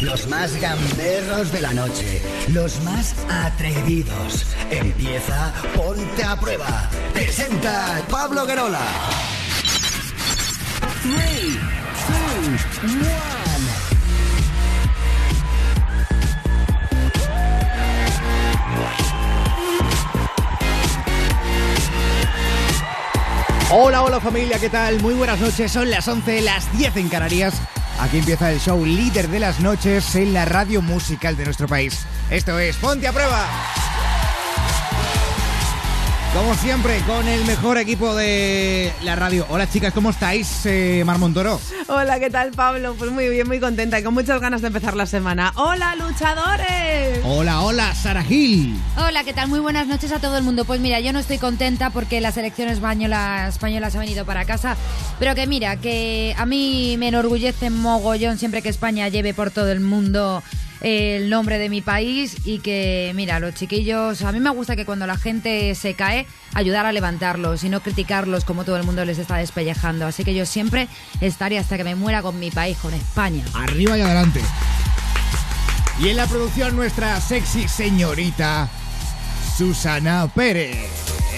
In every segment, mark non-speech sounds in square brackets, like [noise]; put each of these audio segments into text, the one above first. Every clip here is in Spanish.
Los más gamberros de la noche, los más atrevidos. Empieza Ponte a Prueba. Presenta Pablo Guerola. 3, 2, 1. Hola, hola familia, ¿qué tal? Muy buenas noches, son las 11, las 10 en Canarias. Aquí empieza el show líder de las noches en la radio musical de nuestro país. Esto es Ponte a Prueba. Como siempre, con el mejor equipo de la radio. Hola chicas, ¿cómo estáis, eh, Mar Montoro? Hola, ¿qué tal Pablo? Pues muy bien, muy contenta y con muchas ganas de empezar la semana. ¡Hola, luchadores! Hola, hola, Sara Gil. Hola, ¿qué tal? Muy buenas noches a todo el mundo. Pues mira, yo no estoy contenta porque la selección española, española se ha venido para casa. Pero que mira, que a mí me enorgullece mogollón siempre que España lleve por todo el mundo eh, el nombre de mi país y que, mira, los chiquillos, a mí me gusta que cuando la gente se cae, ayudar a levantarlos y no criticarlos como todo el mundo les está despellejando. Así que yo siempre estaré hasta que me muera con mi país, con España. Arriba y adelante. Y en la producción nuestra sexy señorita Susana Pérez.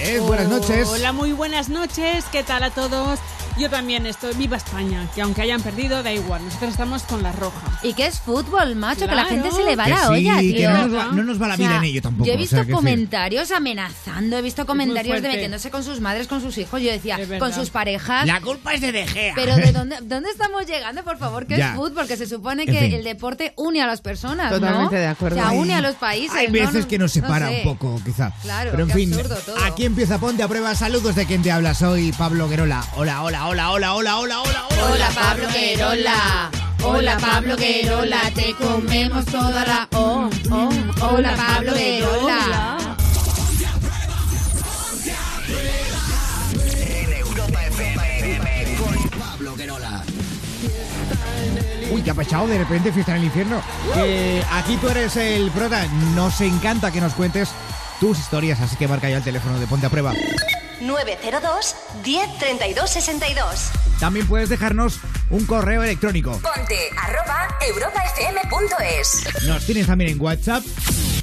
Eh, Buenas noches. Hola, muy buenas noches. ¿Qué tal a todos? Yo también estoy. Viva España, que aunque hayan perdido, da igual. Nosotros estamos con la roja. Y que es fútbol, macho, que la Claro. gente se le va Que la sí, olla, que tío. no nos va- no nos va la vida en ello tampoco, Yo he o visto sea, que sí. comentarios amenazando, he visto comentarios de fuerte. metiéndose con sus madres, con sus hijos, yo decía, Es verdad. con sus parejas. La culpa es de De Gea. [laughs] Pero ¿de dónde, dónde estamos llegando, por favor? Que Ya. es fútbol, que se supone En que fin. el deporte une a las personas, ¿no? Totalmente de acuerdo. O sea, Ay, une a los países. Hay ¿no? veces No- que nos no separa sé. un poco, quizá. Claro, Pero en qué fin, absurdo todo. aquí empieza Ponte a Prueba. Saludos de quien te habla. Soy Pablo Guerola. Hola, hola, hola, hola, hola, hola, hola. hola. Hola Pablo Querola, hola Pablo Querola, te comemos toda la oh, oh, hola Pablo Querola. En Europa FM con Pablo Guerola. Uy, ¿qué ha pasado? De repente fiesta en el infierno. Que aquí tú eres el prota. Nos encanta que nos cuentes tus historias, así que marca ya el teléfono de Ponte a Prueba. 902 1032 62. También puedes dejarnos un correo electrónico. Ponte arroba europafm.es. Nos tienes también en WhatsApp.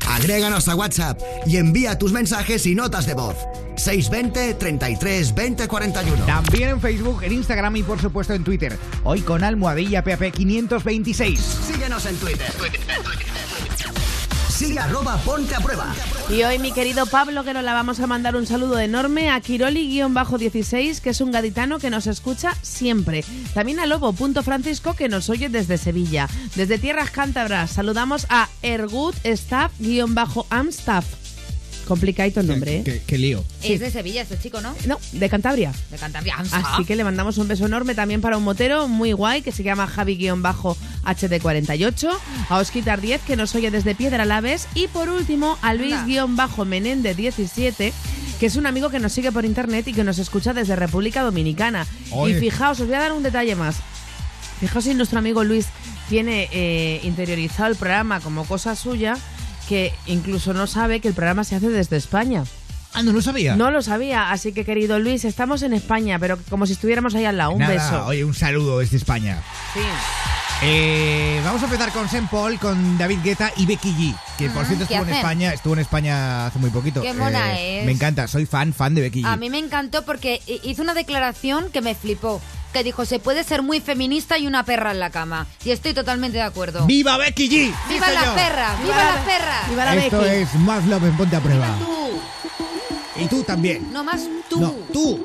Agréganos a WhatsApp y envía tus mensajes y notas de voz. 620 33 20 41. También en Facebook, en Instagram y por supuesto en Twitter. Hoy con almohadilla PAP 526. Síguenos en Twitter. Sigue arroba ponte a prueba. Y hoy, mi querido Pablo Guerola, vamos a mandar un saludo enorme a Kiroli-16, que es un gaditano que nos escucha siempre. También a Lobo.francisco, que nos oye desde Sevilla. Desde Tierras Cántabras, saludamos a Ergut Staff-Amstaff. Complicadito el nombre, ¿eh? Qué, qué lío. Es de Sevilla este chico, ¿no? No, de Cantabria. De Cantabria. Ah, Así que le mandamos un beso enorme también para un motero muy guay que se llama Javi-HD48, a Osquitar 10 que nos oye desde Piedralaves y por último a Luis-Menéndez17 que es un amigo que nos sigue por internet y que nos escucha desde República Dominicana. Oye. Y fijaos, os voy a dar un detalle más. Fijaos si nuestro amigo Luis tiene eh, interiorizado el programa como cosa suya, que incluso no sabe que el programa se hace desde España. Ah, no lo sabía. No lo sabía, así que querido Luis, estamos en España, pero como si estuviéramos ahí al lado. Un Nada, beso. Oye, un saludo desde España. Sí. Eh, vamos a empezar con Sean Paul, con David Guetta y Becky G. Que por Ah, cierto ¿qué estuvo en hacen? España, estuvo en España hace muy poquito. Eh, Qué mona es. Me encanta, soy fan, fan de Becky G. A mí me encantó porque hi- hizo una declaración que me flipó. Que dijo, se puede ser muy feminista y una perra en la cama. Y estoy totalmente de acuerdo. ¡Viva Becky G! ¡Sí, ¡Viva la señor! perra! ¡Viva la perra! Viva la Esto Becky. es Más Love en Ponte a Prueba. Tú, Y tú también. no más tú. No, tú.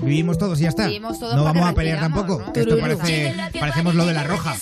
Vivimos todos y ya está. Vivimos todos no porque vamos a pelear respiramos, tampoco. ¿no? Que esto Tururú. parece, parecemos lo de la roja.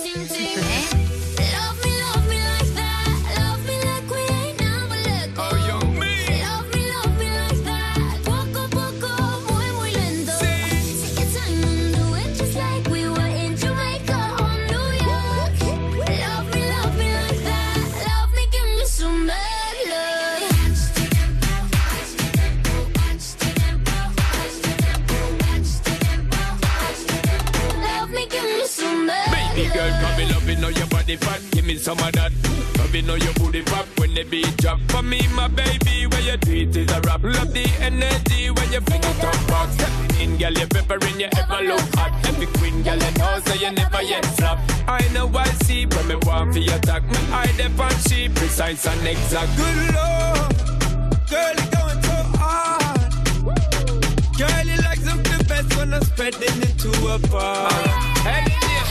Baby girl, come below. Loving all your body fat, give me some of that. Loving all your booty pop when the beat drop. For me, my baby, where your treat is a rap. Love the energy when your finger come back. Step in, girl, you're peppering, you ever look hot. Every queen, girl, you know, so you never yet flop. I know I see when me want for attack. Me eye them on she precise and exact. Good lord, girl, you're going so hard. Girl, you like something best when I'm spreading it to a bar. Hey, yeah.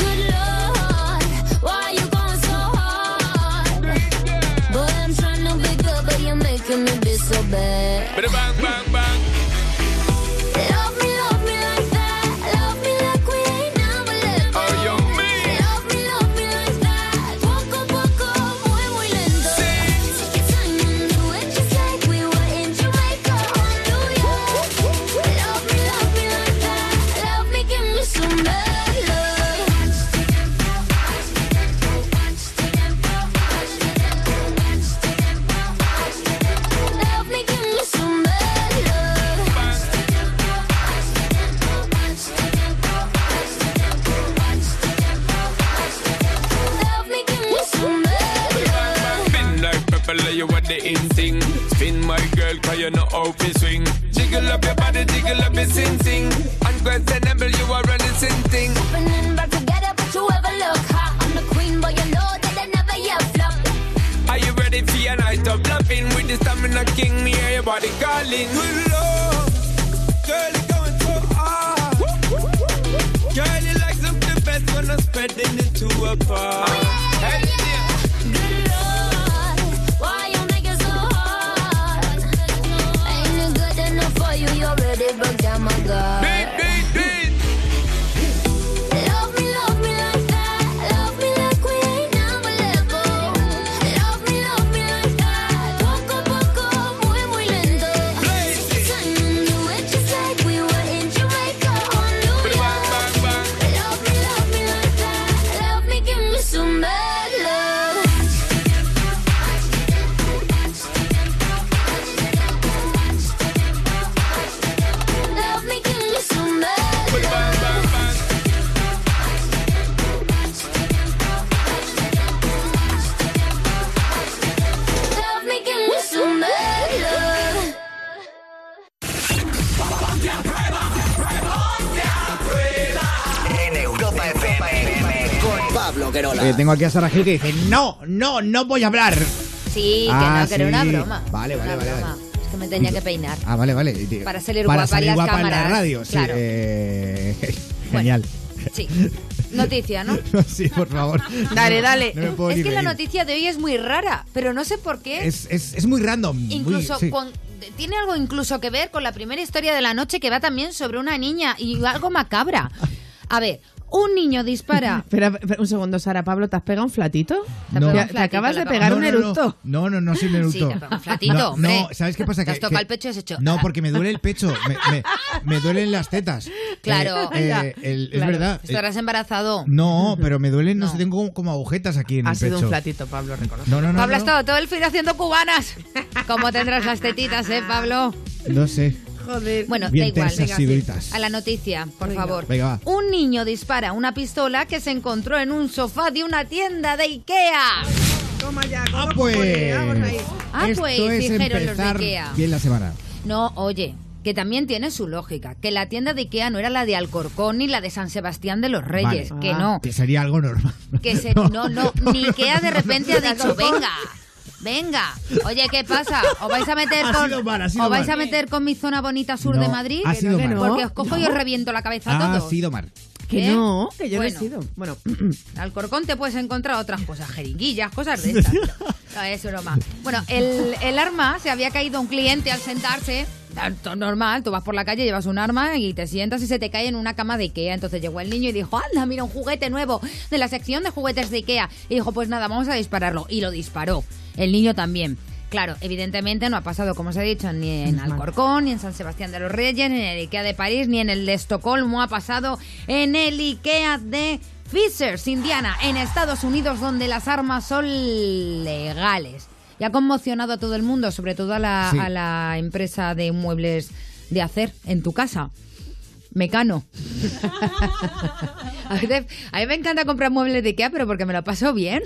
Good Lord, why you going so hard? Boy, I'm trying to be good, but you're making me be so bad. Bada bang, bang, bang. Love me, love me like that. Love me like we ain't never left. Oh, you mean. Love me, love me like that. Poco a poco, muy, muy lento. Take your time and do it just like we were in Jamaica or New York. Love me, love me like that. Love me, give me some bad love. Love me, give me some bad love. Love me, give me some bad love. Spin like Pepper, you what the instinct. Spin my girl, cause you know how to swing. Jiggle up your body, jiggle up your sing sing. Unquestionable, you are running sin thing. and then back together, but you ever look hot. I'm the queen, but you know that I never yet flop. Are you ready for your night of loving? With the stamina king, me hear your body calling. Good lord, girl, you're going so hard. Girl, you like something best when I'm spreading it to a bar. Hey, yeah. Good Lord, why you make it so hard? Ain't it good enough for you? You already broke down my guard. Beat, beat, beat. Love me, love me like that. Love me like we ain't never let go. Love me, love me like that. Poco a poco, muy, muy lento. Blaze it. Time and do it just like we were in Jamaica or New Bang, York. bang, bang. Love me, love me like that. Love me, give me some bad love. Love me, give me some bad Bang, love. bang, bang. Love me, give me some bad love. En Europa FM con Pablo Querola. Eh, tengo aquí a Sara Gil que dice, no, no, no voy a hablar. Sí, que Ah, no, que era una sí. broma. Vale, Una vale, vale, broma. vale. Es que me tenía que peinar. Ah, vale, vale. Y te- Para salir para guapa en las guapa en cámaras, la radio, sí. claro. eh, [laughs] genial. Sí. [laughs] Noticia, ¿no? sí, por favor. Dale, dale. No me puedo ni Es que la reír. noticia de hoy es muy rara, pero no sé por qué. Es, es, es muy random. muy- incluso sí. con- tiene algo incluso que ver con la primera historia de la noche que va también sobre una niña y algo macabra. A ver, un niño dispara. Espera, espera un segundo, Sara. Pablo, ¿te has pegado un flatito? No. Te- Te Te acabas lo de acabo- pegar No, un no, no. eructo. No, no, no, soy un eructo. Sí, pero un flatito, no, hombre. no, ¿sabes qué pasa? Te has Que- tocado que- el pecho y has hecho, No, ah. porque me duele el pecho. Me, me- me duelen las tetas. [laughs] Claro. Eh, eh, Ya. el- es Claro, verdad. Estarás Eh, embarazado. No, pero me duelen, no, No. sé, tengo como, como agujetas aquí en Ha el pecho. sido un flatito, Pablo, reconozco. No, no, no. Pablo ha no. estado todo el fin haciendo cubanas. ¿Cómo tendrás las tetitas, eh, Pablo? No sé. Joder. Bueno, Bien da igual. tensas y duritas. A la noticia, por favor. Venga, va. Un niño dispara una pistola que se encontró en un sofá de una tienda de Ikea. Toma ya, Ah, pues. Ah, Esto pues, es dijeron los de empezar Ikea. bien la semana. No, oye, que también tiene su lógica, que la tienda de Ikea no era la de Alcorcón ni la de San Sebastián de los Reyes, Vale. que Ah. no. Que sería algo normal. [laughs] Que se, no, no, ni Ikea de repente ha no, dicho, no. venga, venga. Oye, ¿qué pasa? ¿Os vais a meter Ha con, sido mal, ha sido ¿os vais mal. a meter con mi zona bonita sur No, de Madrid? ha sido que mal. no. Porque os cojo y os reviento la cabeza a Ha todos. sido mal. Que ¿Eh? no, que yo no he Bueno. sido. Bueno, Alcorcón te puedes encontrar otras cosas, jeringuillas, cosas de estas. No, es broma. Bueno, el, el arma se había caído a un cliente al sentarse. Tanto normal, tú vas por la calle, llevas un arma y te sientas y se te cae en una cama de Ikea. Entonces llegó el niño y dijo, anda, mira un juguete nuevo de la sección de juguetes de Ikea. Y dijo, pues nada, vamos a dispararlo. Y lo disparó. El niño también. Claro, evidentemente no ha pasado, como os he dicho, ni en Alcorcón, ni en San Sebastián de los Reyes, ni en el Ikea de París, ni en el de Estocolmo. Ha pasado en el Ikea de Fishers, Indiana, en Estados Unidos, donde las armas son legales. Y ha conmocionado a todo el mundo, sobre todo a la, Sí. a la empresa de muebles de hacer en tu casa. Mecano. [laughs] a, veces- a mí me encanta comprar muebles de Ikea, pero porque me lo paso bien.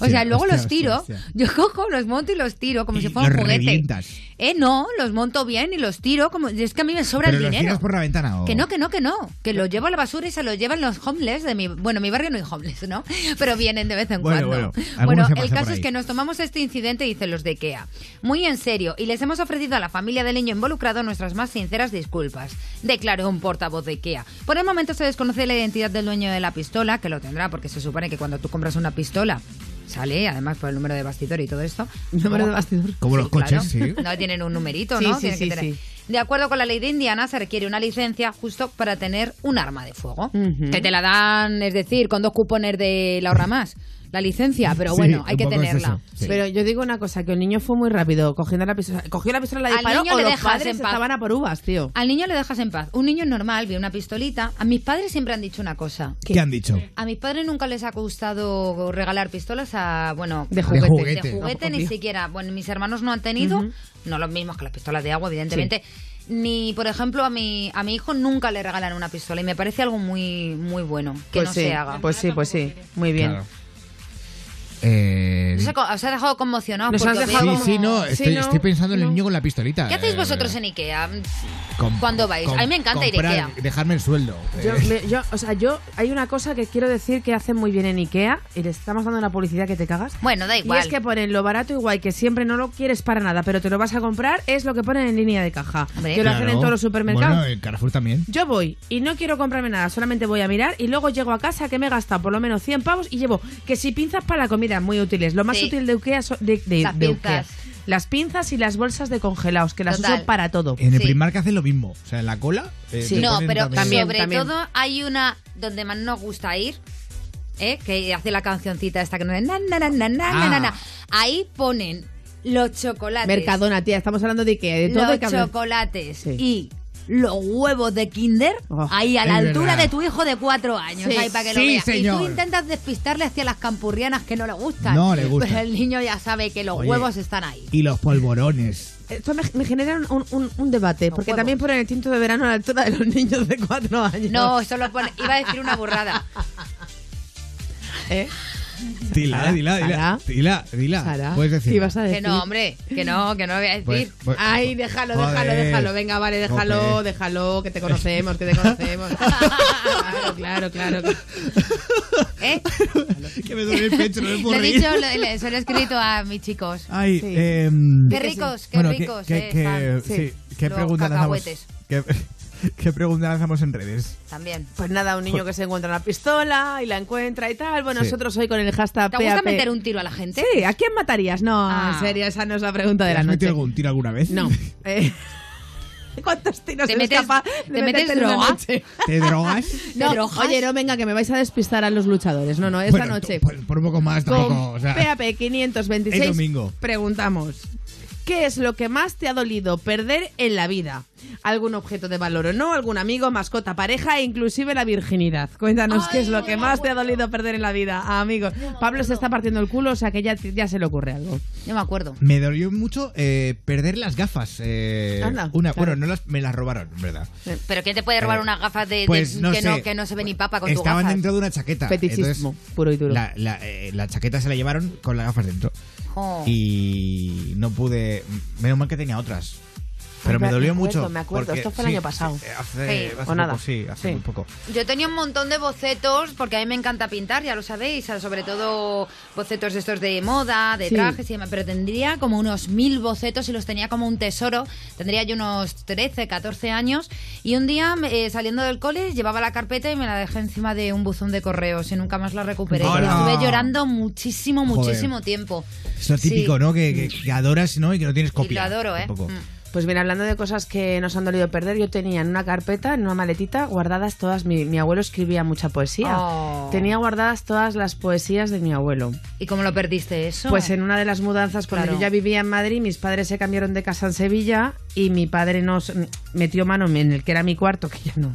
o sea, luego hostia, los tiro. hostia, hostia. Yo cojo, los monto y los tiro como si fuera un los juguete. revientas. Eh, no, los monto bien y los tiro como... Es que a mí me sobra Pero el los dinero. tiras por la ventana o... Que no, que no, que no. Que lo llevo a la basura y se lo llevan los homeless de mi. Bueno, mi barrio no hay homeless, ¿no? Pero vienen de vez en Bueno, cuando. bueno, algunos se el pasan caso por es ahí. que nos tomamos este incidente, dicen los de IKEA, muy en serio y les hemos ofrecido a la familia del niño involucrado nuestras más sinceras disculpas, declaró un portavoz de IKEA. Por el momento se desconoce la identidad del dueño de la pistola, que lo tendrá, porque se supone que cuando tú compras una pistola. Sale, además, por el número de bastidor y todo esto. Número de Como- bastidor. Como los claro. coches, sí. No tienen un numerito, Sí, ¿no? sí, Tienen sí, que tener- sí. De acuerdo con la ley de Indiana, se requiere una licencia justo para tener un arma de fuego. Ujú. Que te la dan, es decir, con dos cupones de la ahorra más. La licencia, pero Sí, bueno, hay un que poco es tenerla. eso, sí. Pero yo digo una cosa, que el niño fue muy rápido cogiendo la pistola, cogió la pistola, la Al disparó niño o le los dejas padres en paz. estaban a por uvas, tío. Al niño le dejas en paz. Un niño es normal, ve una pistolita. A mis padres siempre han dicho una cosa. ¿Qué, han dicho? A mis padres nunca les ha gustado regalar pistolas a, bueno, De juguetes, juguete. de juguete, Ah, ni obvio. siquiera. Bueno, mis hermanos no han tenido, no los mismos que las pistolas de agua, evidentemente. Ni, por ejemplo, a mi, a mi hijo nunca le regalan una pistola y me parece algo muy, muy bueno que pues no sí, se haga. Pues sí, pues sí. Muy bien. Claro. Eh, No sé, co- os ha dejado conmocionados. Nos porque has os veo dejado Sí, como- sí, no, Sí, estoy, no, estoy pensando en el no. niño con la pistolita. Eh, ¿Qué hacéis vosotros en Ikea? ¿Cuándo vais? A mí me encanta ir a comprar, Ikea. Dejarme el sueldo. Yo, Eh, me- yo- o sea, yo hay una cosa que quiero decir que hacen muy bien en Ikea y le estamos dando una publicidad que te cagas. Bueno, da Y igual. es que ponen lo barato y guay, que siempre no lo quieres para nada, pero te lo vas a comprar, es lo que ponen en línea de caja. Hombre. que lo hacen Eh, claro. en todos los supermercados. Bueno, en Carrefour también. Yo voy y no quiero comprarme nada, solamente voy a mirar y luego llego a casa que me he gastado por lo menos 100 pavos y llevo que si pinzas para la comida, muy útiles. Lo más Sí. útil de Ikea son de, de- Las de pinzas. Ikea. Las pinzas y las bolsas de congelados, que las Total. uso para todo. En el Sí. Primark hacen lo mismo. O sea, en la cola. eh, Sí. te No, ponen pero También, sobre también. todo hay una donde más nos gusta ir, ¿eh? que hace la cancioncita esta que no es na, na, na, na, na, na, na, na. Ah. Ahí ponen los chocolates. Mercadona, tía, estamos hablando de Eh, Ikea, de todo. hay que los hablar. chocolates Sí. y los huevos de Kinder Oh, ahí a es la altura verdad. de tu hijo de cuatro años Sí. ahí para que lo Sí, veas y señor. tú intentas despistarle hacia las campurrianas que no le gustan No le gustan. pero el niño ya sabe que los Oye. huevos están ahí Y los polvorones. Esto me, me genera un, un- un debate, Los porque huevos. también ponen el tinto de verano a la altura de los niños de cuatro años. no solo pone iba a decir [laughs] una burrada ¿Eh? Dila, Sara, dila, dila. Sara. Dila, dila. Sara, Puedes decir. ¿qué ibas a que decir? no hombre que no que no lo voy a decir Pues- pues- Ay, déjalo, Joder. déjalo, déjalo. Venga, vale, déjalo, Jope. déjalo, que [laughs] te conocemos, que te conocemos. [laughs] [laughs] claro, claro, claro. [laughs] ¿Eh? que me duele el pecho, no me puedo Lo he reír. dicho, lo- le- se lo he escrito a mis chicos. Ay, Sí. eh, Qué ricos, qué bueno, ricos. qué, eh, qué- están. sí, Sí. qué Los pregunta lanzamos. cacahuetes Qué, [laughs] qué pregunta lanzamos en redes. También. Pues nada, un niño que se encuentra una pistola y la encuentra y tal. Bueno, Sí. nosotros hoy con el hashtag ¿Te gusta PAP. meter un tiro a la gente? Sí, ¿a quién matarías? No, Ah. en serio, esa no es la pregunta de ¿Te la has metido noche. algún tiro alguna vez? No. Eh, [laughs] ¿Cuántos tiros ¿Te eres metes- capaz te de metes meterte en una droga? noche? [laughs] ¿Te drogas? No, drogas? oye, no, venga, que me vais a despistar a los luchadores. No, no, esta Bueno, pues, noche. tú, Por, por un poco más tampoco. con o sea, PAP 526 es domingo. preguntamos ¿Qué es lo que más te ha dolido perder en la vida? ¿Algún objeto de valor o no? ¿Algún amigo, mascota, pareja e inclusive la virginidad? Cuéntanos qué es lo que más te ha dolido perder en la vida, amigos. Pablo se está partiendo el culo, o sea que ya, ya se le ocurre algo. Yo me acuerdo. Me dolió mucho eh, perder las gafas. eh, Anda, una, claro. Bueno, no las, me las robaron, en ¿verdad? ¿Pero quién te puede robar Eh, unas gafas de, de- Pues no que, sé. no, que no se ve ni papa con tus Estaban gafas? dentro de una chaqueta. Fetichismo, entonces, puro y duro. La, la, eh, la chaqueta se la llevaron con las gafas dentro. Jo. Y no pude. Menos mal que tenía otras. Pero Ah, me me dolió acuerdo, mucho. me acuerdo. porque- Esto fue el sí, año pasado. sí, hace, Sí. hace O poco, nada. sí, hace Sí. muy poco. Yo tenía un montón de bocetos, porque a mí me encanta pintar, ya lo sabéis, sobre todo bocetos de estos de moda, de Sí. trajes y demás, pero tendría como unos mil bocetos y los tenía como un tesoro. Tendría yo unos 13, 14 años y un día eh, saliendo del cole llevaba la carpeta y me la dejé encima de un buzón de correos y nunca más la recuperé. Y ¡Hala! estuve llorando muchísimo, Joder. muchísimo tiempo. Es lo típico, Sí. Mm. ¿no? Que, que- que adoras ¿no? y que no tienes copia. Y lo adoro, ¿eh? un poco. Mm. Pues bien, hablando de cosas que nos han dolido perder, yo tenía en una carpeta, en una maletita, guardadas todas. Mi, mi abuelo escribía mucha poesía. Oh. Tenía guardadas todas las poesías de mi abuelo. ¿Y cómo lo perdiste eso? Pues en una de las mudanzas, cuando Claro. yo ya vivía en Madrid, mis padres se cambiaron de casa en Sevilla y mi padre nos metió mano en el que era mi cuarto, que ya no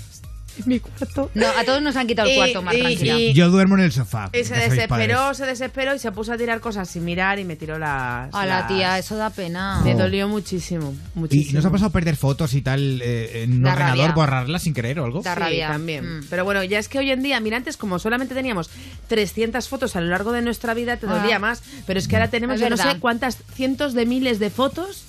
[laughs] mi cuarto. No, a todos nos han quitado el Y- cuarto, Mar, y- tranquila. y- Yo duermo en el sofá. Y ya se sois padres. desesperó, se desesperó y se puso a tirar cosas sin mirar y me tiró las. A la las- tía, eso da pena. Me dolió muchísimo, muchísimo. ¿Y nos ha pasado perder fotos y tal eh, en un Da ordenador, rabia. borrarlas sin querer o algo? Da Sí, rabia. también. Mm. Pero bueno, ya es que hoy en día, mira, antes como solamente teníamos 300 fotos a lo largo de nuestra vida, te Ah. dolía más. Pero es que ahora tenemos, Es yo no verdad. sé cuántas cientos de miles de fotos.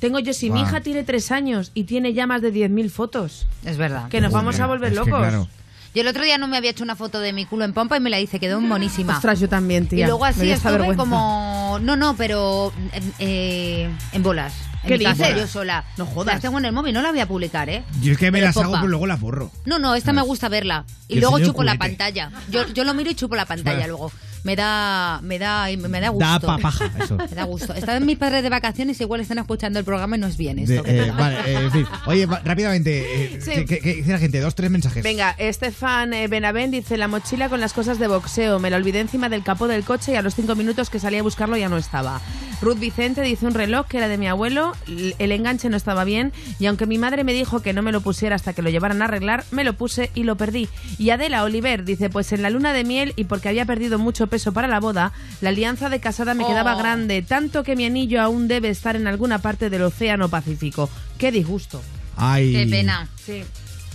Tengo yo, si mi Guau. hija tiene tres años y tiene ya más de 10.000 fotos, Es verdad. que nos vamos Joder, a volver es que locos. claro. Yo el otro día no me había hecho una foto de mi culo en pompa y me la hice, quedó monísima. Ostras, yo también, tía. y luego Me así dio esta estuve vergüenza. como... No, no, pero en, eh, en bolas. En ¿Qué mi casa, dices? yo sola. No jodas. Las tengo en el móvil, no la voy a publicar, ¿eh? Yo es que me Pero las hago, popa. pero luego las borro. No, no, esta me Ah. gusta verla. Y Yo luego soy de chupo la culete. pantalla. Yo, yo lo miro y chupo la pantalla Vale. luego. Me da, me da, me da gusto. Da pa paja, eso. [laughs] Me da gusto. Están mis padres de vacaciones, igual están escuchando el programa y no es bien De- esto. eh, vale, eh, en fin. Oye, va- rápidamente, eh, Sí. ¿qué- qué, qué dice la gente? Dos, tres mensajes. Venga, Estefan eh, Benavent dice la mochila con las cosas de boxeo. Me la olvidé encima del capó del coche y a los cinco minutos que salí a buscarlo ya no estaba. Ruth Vicente dice un reloj que era de mi abuelo, l- el enganche no estaba bien y aunque mi madre me dijo que no me lo pusiera hasta que lo llevaran a arreglar, me lo puse y lo perdí. Y Adela Oliver dice pues en la luna de miel y porque había perdido mucho peso para la boda, la alianza de casada me Oh. quedaba grande, tanto que mi anillo aún debe estar en alguna parte del Océano Pacífico. Qué disgusto. Ay. Qué pena. Sí.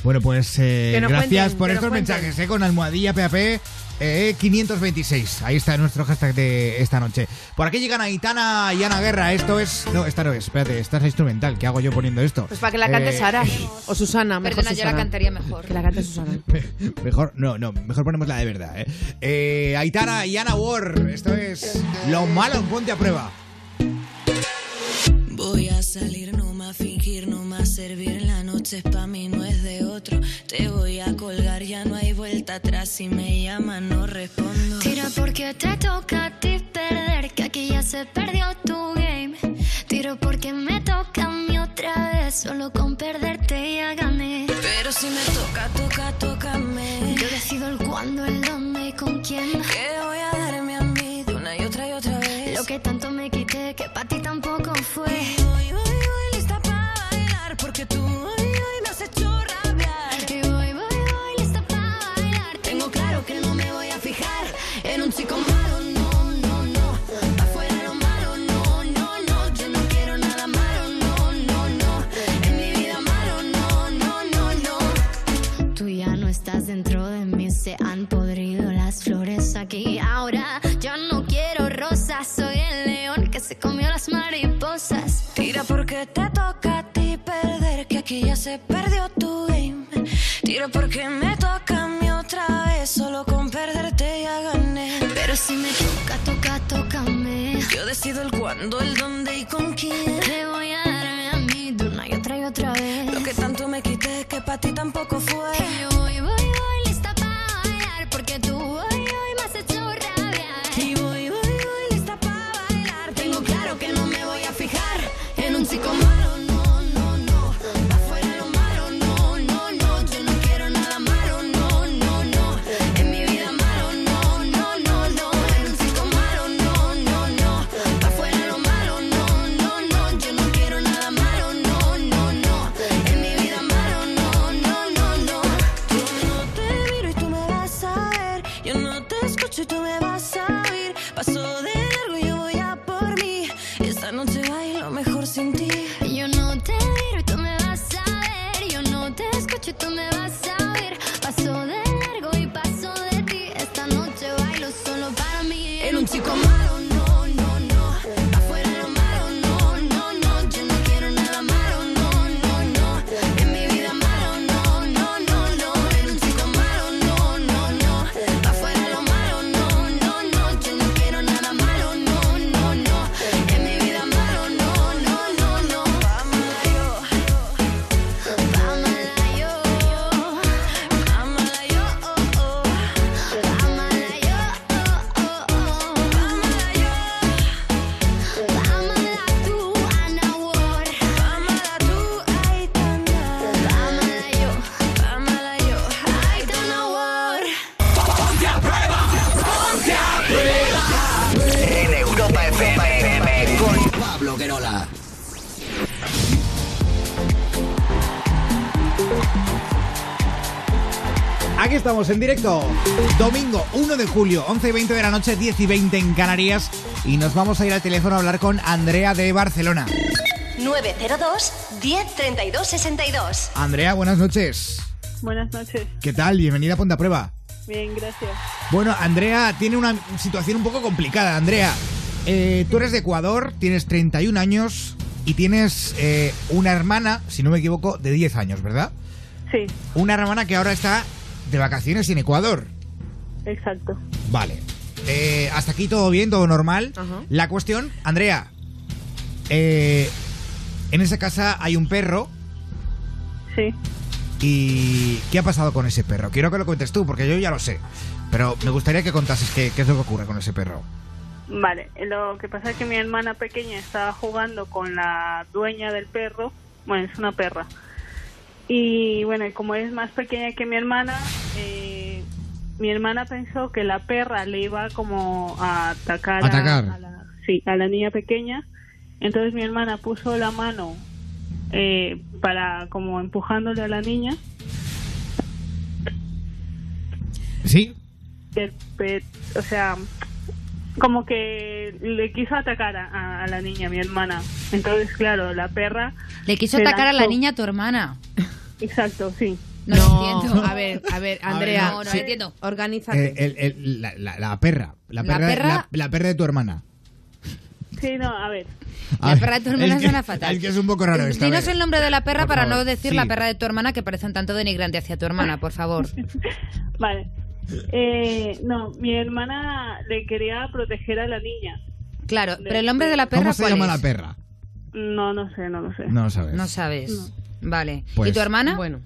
Bueno, pues eh, Que nos gracias cuenten, por que estos nos cuenten. mensajes, eh, con almohadilla PAP eh, 526. Ahí está nuestro hashtag de esta noche. Por aquí llegan Aitana y Ana Guerra. Esto es. No, esta no es. Espérate, esta es instrumental. ¿Qué hago yo poniendo esto? Pues para que la cante Eh, Sara o Susana, mejor Perdona, yo la Susana. cantaría mejor. Que la cante Susana. [laughs] Mejor, no, no, mejor ponemos la de verdad, ¿eh? Eh, Aitana y Ana War, esto es Lo malo en Ponte a Prueba. Voy a salir, no más fingir, no más servir. La noche es pa' mí, no es de otro. Te voy a colgar, ya no hay vuelta atrás. Si me llaman, no respondo. Tira porque te toca a ti perder, que aquí ya se perdió tu game. Tiro porque me toca a mí otra vez, solo con perderte ya gané. Pero si me toca, toca, tócame. Yo decido el cuándo, el dónde y con quién. Que voy a darme a mí de una y otra y otra vez. Lo que tanto me quité, que para ti tampoco fue. Voy, voy, voy, lista pa' bailar. Porque tú hoy, hoy me has hecho rabiar. Y voy, voy, voy, lista para bailar. Tengo claro que no me voy a fijar en un chico malo, no, no, no. Pa' fuera lo malo, no, no, no. Yo no quiero nada malo, no, no, no. En mi vida malo, no, no, no, no. Tú ya no estás dentro de mí, se han podrido las flores aquí. Ahora yo no quiero rosas, soy el león que se comió las mariposas. Tira porque te toca a ti perder, que aquí ya se perdió tu game. Tira porque me toca a mí otra vez, solo con perderte ya gané. Pero si me toca, toca, tócame. Yo decido el cuándo, el dónde y con quién. Te voy a darme a mí de una y otra y otra vez. Lo que tanto me quité que para ti tampoco fue. Y voy, voy, voy lista para bailar porque tú hoy, hoy me has hecho rabiar. Y voy, voy, voy lista para bailar. Tengo claro que no me voy a fijar en un chico malo, no, no, no. Pa' fuera lo malo, no, no, no. Yo no quiero nada malo, no, no, no. En mi vida malo, no, no, no, no. En un chico malo, no, no, no. Pa' fuera lo malo, no, no, no. Yo no quiero nada malo, no, no, no. En mi vida malo, no, no, no, no. Yo no te miro y tú me vas a ver. Yo no te escucho y tú me vas a oír. Paso de largo y yo voy a por mí. Esta noche bailo mejor sin ti. Yo no te miro y tú me vas a ver. Yo no te escucho y tú me vas a oír. Paso de largo y paso de ti. Esta noche bailo solo para mí. En un chico malo, no, no, no. Afuera lo malo, no, no, no. Yo no quiero nada malo, no, no, no. En mi vida malo, no, no, no, no. En un chico malo, no, no, no. Afuera lo malo, no, no, no. Yo no quiero nada malo, no, no, no. En mi vida malo, no, no, no, no. Amala yo, amala yo, amala yo, oh, oh. Amala yo, oh, oh, oh. Amala yo. Ámala tú, Ana Ward. Amala tú, Aitana. Ámala yo. Amala yo, Aitana War. En Europa FM con Pablo Guerola. Aquí estamos en directo. Domingo 1 de julio, 11 y 20 de la noche, 10 y 20 en Canarias. Y nos vamos a ir al teléfono a hablar con Andrea de Barcelona. 902 10 32 62. Andrea, buenas noches. Buenas noches. ¿Qué tal? Bienvenida a Ponte a Prueba. Bien, gracias. Bueno, Andrea tiene una situación un poco complicada. Andrea, eh, tú eres de Ecuador, tienes 31 años y tienes eh, una hermana, si no me equivoco, de 10 años, ¿verdad? Sí, Una hermana que ahora está de vacaciones en Ecuador. exacto. Vale. Eh, hasta aquí todo bien, todo normal. Ajá. La cuestión, Andrea, eh, en esa casa hay un perro. Sí. ¿Y qué ha pasado con ese perro? Quiero que lo cuentes tú, porque yo ya lo sé. Pero me gustaría que contases qué, qué es lo que ocurre con ese perro. Vale, lo que pasa es que mi hermana pequeña estaba jugando con la dueña del perro. Bueno, es una perra. Y bueno, y como es más pequeña que mi hermana, eh, mi hermana pensó que la perra le iba como a atacar, a- Atacar. A, la, sí, a la niña pequeña. Entonces mi hermana puso la mano eh, para como empujándole a la niña. ¿Sí? del pet, o sea, como que le quiso atacar a- a, a la niña, mi hermana. Entonces, claro, la perra. Le quiso se atacar a la lanzó. niña tu hermana. Exacto, sí. No, No, entiendo. a ver, [laughs] a ver, Andrea. Oh. no, no sí, entiendo. Organízate. [laughs] Eh, el- el- la, la- la perra. La La perra, perra- la- la perra de tu hermana. Sí, no, a ver. A La ver, [laughs] perra de tu hermana es que- suena fatal. Eh, Es que es un poco raro esto. a Dinos ver. el nombre de la perra Por para favor, no decir sí. la perra de tu hermana que parece un tanto denigrante hacia tu hermana, por favor. [laughs] Vale. Eh, no, mi hermana le quería proteger a la niña. Claro, pero el nombre de la perra ¿Cómo se ¿cuál llama es? la perra? No, no sé, no lo sé. No lo sabes. No sabes. Vale. Pues- ¿Y tu hermana? Bueno,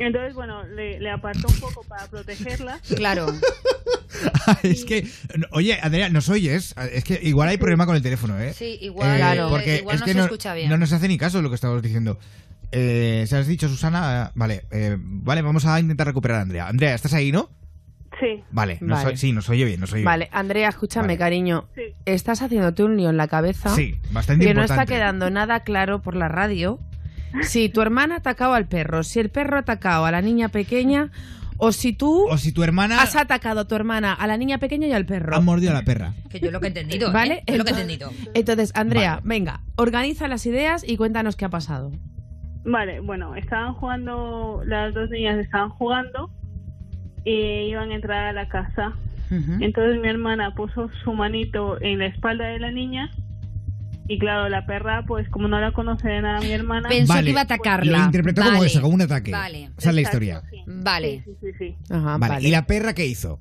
Entonces, bueno, le, le apartó un poco para protegerla. [laughs] Claro. [laughs] es que, no, oye, Andrea, ¿nos oyes? Es que igual hay problema con el teléfono, ¿eh? Sí, igual- Eh, claro. porque Igual es no que se escucha bien. No nos hace ni caso lo que estamos diciendo. Eh, ¿Se has dicho, Susana? Vale, eh, vale, vamos a intentar recuperar a Andrea. Andrea, ¿estás ahí, no? Sí, Vale, nos Vale. o- sí, nos oye bien, nos oye vale, Andrea, escúchame, Vale. cariño. sí. Estás haciéndote un lío en la cabeza. bien. Sí, bastante que importante. no está quedando nada claro por la radio si tu hermana ha atacado al perro, si el perro ha atacado a la niña pequeña o si tú O si tu hermana has atacado a tu hermana, a la niña pequeña y al perro. ha mordido a la perra. Que yo lo que he entendido. ¿eh? ¿Vale? Yo lo que he Entonces- entendido. Entonces, Andrea, Vale. venga, organiza las ideas y cuéntanos qué ha pasado. Vale, bueno, estaban jugando, las dos niñas estaban jugando y iban a entrar a la casa. Entonces mi hermana puso su manito en la espalda de la niña y claro, la perra, pues como no la conoce de nada mi hermana... Pensó Vale, que iba a Lo atacarla. interpretó como Vale. eso, como un ataque. Vale. Esa es la Exacto, historia. sí. Vale. Sí, sí, sí, sí. Ajá, vale. vale. ¿y la perra qué hizo?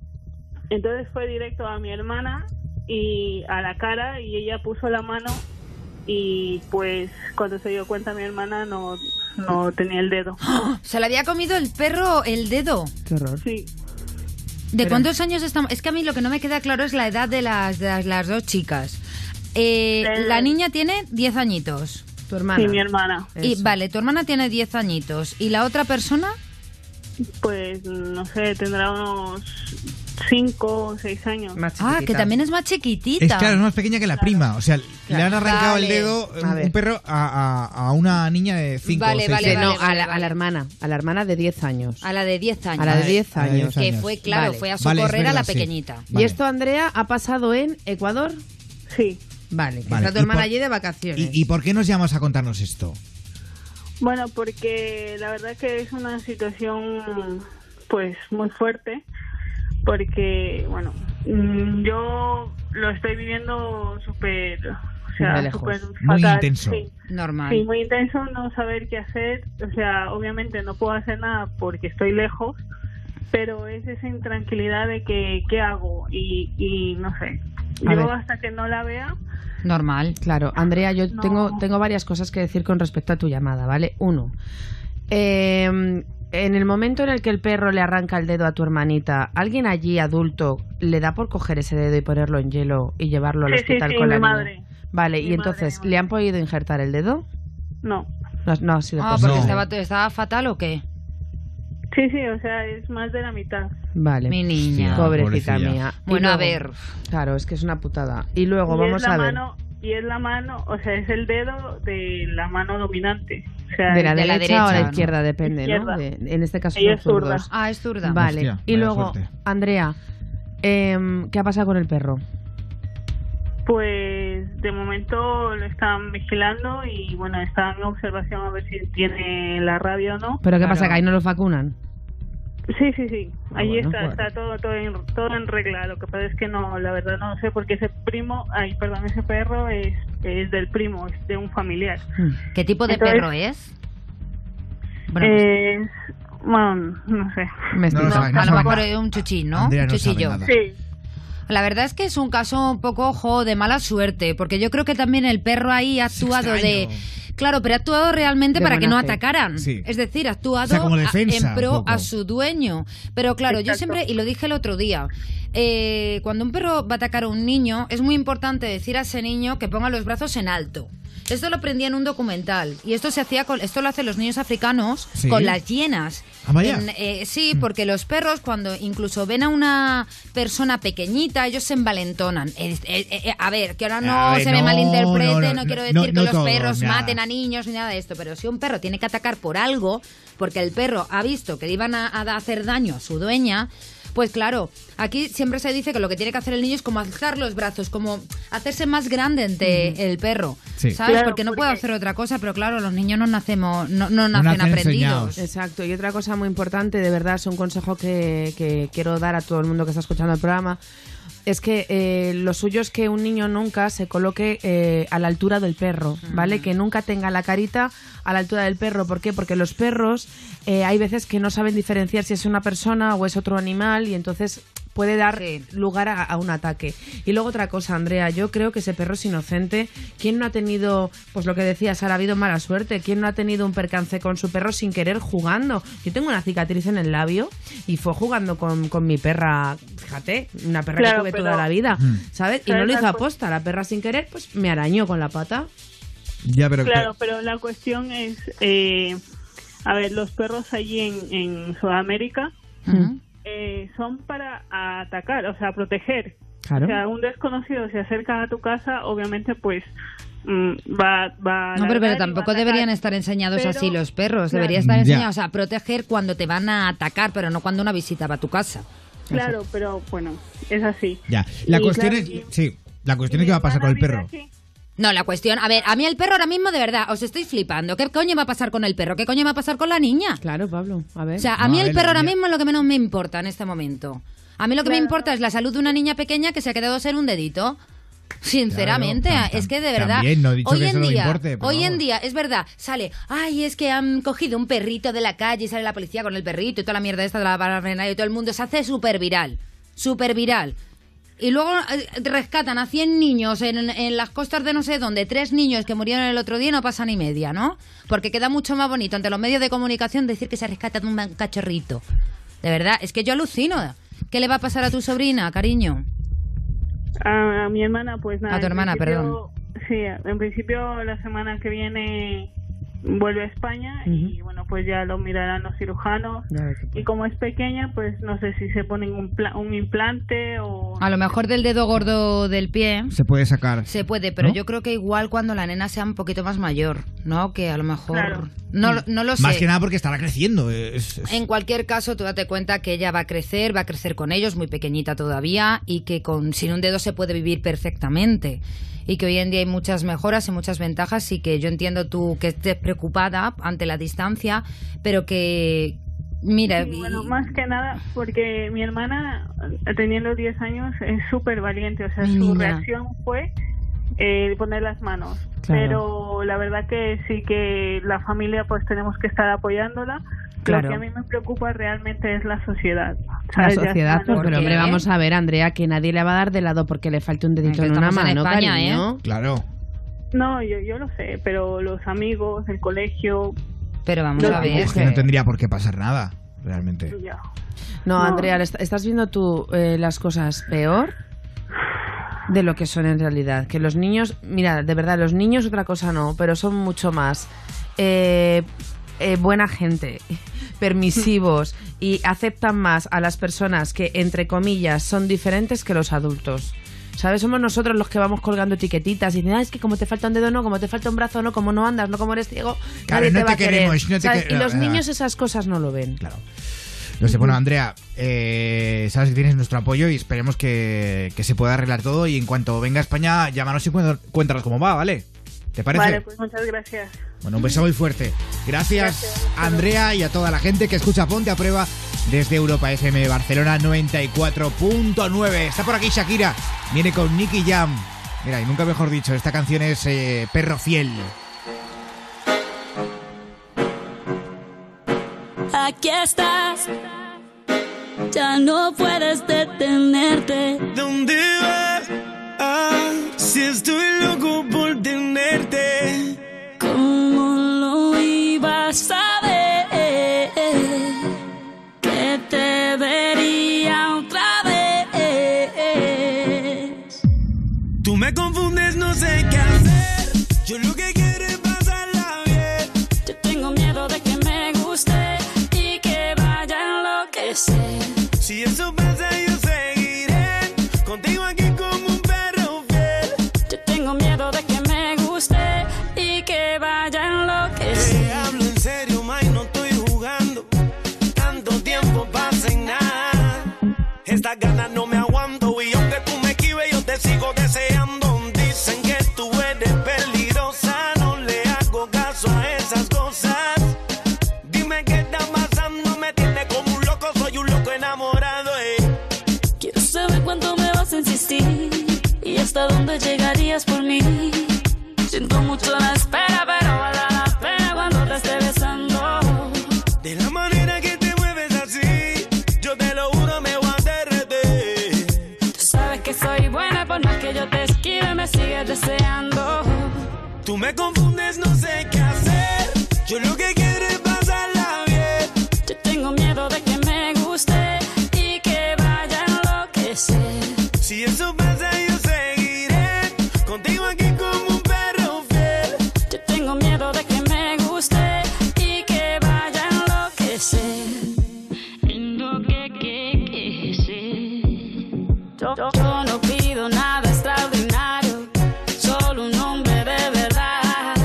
Entonces fue directo a mi hermana y a la cara y ella puso la mano y pues cuando se dio cuenta mi hermana no, no tenía el dedo. Se le había comido el perro el dedo. Qué horror. Sí, ¿De cuántos años estamos? Es que a mí lo que no me queda claro es la edad de las, de las, las dos chicas. Eh, Eh. la niña tiene 10 añitos. Tu hermana. sí, mi hermana. Y Eso. vale, tu hermana tiene 10 añitos. ¿Y la otra persona? Pues no sé, tendrá unos 5 o 6 años. Más Ah, que chiquitita. también es más chiquitita. Es claro, es más pequeña que la prima. O sea, le han arrancado el Vale. dedo eh, A un ver. perro a, a- a una niña de 5 Vale, o 6 vale, Que años. no, Vale, a, la, vale, a la vale. hermana, a la hermana de 10 años. A la de 10 años. A la de Vale, 10 a la de años. 10 años. Que fue, claro, Vale. fue a Vale, socorrer es a la verdad, sí. pequeñita. Y Vale. esto, Andrea, ha pasado en Ecuador. Sí. Vale, que Vale, está tu y hermana por- allí de vacaciones. ¿Y, y por qué nos llamas a contarnos esto? Bueno, porque la verdad que es una situación pues muy fuerte porque bueno, mm, yo lo estoy viviendo súper, o Muy sea, lejos. súper Muy fatal, intenso. Sí. Normal. Sí, muy intenso no saber qué hacer. O sea, obviamente no puedo hacer nada porque estoy lejos, pero es esa intranquilidad de que qué hago y, y no sé. A Yo ver. hasta que no la vea, Normal. Claro, Andrea, yo No. tengo, tengo varias cosas que decir con respecto a tu llamada, ¿vale? Uno, eh, en el momento en el que el perro le arranca el dedo a tu hermanita, ¿alguien allí adulto le da por coger ese dedo y ponerlo en hielo y llevarlo al Sí, sí, hospital sí, con la mi niña? madre. Vale, Mi y madre, entonces, mi ¿le madre. han podido injertar el dedo? no. No, no ha sido Ah, posible. porque No. estaba, estaba fatal o qué? Sí, sí, o sea, es más de la mitad. Vale. Mi niña. Hostia. Pobrecita Pobrecilla. mía. Y Bueno, a luego- ver. Claro, es que es una putada. Y luego Y vamos es la a ver. Mano, y es la mano, o sea, es el dedo de la mano dominante. O O sea, de la de derecha, la o derecha, la ¿no? izquierda, depende, Izquierda. ¿no? De- en este caso Ella son es zurda. zurdos. Ah, es zurda. Vale. Hostia, y vaya luego, suerte. Andrea, em, ¿qué ha pasado con el perro? Pues de momento lo están vigilando y bueno, están en observación a ver si tiene la rabia o no. ¿Pero qué pasa? ¿Que ahí no los vacunan? Sí, sí, sí. Ah, Ahí bueno, está, bueno. está todo, todo, en, todo en regla. Lo que pasa es que no, la verdad no sé porque ese primo, ay, perdón, ese perro es, es del primo, es de un familiar. Hmm. ¿Qué tipo de Entonces- perro es? Bueno, pues, Eh, bueno, no sé. Me No, a lo mejor es un chuchín, ¿no? Andrea un no sabe chuchillo. nada. Sí. La verdad es que es un caso un poco, ojo, de mala suerte, porque yo creo que también el perro ahí ha actuado de... Claro, pero ha actuado realmente De para que no buena fe. atacaran. Sí. Es decir, ha actuado O sea, como a- defensa, en un pro poco. a su dueño. Pero claro, yo Exacto. siempre, y lo dije el otro día, eh, cuando un perro va a atacar a un niño, es muy importante decir a ese niño que ponga los brazos en alto. Esto lo aprendí en un documental y esto se hacía con, esto lo hacen los niños africanos Sí. con las hienas. Ah, vaya. En- eh, Mm. sí, porque los perros cuando incluso ven a una persona pequeñita, ellos se envalentonan. Eh, eh, eh, a ver, que ahora no A ver, se me no, malinterprete, no, no, no, no, quiero decir no, que no los todo, perros nada. maten a niños ni nada de esto, pero si un perro tiene que atacar por algo, porque el perro ha visto que le iban a, a hacer daño a su dueña, pues claro, aquí siempre se dice que lo que tiene que hacer el niño es como alzar los brazos, como hacerse más grande ante el perro, Sí. ¿sabes? Claro, porque no puede hacer otra cosa, pero claro, los niños no nacemos, no, no nacen aprendidos. Exacto. Y otra cosa muy importante, de verdad, es un consejo que, que quiero dar a todo el mundo que está escuchando el programa. Es que eh, lo suyo es que un niño nunca se coloque eh, a la altura del perro, ¿vale? Que nunca tenga la carita a la altura del perro. ¿Por qué? Porque los perros eh, hay veces que no saben diferenciar si es una persona o es otro animal y entonces puede dar lugar a, a un ataque. Y luego otra cosa, Andrea, yo creo que ese perro es inocente. ¿Quién no ha tenido, pues lo que decías, ahora ha habido mala suerte? ¿Quién no ha tenido un percance con su perro sin querer jugando? Yo tengo una cicatriz en el labio y fue jugando con, con mi perra, fíjate, una perra Claro, que tuve pero- toda la vida, Mm. ¿sabes? ¿Sabes Y no lo la hizo cu- aposta, la perra sin querer, pues me arañó con la pata. Ya, pero claro, pero la cuestión es, eh, a ver, los perros allí en, en Sudamérica eh, son para atacar, o sea, proteger. Claro. O sea, un desconocido se acerca a tu casa, obviamente, pues mm, va, va a No, pero, pero ladrar y va a tampoco atacar. deberían estar enseñados Pero- así los perros. Claro. Deberían estar Ya. enseñados a proteger cuando te van a atacar, pero no cuando una visita va a tu casa. Claro, pero bueno, es así. Ya, la Y cuestión claro, es, sí, la cuestión es qué va a pasar con el perro. No, la cuestión. A ver, a mí el perro ahora mismo, de verdad, os estoy flipando. ¿Qué coño va a pasar con el perro? ¿Qué coño va a pasar con la niña? Claro, Pablo, a ver. O sea, a No, mí a el ver, la perro ahora niña- mismo es lo que menos me importa en este momento. A mí lo que me importa es la salud de una niña pequeña que se ha quedado sin un dedito. Sinceramente, Claro, tam- tam- es que de verdad, también, no he dicho hoy que en eso no me día, importe, pero hoy en vamos. día es verdad, sale, ay, es que han cogido un perrito de la calle y sale la policía con el perrito y toda la mierda esta de la barrena y todo el mundo se hace súper viral, súper viral. Y luego eh, rescatan a 100 niños en, en las costas de no sé dónde, tres niños que murieron el otro día y no pasa ni media, ¿no? Porque queda mucho más bonito ante los medios de comunicación decir que se rescata de un cachorrito. De verdad, es que yo alucino. ¿Qué le va a pasar a tu sobrina, cariño? A, a mi hermana, pues nada. A tu en hermana, principio- Sí, en principio la semana que viene vuelve a España y bueno, pues ya lo mirarán los cirujanos. Y como es pequeña, pues no sé si se ponen un, pla- un implante o... A lo mejor del dedo gordo del pie Se puede sacar. se puede, pero ¿No? yo creo que igual cuando la nena sea un poquito más mayor, ¿no? Que a lo mejor... Claro. No, lo- no lo sé. Mm. Más que nada porque estará creciendo. es- es- En cualquier caso, tú date cuenta que ella va a crecer, va a crecer con ellos, muy pequeñita todavía, y que con sin un dedo se puede vivir perfectamente. Y que hoy en día hay muchas mejoras y muchas ventajas, y que yo entiendo tú que estés preocupada ante la distancia, pero que. Mira, Sí, y- bueno, más que nada porque mi hermana, teniendo 10 años, es súper valiente. O sea, Mi su niña. reacción fue eh, poner las manos. Claro. Pero la verdad que sí que la familia pues tenemos que estar apoyándola. Claro. Lo que a mí me preocupa realmente es la sociedad. La ¿sabes? Ya sociedad, está, pues, ¿no? ¿eh? pero hombre, vamos a ver, Andrea, que nadie le va a dar de lado porque le falte un dedito que en una estamos mano, en España, cariño. ¿eh? Claro. No, yo, yo lo sé, pero los amigos, el colegio... Pero vamos Los a eh. ver. es que no tendría por qué pasar nada, realmente. ya. No, No. Andrea, le est- estás viendo tú eh, las cosas peor de lo que son en realidad. Que los niños, mira, de verdad, los niños otra cosa no, pero son mucho más eh, eh, buena gente, [laughs] permisivos y aceptan más a las personas que, entre comillas, son diferentes que los adultos. ¿Sabes? Somos nosotros los que vamos colgando etiquetitas y dicen, ah, es que como te falta un dedo, no, como te falta un brazo, no, como no andas, no, como eres ciego, Claro, nadie no te va te a querer. queremos, no te ¿Sabes? quer- y los Ah. niños esas cosas no lo ven. Claro. No sé, bueno, Andrea, eh, sabes que tienes nuestro apoyo y esperemos que, que se pueda arreglar todo. Y en cuanto venga a España, llámanos y cuént- cuéntanos cómo va, ¿vale? ¿Te parece? Vale, pues muchas gracias. Bueno, un beso muy fuerte. Gracias, Andrea, y a toda la gente que escucha Ponte a Prueba desde Europa FM Barcelona 94.9. Está por aquí Shakira. Viene con Nicky Jam. Mira, y nunca mejor dicho, esta canción es eh, Perro Fiel. Aquí estás, ya no puedes detenerte. ¿Dónde vas? Ah, si estoy loco por tenerte. ¿Cómo lo ibas a ver? Que te vería otra vez. Tú me confundes, no sé qué hacer. Yo lo que quiero es pasarla bien. Yo tengo miedo de que me guste y que vaya a enloquecer. Si eso pasa, yo seguiré contigo aquí como un perro fiel. Yo tengo miedo de que me guste y que vaya a enloquecer. Te hablo en serio, May, no estoy jugando. Tanto tiempo pasa y nada. Estas ganas no me aguanto y aunque tú me esquives, yo te sigo deseando. Dicen que tú eres peligrosa, no le hago caso a esas cosas. Dime qué está pasando, me tienes como un loco, soy un loco enamorado. eh. Quiero saber cuánto me vas a insistir y hasta dónde llegarías por mí. Siento mucho la espera, pero vale la pena cuando te esté besando. De la manera que te mueves así, yo te lo juro, me voy a derretir. Tú sabes que soy buena, por más que yo te esquive, me sigues deseando. Tú me confundes, no sé qué hacer. Yo lo que quiero es pasarla bien. Yo tengo miedo de que me guste y que vaya a enloquecer. Si eso pasa, yo seguiré contigo aquí como un perro fiel. Yo tengo miedo de que me guste y que vaya a enloquecer. Yo, yo- yo no pido nada extraordinario, solo un hombre de verdad.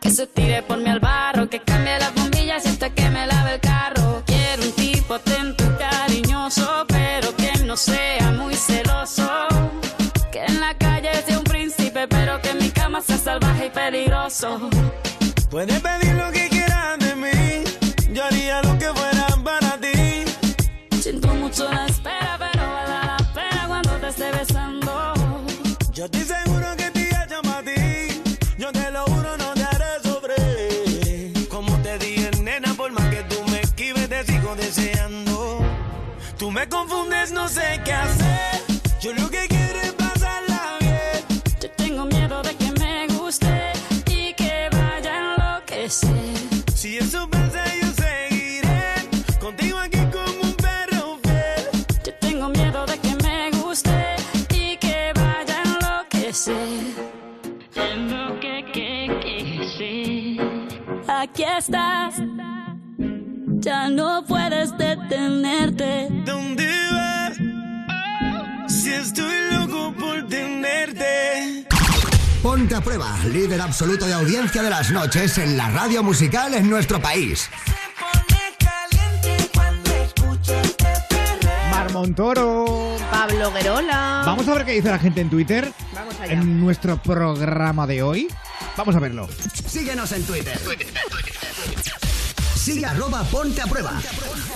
Que se tire por mí al barro, que cambie las bombillas y hasta que me lave el carro. Quiero un tipo atento y cariñoso, pero que no sea muy celoso. Que en la calle sea un príncipe, pero que en mi cama sea salvaje y peligroso. Puedes pedir lo que quieras de mí. Yo haría lo que fuera para ti. Siento mucho la espera, pero vale la pena cuando te esté besando. Yo estoy seguro que te llama para ti. Yo te lo juro, no te haré sobre. Como te dije, nena, por más que tú me esquives, te sigo deseando. Tú me confundes, no sé qué hacer. Yo lo que quiero es pasarla bien. Yo tengo miedo de que me guste y que vaya a enloquecer. Si eso pasa, yo seguiré contigo aquí como un perro fiel. Yo tengo miedo de que me guste y que vaya a enloquecer. Aquí estás, ya no puedes detenerte. ¿Dónde vas? Si estoy loco por tenerte. Ponte a prueba, líder absoluto de audiencia de las noches en la radio musical en nuestro país. Mar Montoro. Pablo Guerola. Vamos a ver qué dice la gente en Twitter. Vamos allá. En nuestro programa de hoy. Vamos a verlo. Síguenos en Twitter. Sigue arroba ponte a prueba.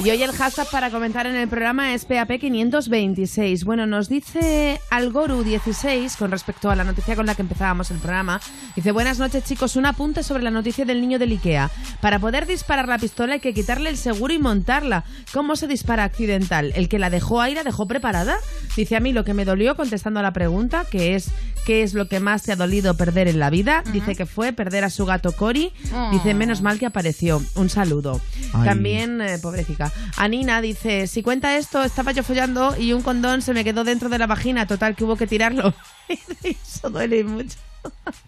Y hoy el hashtag para comentar en el programa es PAP526. Bueno, nos dice Algoru16 con respecto a la noticia con la que empezábamos el programa. Dice, buenas noches chicos, un apunte sobre la noticia del niño del Ikea. Para poder disparar la pistola hay que quitarle el seguro y montarla. ¿Cómo se dispara accidental? ¿El que la dejó ahí la dejó preparada? Dice a mí lo que me dolió contestando a la pregunta, que es ¿qué es lo que más te ha dolido perder en la vida? Dice que fue perder a su gato Cory. Dice, menos mal que apareció. Un saludo. Ay. También eh, pobrecita. Anina dice, si cuenta esto, estaba yo follando y un condón se me [laughs] quedó dentro de la vagina, total que hubo que tirarlo. Eso duele mucho. [laughs]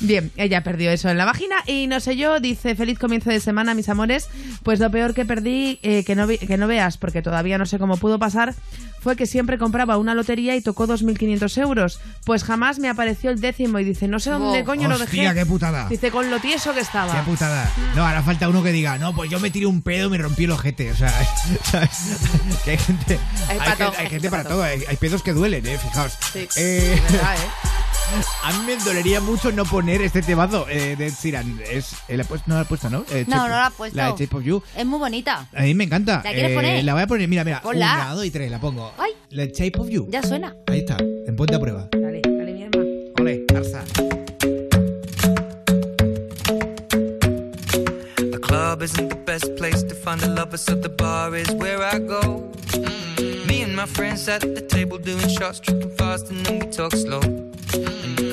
Bien, ella perdió eso en la vagina y no sé yo, dice feliz comienzo de semana, mis amores. Pues lo peor que perdí, eh, que, no vi- que no veas, porque todavía no sé cómo pudo pasar, fue que siempre compraba una lotería y tocó 2.500 euros. Pues jamás me apareció el décimo y dice, no sé dónde Oh. coño lo Hostia, dejé. qué [laughs] putada. Dice, con lo tieso que estaba. Qué putada. No, hará falta uno que diga, no, pues yo me tiré un pedo y me rompí el ojete. O sea, [laughs] ¿sabes? Que hay gente, hay para gente- todo, hay gente hay gente para para todo. Hay, hay pedos que duelen, eh, fijaos. Sí, Eh, de verdad, ¿eh? [laughs] A mí me dolería mucho no poner este temazo eh, de Ed Sheeran. Es, eh, la he puesto- no la he puesto, ¿no? Eh, No, no Shape- la he puesto. La de Shape of You. Es muy bonita. A mí me encanta. ¿La quieres Eh, poner? La voy a poner, mira, mira. Ponla. Una, dos y tres, la pongo. Ay. La Shape of You. Ya suena. Ahí está, en ponte a prueba. Dale, dale, mi hermano. Ole, alza. The club isn't the best place to find a lover, so the bar is where I go. Mm. Me and my friends at the table doing shots, tripping fast, and then we talk slow. And you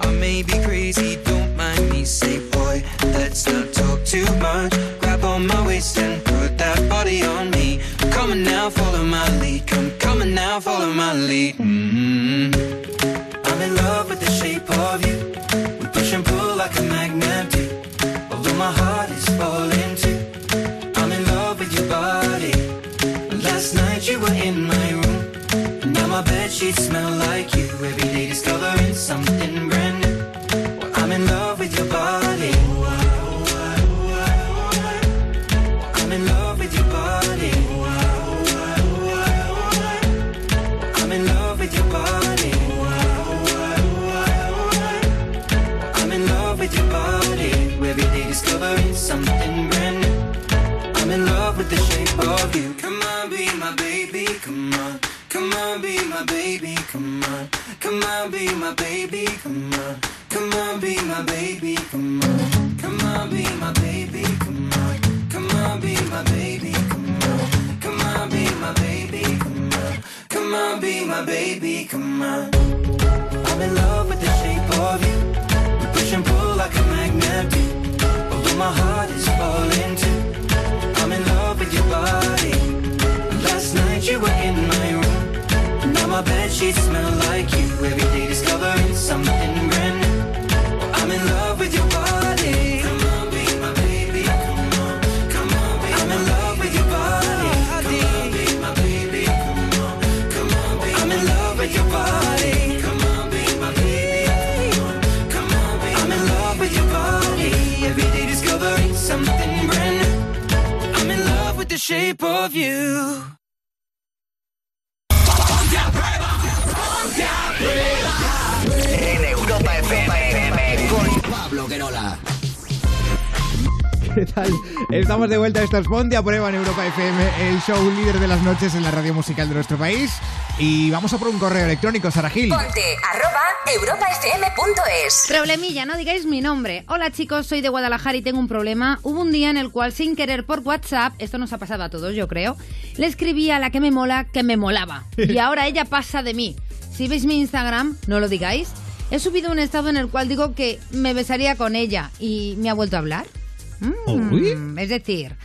I may be crazy, don't mind me. Say, boy, let's not talk too much. Grab on my waist and put that body on me. Come on now, follow my lead. Come, come on now, follow my lead. Mm. I'm in love with the shape of you. We push and pull like a magnet do. Although my heart is falling too. I'm in love with your body. Last night you were in my room. And now my bed sheets smell like you. Every day discovering something brand new. Well, I'm in love with your body. Oh, I, oh, I, oh, I, oh, I. Well, I'm in love with your body. Oh, I, oh, I, oh, I, oh, I. Well, I'm in love with your body. Oh, I, oh, I, oh, I, oh, I. Well, I'm in love with your body. Every day discovering something brand new. I'm in love with the shape of you. Come on, be my baby, come on. Come on, be my baby, come on. Come on, be my baby, come on. Come on, be my baby, come on. Come on, be my baby, come on. Come on, be my baby, come on. Come on, be my baby, come on. Come on, be my baby, come on. I'm in love with the shape of you. We push and pull like a magnet do. Although my heart is falling too. I'm in love with your body. Last night you were in my room. Now my bed sheets smell like you. Every day discovering something brand new. I'm in love with your body. Come on, be my baby. Come on, come on, be I'm in love with your body. Come on, be my baby. Come on, come on, be I'm in love with your body. Come on, be my baby. Come on, come on, be I'm in love with your body. Every day discovering something brand new. I'm in love with the shape of you. En Europa FM con Pablo Guerola. ¿Qué tal? Estamos de vuelta, esto es Ponte a Prueba en Europa FM, el show líder de las noches en la radio musical de nuestro país. Y vamos a por un correo electrónico, Sara Gil. Pues, Ponte arroba europafm.es. Problemilla, no digáis mi nombre. Hola chicos, soy de Guadalajara y tengo un problema. Hubo un día en el cual sin querer por WhatsApp, esto nos ha pasado a todos yo creo, le escribí a la que me mola que me molaba. Y ahora ella pasa de mí. Si veis mi Instagram, no lo digáis. He subido un estado en el cual digo que me besaría con ella y me ha vuelto a hablar. Mm, Es decir,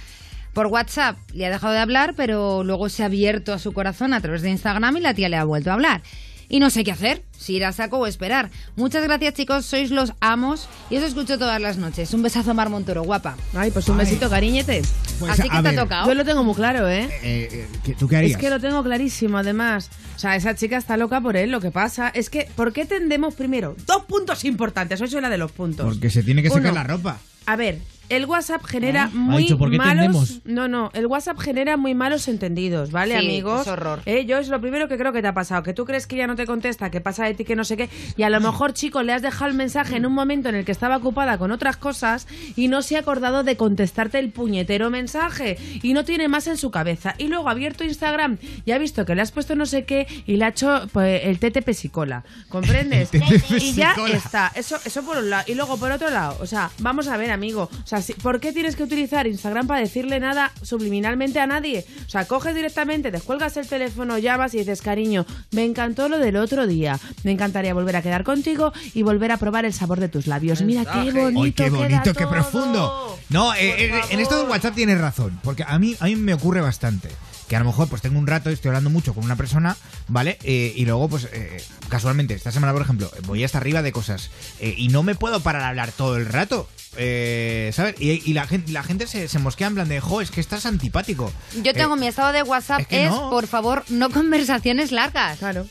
por WhatsApp le ha dejado de hablar, pero luego se ha abierto a su corazón a través de Instagram y la tía le ha vuelto a hablar. Y no sé qué hacer, si ir a saco o esperar. Muchas gracias chicos, sois los amos y os escucho todas las noches. Un besazo Mar Montoro, guapa. Ay, pues un besito, cariñete. Pues, Así que a te ha ver. tocado. Yo lo tengo muy claro, ¿eh? Eh, eh, ¿qué- ¿Tú qué harías? Es que lo tengo clarísimo, además. O sea, esa chica está loca por él. Lo que pasa es que, ¿por qué tendemos primero? Dos puntos importantes. Hoy soy la de los puntos. Porque se tiene que sacar Uno. la ropa. Ah, A ver, el WhatsApp genera ha muy dicho, ¿por qué malos. tendemos? No, no, el WhatsApp genera muy malos entendidos, ¿vale, Sí, amigos? es horror. Eh, yo es lo primero que creo que te ha pasado, que tú crees que ya no te contesta, que pasa de ti, que no sé qué, y a lo mejor, chico, le has dejado el mensaje en un momento en el que estaba ocupada con otras cosas y no se ha acordado de contestarte el puñetero mensaje y no tiene más en su cabeza. Y luego ha abierto Instagram y ha visto que le has puesto no sé qué y le ha hecho pues, el TTP psicola, [laughs] ¿comprendes? y ya psicola. está está. Eso, eso por un lado. Y luego, por otro lado, o sea, vamos a ver, amigo. O sea, si- ¿por qué tienes que utilizar Instagram para decirle nada subliminalmente a nadie? O sea, coges directamente, descuelgas el teléfono, llamas y dices, cariño, me encantó lo del otro día. Me encantaría volver a quedar contigo y volver a probar el sabor de tus labios. Pues Mira qué bonito. Ay, qué queda bonito, qué todo. profundo. No, eh, eh, en esto de WhatsApp tienes razón, porque a mí, a mí me ocurre bastante. Que a lo mejor pues tengo un rato, estoy hablando mucho con una persona, ¿vale? Eh, y luego pues eh, casualmente, esta semana por ejemplo, voy hasta arriba de cosas eh, y no me puedo parar a hablar todo el rato, eh, ¿sabes? Y, y la gente, la gente se, se mosquea en plan de, jo, es que estás antipático. Yo tengo Eh, mi estado de WhatsApp es, es que no. por favor, no conversaciones largas. Claro.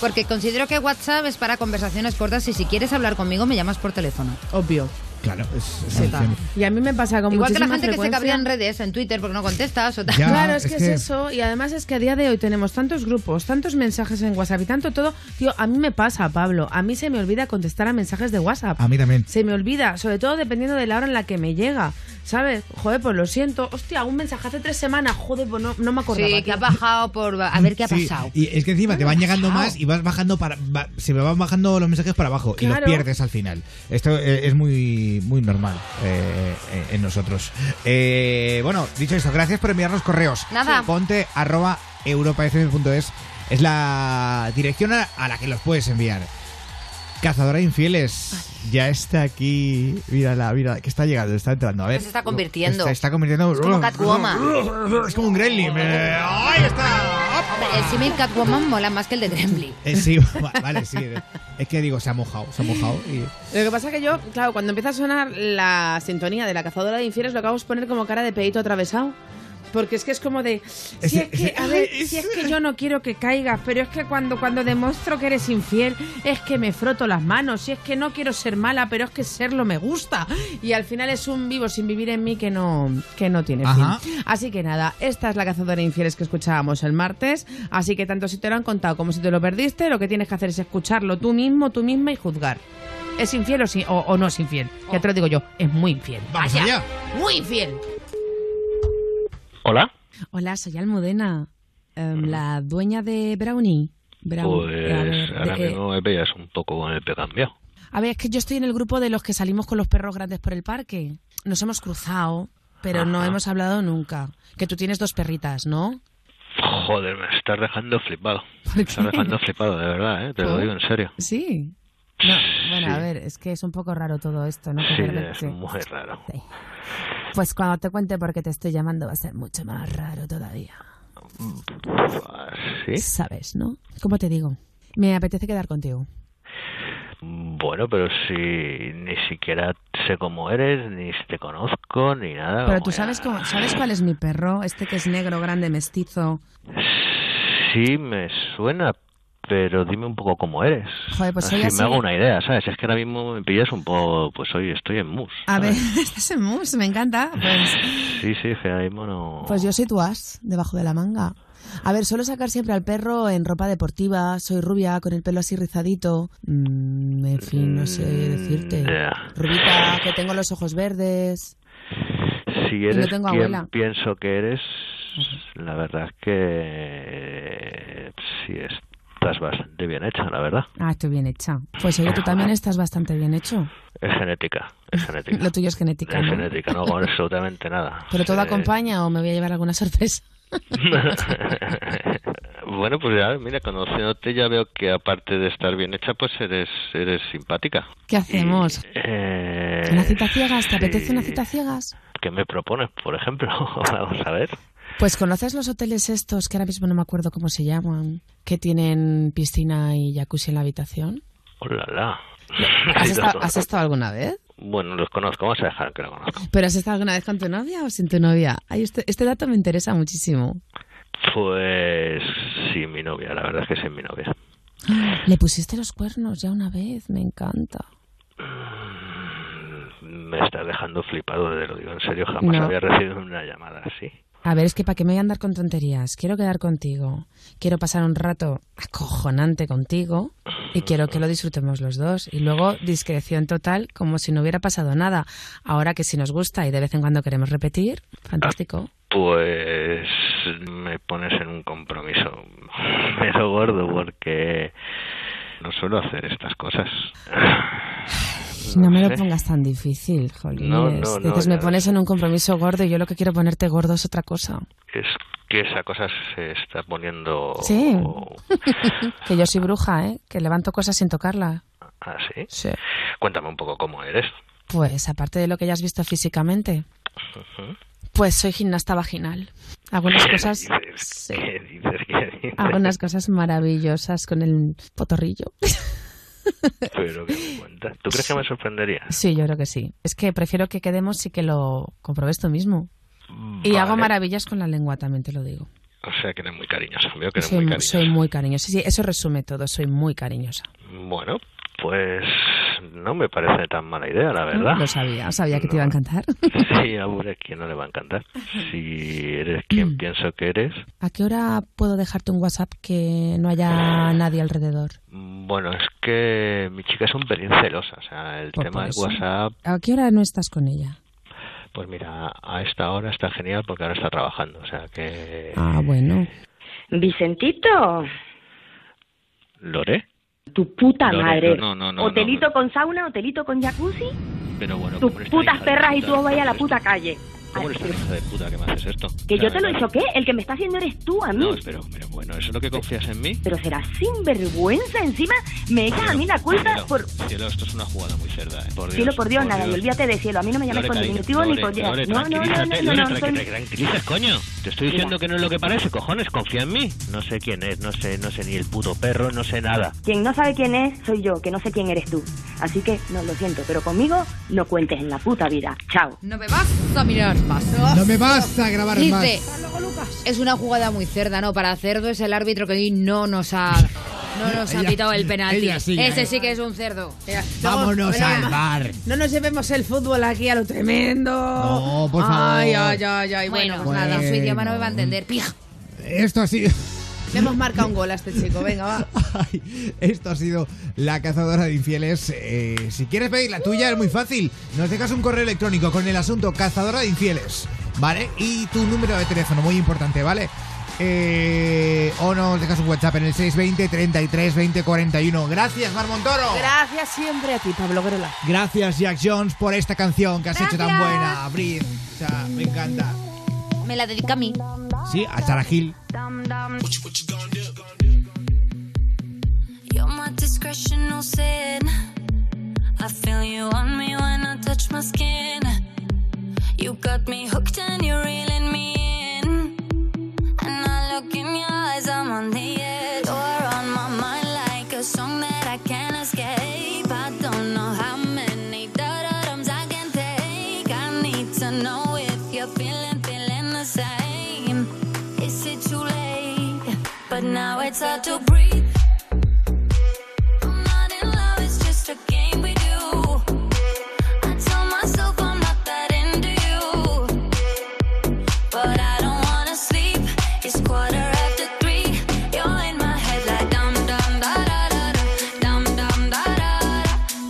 Porque considero que WhatsApp es para conversaciones cortas y si quieres hablar conmigo me llamas por teléfono. Obvio. Claro, es, es Sí. adicción. Y a mí me pasa con Igual que la muchísima gente que se frecuencia. cabría en redes, en Twitter, porque no contestas o tal. Ya, claro, es, que que- es eso. Y además es que a día de hoy tenemos tantos grupos, tantos mensajes en WhatsApp y tanto todo. Tío, a mí me pasa, Pablo. A mí se me olvida contestar a mensajes de WhatsApp. A mí también. Se me olvida, sobre todo dependiendo de la hora en la que me llega. ¿Sabes? Joder, pues lo siento. Hostia, un mensaje hace tres semanas. Joder, pues no, no me acordaba. Sí, que ha bajado por... A ver qué ha Sí, pasado. Y es que encima te van llegando más y vas bajando para. va- se me van bajando los mensajes para abajo y Claro. los pierdes al final. Esto eh, es muy, muy normal eh, eh, en nosotros. Eh, bueno, dicho eso, gracias por enviarnos correos. Nada. Ponte arroba europafm.es. Es la dirección a, a la que los puedes enviar. Cazadora de infieles. Ya está aquí. Mírala, mírala, que está llegando, está entrando. A ver. Se está convirtiendo. Está, está convirtiendo. Es como Catwoman. Es como un gremlin. Eh, ¡Ahí está! El símil Catwoman mola más que el de Gremlin. Eh, [laughs] sí, va- vale, sí. eh. Es que digo, se ha mojado, se ha mojado. [laughs] Y... Lo que pasa es que yo, claro, cuando empieza a sonar la sintonía de la cazadora de infieles, lo acabo de poner como cara de pedito atravesado. Porque es que es como de. Si es que, a ver, si es que yo no quiero que caigas, pero es que cuando, cuando demuestro que eres infiel, es que me froto las manos. Si es que no quiero ser mala, pero es que serlo me gusta. Y al final es un vivo sin vivir en mí que no, que no tiene Ajá. fin. Así que nada, esta es la cazadora de infieles que escuchábamos el martes. Así que tanto si te lo han contado como si te lo perdiste, lo que tienes que hacer es escucharlo tú mismo, tú misma y juzgar. ¿Es infiel o, si- o- o no es infiel? Ya te lo digo yo, es muy infiel. Vamos allá. Muy infiel. Hola. Hola, soy Almudena, em, la dueña de Brownie. Brownie, a Pues ver, ahora de- eh, mismo me pillas un poco con el pie cambiado. a ver, es que yo estoy en el grupo de los que salimos con los perros grandes por el parque. Nos hemos cruzado, pero no hemos hablado nunca. Que tú tienes dos perritas, ¿no? Joder, me estás dejando flipado. Me estás qué? dejando flipado, de verdad, ¿eh? Te lo ¿Por? digo en serio. Sí. No, bueno, Sí. a ver, es que es un poco raro todo esto, ¿no? Que Sí, realmente- es muy raro. Pues cuando te cuente por qué te estoy llamando va a ser mucho más raro todavía. Mm, ¿Sí? Sabes, ¿no? ¿Cómo te digo? Me apetece quedar contigo. Bueno, pero si ni siquiera sé cómo eres, ni te conozco, ni nada. Pero vamos tú ya. sabes cómo- sabes cuál es mi perro, este que es negro, grande, mestizo. Sí, me suena, pero dime un poco cómo eres. Joder, pues soy así así. Ah, me hago una idea, ¿sabes? Es que ahora mismo me pillas un poco, pues hoy estoy en mus. A ver, [laughs] estás en mus, me encanta. Pues, Sí, sí, es que ahora mismo no... pues yo soy tu as, debajo de la manga. A ver, suelo sacar siempre al perro en ropa deportiva, soy rubia, con el pelo así rizadito. Mm, en fin, no sé decirte. Ya. Rubita, que tengo los ojos verdes. si no eres tengo quien abuela. pienso que eres, la verdad es que sí estás bastante bien hecha, la verdad. Ah, estoy bien hecha. Pues oye, tú también estás bastante bien hecho. Es genética, es genética. Lo tuyo es genética, Es ¿no? genética, no [laughs] con absolutamente nada. ¿Pero todo Eh, acompaña o me voy a llevar alguna [laughs] sorpresa? bueno, pues ya, mira, conociéndote ya veo que aparte de estar bien hecha, pues eres, eres simpática. ¿Qué hacemos? Eh, ¿Una cita ciegas? ¿Te apetece sí. una cita ciegas? ¿Qué me propones, por ejemplo? [laughs] Vamos a ver. Pues conoces los hoteles estos que ahora mismo no me acuerdo cómo se llaman, que tienen piscina y jacuzzi en la [laughs] habitación. Hola, la. [laughs] ¿Has estado, has estado alguna vez? Bueno, los conozco, vamos a dejar que lo conozco. ¿Pero has estado alguna vez con tu novia o sin tu novia? Ay, este, este dato me interesa muchísimo. Pues sí, mi novia, la verdad es que sí, mi novia. Le pusiste los cuernos ya una vez, me encanta. Me estás dejando flipado, te lo digo en serio, jamás No. había recibido una llamada así. A ver, es que para qué me voy a andar con tonterías. Quiero quedar contigo. Quiero pasar un rato acojonante contigo y quiero que lo disfrutemos los dos. Y luego discreción total, como si no hubiera pasado nada. Ahora que si nos gusta y de vez en cuando queremos repetir, fantástico. Ah, Pues me pones en un compromiso, pero gordo, porque no suelo hacer estas cosas. No me sé. lo pongas tan difícil, jolines. No, no, no, Dices, me ya pones en un compromiso gordo y yo lo que quiero ponerte gordo es otra cosa. Es que esa cosa se está poniendo... Sí. Oh. [laughs] que yo soy bruja, ¿eh? Que levanto cosas sin tocarla. así. Cuéntame un poco cómo eres. [laughs] Pues aparte de lo que ya has visto físicamente, Ujú. pues soy gimnasta vaginal. Algunas cosas... ¿Qué dices? ¿Qué dices? ¿Qué dices? Algunas cosas maravillosas con el [laughs] potorrillo. Pero que me cuentas. ¿Tú crees que me sorprendería? Sí, yo creo que sí. Es que prefiero que quedemos y que lo comprobes tú mismo. Y hago Vale. maravillas con la lengua, también te lo digo. O sea, que eres muy cariñosa. Veo que eres Soy muy muy, cariñosa. soy muy cariñosa. Sí, sí, eso resume todo. Soy muy cariñosa. Bueno, pues no me parece tan mala idea, la verdad. Lo sabía, sabía que te iba a encantar. [laughs] Sí, hombre, ¿quién no le va a encantar? Si eres Mm. quien pienso que eres. [laughs] ¿A qué hora puedo dejarte un WhatsApp que no Eh. haya nadie alrededor? Bueno, es que mi chica es un pelín celosa. O sea, el Pues tema por del eso. WhatsApp, ¿A qué hora no estás con ella? pues mira, a esta hora está genial porque ahora está trabajando. O sea, que... Ah, bueno. Vicentito, ¿Lore? tu puta Lore, madre. no, no, no, hotelito con sauna, hotelito con jacuzzi. Pero bueno, Tus ¿cómo eres tan putas hija de perras y puta? tú vaya a la puta calle. ¿Cómo eres tan hija de puta que me haces esto? Que O sea, yo te lo he me dicho, ¿qué? El que me está haciendo eres tú a mí. No, pero, pero bueno, ¿eso es lo que confías en mí? Pero serás sinvergüenza. Encima me echas a mí la culpa Cielo, por... Cielo, esto es una jugada muy cerda, eh. Por Dios, Cielo, por Dios, nada, y olvídate de cielo. A mí no me llames Lore, con cariño, diminutivo ni Lore, con... Lore, no, no, no, no, tranquilízate, no, Lore, no, tranqui- soy- te tranquilizas, coño. Te estoy diciendo Mira. que no es lo que parece, cojones, confía en mí. No sé quién es, no sé, no sé ni el puto perro, no sé nada. Quien no sabe quién es, soy yo, que no sé quién eres tú. Así que, no, lo siento, pero conmigo no cuentes en la puta vida. Chao. No me vas a mirar más. No me vas a grabar más. Dice, es una jugada muy cerda, ¿no? Para cerdo es el árbitro que hoy no nos ha, no nos ha Ella- quitado el penalti. ella sí, Ese eh. sí que es un cerdo. Vámonos al bar. No nos llevemos el fútbol aquí a lo tremendo. No, por Ay, favor. ay, ay, ay. Bueno, Bueno, pues nada. su idioma no me va a entender. Pija. Esto ha sido, Le hemos marcado un gol a este chico. Venga, va. [laughs] esto ha sido la cazadora de infieles. Eh, si quieres pedir la tuya es muy fácil. Nos dejas un correo electrónico con el asunto cazadora de infieles, ¿vale? Y tu número de teléfono, muy importante, ¿vale? Eh, o nos dejas un WhatsApp en el 620 33 20 41. Gracias, Mar Montoro. Gracias siempre a ti, Pablo Guerola. Gracias, Jack Jones, por esta canción que has hecho tan buena, Abril. O sea, me encanta. Me la dedica a mí. Sí, a Chara Gil. You're my discretion, no sin. I feel you on me when I touch my skin. You got me hooked and you're reeling me in. And I look in your eyes, I'm on the edge. You're on my mind like a song that I can't escape. I don't know how many dotums I can take. I need to know if you're feeling, feeling the same. Is it too late? But now it's hard to breathe. I'm not in love, it's just a game we do. I tell myself I'm not that into you. But I don't wanna sleep. It's quarter after three. You're in my head like dum dum da da da da dum dum da da da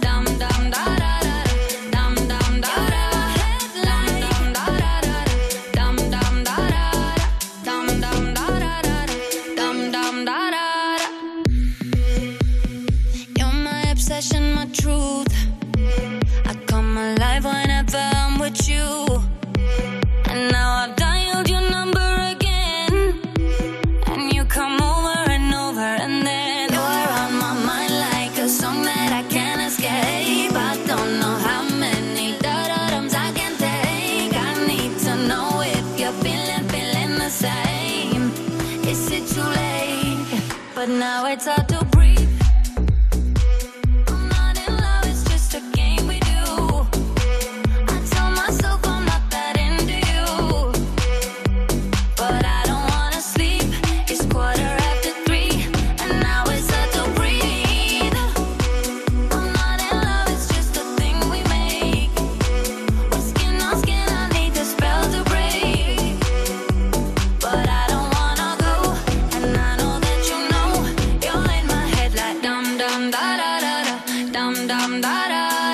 dum dum da da da dum dum da da da dum dum da da da the same. Is it too late? But now it's hard to breathe. I'm not in love, it's just a game we do. I tell myself I'm not that into you. But I don't wanna sleep. It's quarter after three, and now it's hard to breathe. I'm not in love, it's just a thing we make. We're skin on skin, I need the spell to break. But I don't wanna go, and I know that you know. You're in my head like dum dum da da da da, dum dum da da da,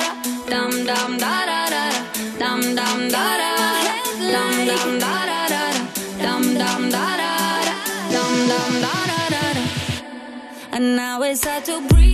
dum dum da da da da, dum dum da da da, dum dum da da da da, dum dum da da da, dum dum da da da da. And now it's hard to breathe.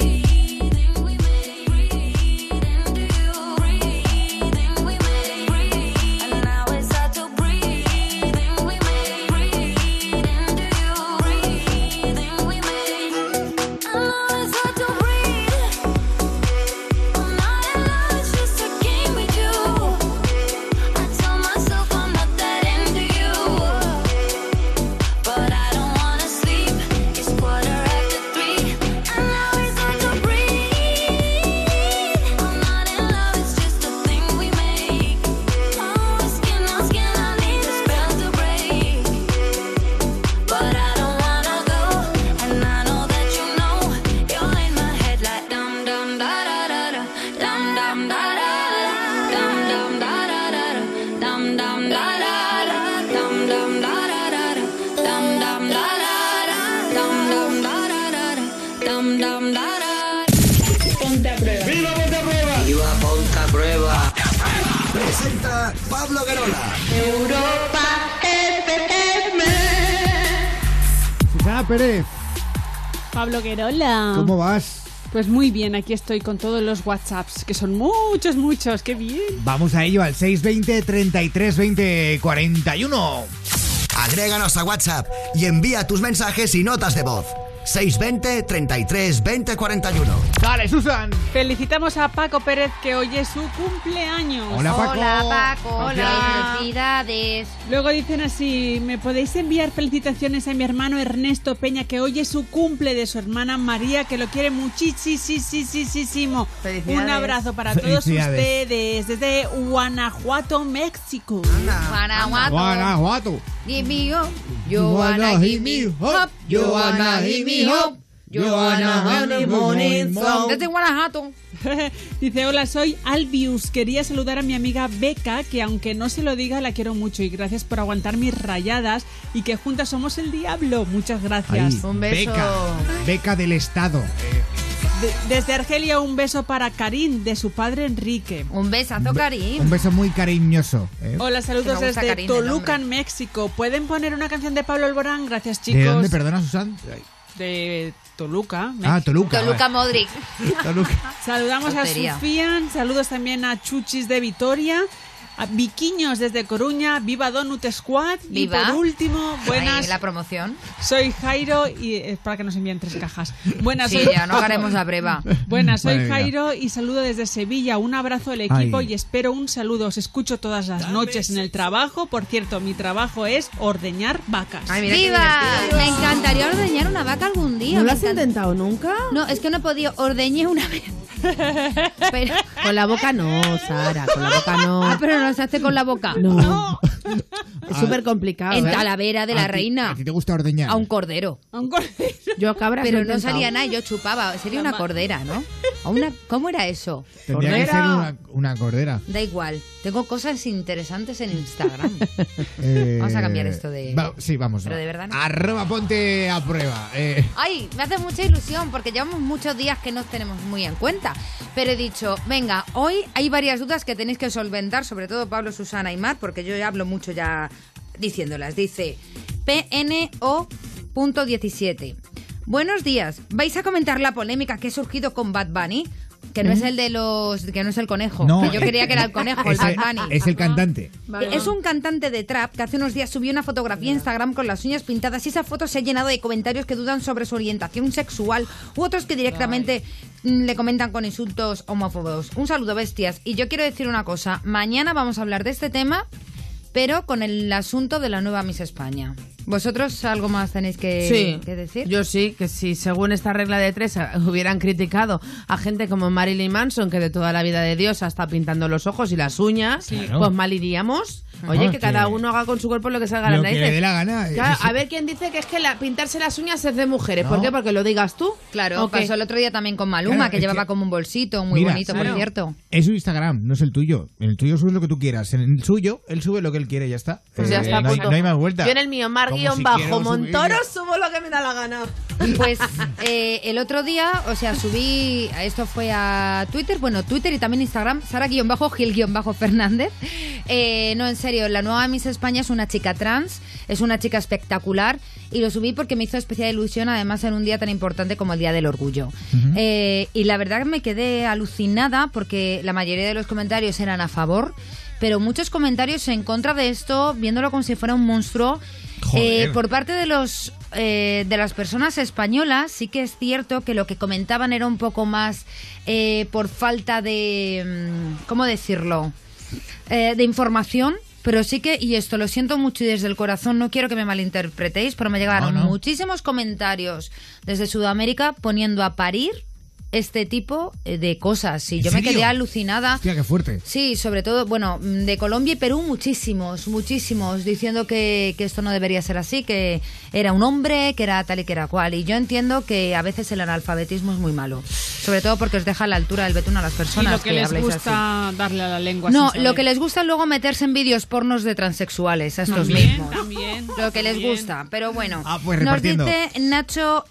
But I don't wanna sleep. It's quarter after three, and now it's hard to breathe. I'm not in love, it's just a thing we make. Oh, skin on skin, I need a spell to break. But I don't wanna go, and I know that you know. You're in my head like dum dum da da da da, dum dum da da da, dum dum da da da da, dum dum da da da, dum dum da da da da, dum dum da da da, dum dum da da da da, dum dum da da. Ponte a prueba. Viva ponte a prueba. Viva Ponta Prueba. Presenta Pablo Guerola. Europa FM. Susana Pérez, Pablo Guerola. ¿cómo vas? Pues muy bien, aquí estoy con todos los WhatsApps, que son muchos, muchos, qué bien. Vamos a ello al 620 33 20 41. Agréganos a WhatsApp y envía tus mensajes y notas de voz. 620 33 20 41. Dale, Susan. Felicitamos a Paco Pérez, que hoy es su cumpleaños. Hola, Paco. Hola, Paco. Hola. Felicidades. Luego dicen así, ¿me podéis enviar felicitaciones a mi hermano Ernesto Peña, que hoy es su cumple de su hermana María, que lo quiere muchísimo? Felicidades. Un abrazo para todos Felicidades. ustedes desde Guanajuato, México. Guanajuato. Guanajuato. Dios mío. Johanna, give me Oh. hope. Johanna, give me hope. Johanna, honeymoon in song. Desde Guanajuato. [laughs] Dice, hola, soy Albius. Quería saludar a mi amiga Beca, que aunque no se lo diga, la quiero mucho y gracias por aguantar mis rayadas y que juntas somos el diablo. Muchas gracias. Beca, beca del Estado. De- desde Argelia, un beso para Karim, de su padre Enrique. Un besazo, Karim. Eh, Un beso muy cariñoso. ¿eh? Hola, saludos Que me gusta desde Karim, el Toluca, en México. ¿Pueden poner una canción de Pablo Alborán? Gracias, chicos. ¿De dónde, perdona, Susan? De Toluca. Ah, Toluca. Toluca vale. Modric. [laughs] Toluca. Saludamos a Soltería. Sufian, saludos también a Chuchis de Vitoria, a Viquiños desde Coruña, viva Donut Squad Viva. y por último, buenas, Ahí, la promoción. soy Jairo y eh, para que nos envíen tres cajas. Buenas, Sí, soy- ya no haremos la breva. Buenas, soy Madre mía. Jairo y saludo desde Sevilla. Un abrazo al equipo Ay. y espero un saludo. Os escucho todas las noches en el trabajo. Por cierto, mi trabajo es ordeñar vacas. ¡Viva! Me encantaría ordeñar una vaca algún día. ¿No me lo has encanta- intentado nunca? No, es que no he podido. Ordeñé una vez. [laughs] Pero, Con la boca no, Sara, con la boca ah, no. [laughs] pero no se hace con la boca. No. Es súper complicado. En ¿eh? Talavera de la ¿A ti- Reina. ¿A ti te gusta ordeñar? A un cordero. Yo a cabras Pero lo he no intentado. salía nada y yo chupaba. Sería una cordera, ¿no? A una, ¿Cómo era eso? Tendría que ser una, una [laughs] cordera. Da igual. Tengo cosas interesantes en Instagram. Eh, Vamos a cambiar esto de- va- sí, vamos. Pero va. de verdad no. Arroba ponte a prueba. eh. [laughs] Ay, me hace mucha ilusión porque llevamos muchos días que nos tenemos muy en cuenta. Pero he dicho, venga, hoy hay varias dudas que tenéis que solventar, sobre todo Pablo, Susana y Mar, porque yo ya hablo mucho ya diciéndolas. Dice PNO.17. Buenos días. ¿Vais a comentar la polémica que ha surgido con Bad Bunny? Que no es el de los. que no es el conejo. que yo Mm. eh, creía que era el conejo, el es Bad Bunny. Es el cantante. Eh, Es un cantante de trap que hace unos días subió una fotografía a Instagram con las uñas pintadas y esa foto se ha llenado de comentarios que dudan sobre su orientación sexual u otros que directamente mm, le comentan con insultos homófobos. Un saludo, bestias. Y yo quiero decir una cosa, mañana vamos a hablar de este tema pero con el asunto de la nueva Miss España. ¿Vosotros algo más tenéis que, Sí. que decir? Yo sí, que si según esta regla de tres a- hubieran criticado a gente como Marilyn Manson, que de toda la vida de Dios ha estado pintando los ojos y las uñas, Claro. pues mal iríamos. Ah. Oye, Vamos, que cada que- uno haga con su cuerpo lo que salga a las lo que narices. le dé la gana. eh, Claro, Sí, sí. a ver quién dice que es que la- pintarse las uñas es de mujeres. ¿Por No. qué? Porque lo digas tú. Claro, ¿O qué? pasó el otro día también con Maluma, Claro, que es llevaba que- como un bolsito muy Mira, bonito, claro. por cierto. Es su Instagram, no es el tuyo. En el tuyo subes lo que tú quieras. En el suyo, él sube lo que él quiere y ya está. Pues ya Eh, está, no, hay, punto. no hay más vuelta. Yo en el mío, mar Como guión si quiero bajo subir- Montoro, subo lo que me da la gana. Pues eh, el otro día, o sea, subí, esto fue a Twitter, bueno, Twitter y también Instagram, Sara-Gil-Fernández. Eh, no, en serio, la nueva Miss España es una chica trans, es una chica espectacular y lo subí porque me hizo especial ilusión, además en un día tan importante como el Día del Orgullo. Ujú. [laughs] Eh, y la verdad que me quedé alucinada porque la mayoría de los comentarios eran a favor. Pero muchos comentarios en contra de esto, viéndolo como si fuera un monstruo. Joder. Eh, por parte de los eh, de las personas españolas sí que es cierto que lo que comentaban era un poco más eh, por falta de mm, cómo decirlo Eh, de información pero sí que, y esto lo siento mucho y desde el corazón, no quiero que me malinterpretéis, pero me llegaron No, no. muchísimos comentarios desde Sudamérica poniendo a parir este tipo eh, de cosas. Y ¿En yo me serio? quedé alucinada. Hostia, qué fuerte. Sí, sobre todo, bueno, mm, de Colombia y Perú muchísimos, muchísimos, diciendo que, que esto no debería ser así, que era un hombre, que era tal y que era cual. Y yo entiendo que a veces el analfabetismo es muy malo, sobre todo porque os deja a la altura del betún a las Y personas lo que, les habléis así. gusta darle a la lengua. No, sin lo saber. que les gusta es luego meterse en vídeos pornos de transexuales, a estos También, mismos. lo que les gusta, pero bueno. Ah, pues Nos repartiendo. dice Nacho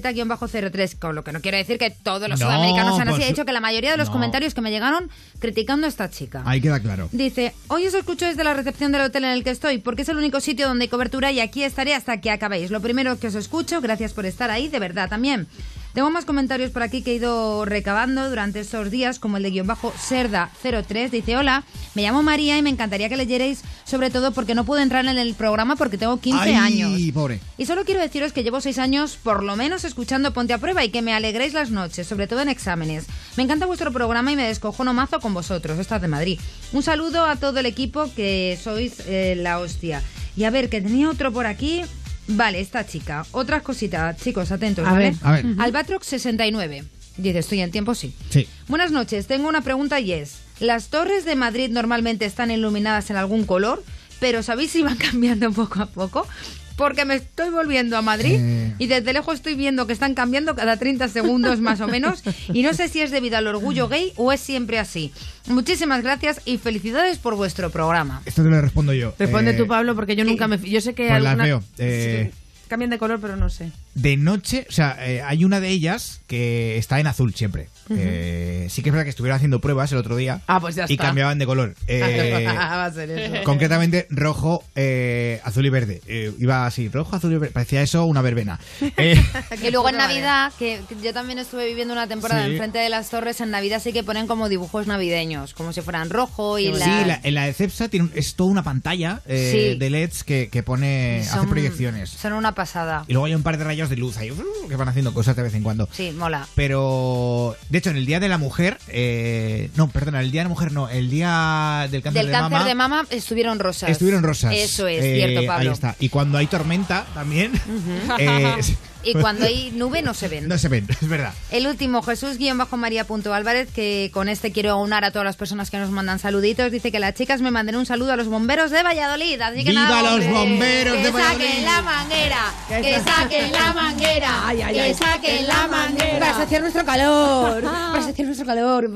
MNZ-03, con lo que no quiere decir que todos los No, sudamericanos sean así. pues, He dicho que la mayoría de los no. comentarios que me llegaron criticando a esta chica. Ahí queda claro. Dice, hoy os escucho desde la recepción del hotel en el que estoy, porque es el único sitio donde hay cobertura y aquí estaré hasta que acabéis. Lo primero que os escucho, gracias por estar ahí, de verdad también. Tengo más comentarios por aquí que he ido recabando durante estos días, como el de guión bajo Serda03. Dice, hola, me llamo María y me encantaría que leyerais, sobre todo porque no puedo entrar en el programa porque tengo 15 Ay, años. pobre. Y solo quiero deciros que llevo seis años, por lo menos, escuchando Ponte a Prueba y que me alegréis las noches, sobre todo en exámenes. Me encanta vuestro programa y me descojono mazo con vosotros, estás de Madrid. Un saludo a todo el equipo que sois eh, la hostia. Y a ver, que tenía otro por aquí. Vale, esta chica. Otras cositas, chicos, atentos. A ¿vale? ver, a ver. Albatrox 69. Dice, estoy en tiempo, sí. Sí. Buenas noches, tengo una pregunta y es, ¿las torres de Madrid normalmente están iluminadas en algún color? Pero ¿sabéis si van [laughs] cambiando poco a poco? Porque me estoy volviendo a Madrid Eh. y desde lejos estoy viendo que están cambiando cada 30 segundos más o menos y no sé si es debido al orgullo gay o es siempre así. Muchísimas gracias y felicidades por vuestro programa. Esto te lo respondo yo. Responde Eh, tú, Pablo, porque yo nunca me... Yo sé [laughs] que Pues las alguna... veo. Eh, Cambian de color, pero no sé. De noche, o sea, eh, hay una de ellas que está en azul siempre. Ujú. Eh, sí que es verdad que estuvieron haciendo pruebas el otro día. Ah, pues ya Y está. cambiaban de [laughs] color. Eh, Va a ser eso. concretamente rojo, eh, azul y verde. Eh, iba así, rojo, azul y verde. Parecía eso una verbena. Eh, Y [laughs] luego en Navidad, que que yo también estuve viviendo una temporada Sí. enfrente de las torres, en Navidad sí que ponen como dibujos navideños, como si fueran rojo y Sí, la... la, en la de Cepsa tiene un- es toda una pantalla eh, Sí. de LEDs que, que pone, hace Son- proyecciones. Son una pasada. Y luego hay un par de rayos de luz ahí uh, que van haciendo cosas de vez en cuando. Sí, mola. Pero, de hecho, en el Día de la Mujer, eh, no, perdona, el Día de la Mujer no, el Día del Cáncer, de, Del cáncer mama, de mama estuvieron rosas. estuvieron rosas. Eso es, Eh, cierto, Pablo. Ahí está. Y cuando hay tormenta también, [laughs] eh, y cuando hay nube no se ven. no se ven, es verdad. El último, Jesús guión bajo María punto Álvarez, que con este quiero aunar a todas las personas que nos mandan saluditos. Dice que las chicas me manden un saludo a los bomberos de Valladolid. Así que ¡Viva nada, los hombre. bomberos que de Valladolid! saquen la manguera, que sa- saquen la manguera, Ay, ay, que ay. saquen la manguera. Para saciar nuestro calor, para saciar nuestro [laughs] calor,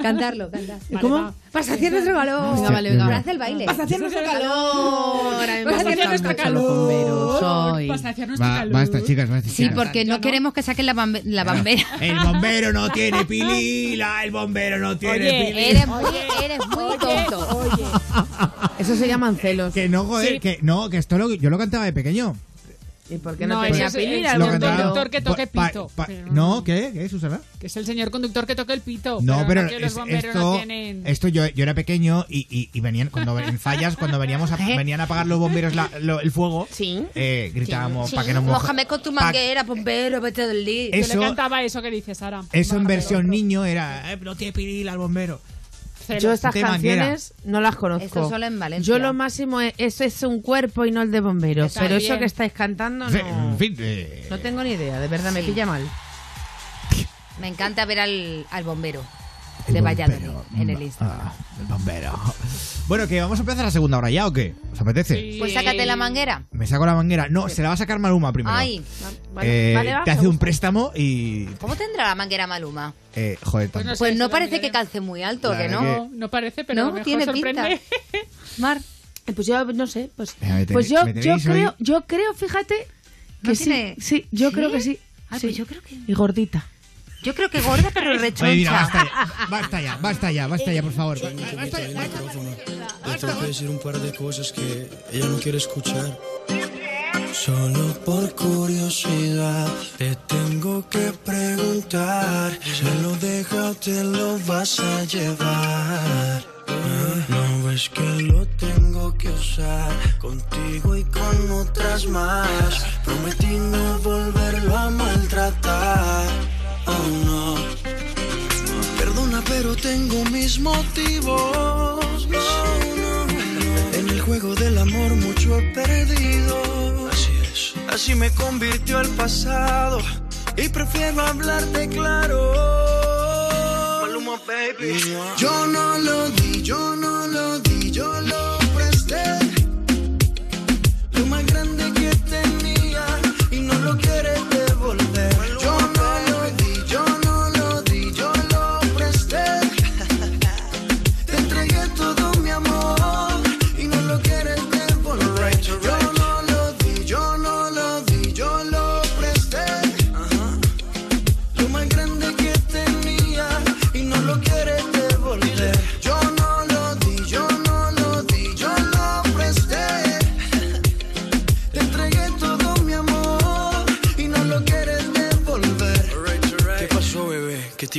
cantarlo, cantar. ¿Cómo? Para saciar nuestro calor. Venga, vale, venga. Para hacer el baile. Para saciar nuestro calor. Ay, Para me saciar gustan nuestro mucho los calor. bomberos, ay. Va- basta, chicas, basta, Sí, chicas. porque no queremos que saquen la, bambe- la bambera. [laughs] El bombero no [laughs] tiene pilila, el bombero no tiene pilila. Eres muy, eres muy tonto. Eso se llaman celos. Que no, joder, Sí. que no, que esto lo, yo lo cantaba de pequeño. ¿Y por qué no, No, tenía eso es- pilila? es el lo bombero? cantaba. conductor que toque Pa- pito. pa- Pero- no, ¿qué? ¿Qué, Susana? Que es el señor conductor que toca el pito. No, pero, que los es- bomberos no esto, tienen. esto yo, yo era pequeño y, y- y venían cuando en fallas cuando [laughs] veníamos a, ¿Eh? venían a apagar los bomberos la- lo- el fuego. eh, gritábamos para que no moja. Mójame con tu pa- manguera, bombero, vete del lío. Eso- Yo le cantaba eso que dices, Sara. Eso en versión niño era eh, no tiene piril al bombero. Marcelo. Yo estas Te manguera. canciones no las conozco. Esto solo en Valencia. Yo lo máximo es, eso es un cuerpo y no el de bomberos. Está pero bien. eso que estáis cantando Fe- no, En fin, eh, no tengo ni idea. De verdad, me Sí. pilla mal. Me encanta ver al, al bombero de Valladolid en el Instagram. ah, el bombero. Bueno, que vamos a empezar la segunda hora ya o qué? ¿Os apetece? Pues sácate la manguera. Me saco la manguera. No, se la va a sacar Maluma primero. Ay, Eh, te hace un préstamo y. ¿cómo tendrá la manguera Maluma? Eh, joder, Pues no, tampoco. parece que calce muy alto, La que verdad no. que- parece, pero a lo mejor sorprende. [laughs] Mar. Pues yo no sé, pues. Venga, me tenéis- Pues yo, me yo tenéis hoy- creo, yo creo, fíjate, que ¿No sí. tiene- Sí, yo ¿Sí? creo que sí. Ah, Ay, Sí. pues yo creo que- Y gordita. [laughs] Yo creo que gorda, pero Oye, mira, rechoncha. basta ya, [laughs] basta ya, basta ya, basta ya, por favor. Le tengo que decir un par de cosas que ella no quiere escuchar. Solo por curiosidad te tengo que preguntar. Se lo deja o te lo vas a llevar. Ah, No ves que lo tengo que usar contigo y con otras más. Prometí no volverlo a maltratar. Oh no. Perdona, pero tengo mis motivos. No, no, no. En el juego del amor mucho he perdido. Así es. Así me convirtió el pasado. Y prefiero hablarte claro. Maluma, baby. Yo no lo di, yo no lo di, yo lo presté. Lo más grande que tenía y no lo quieres devolver. Yo no lo di, yo no lo di, yo lo presté. [laughs] Te entregué todo mi amor y no lo quieres devolver. Yo no lo di, yo no lo di, yo lo presté. Lo más grande que tenía y no lo quieres devolver. Yo no lo di, yo no lo di, yo lo presté. [laughs] Te entregué todo mi amor y no lo quieres devolver. ¿Qué pasó, bebé? ¿Que te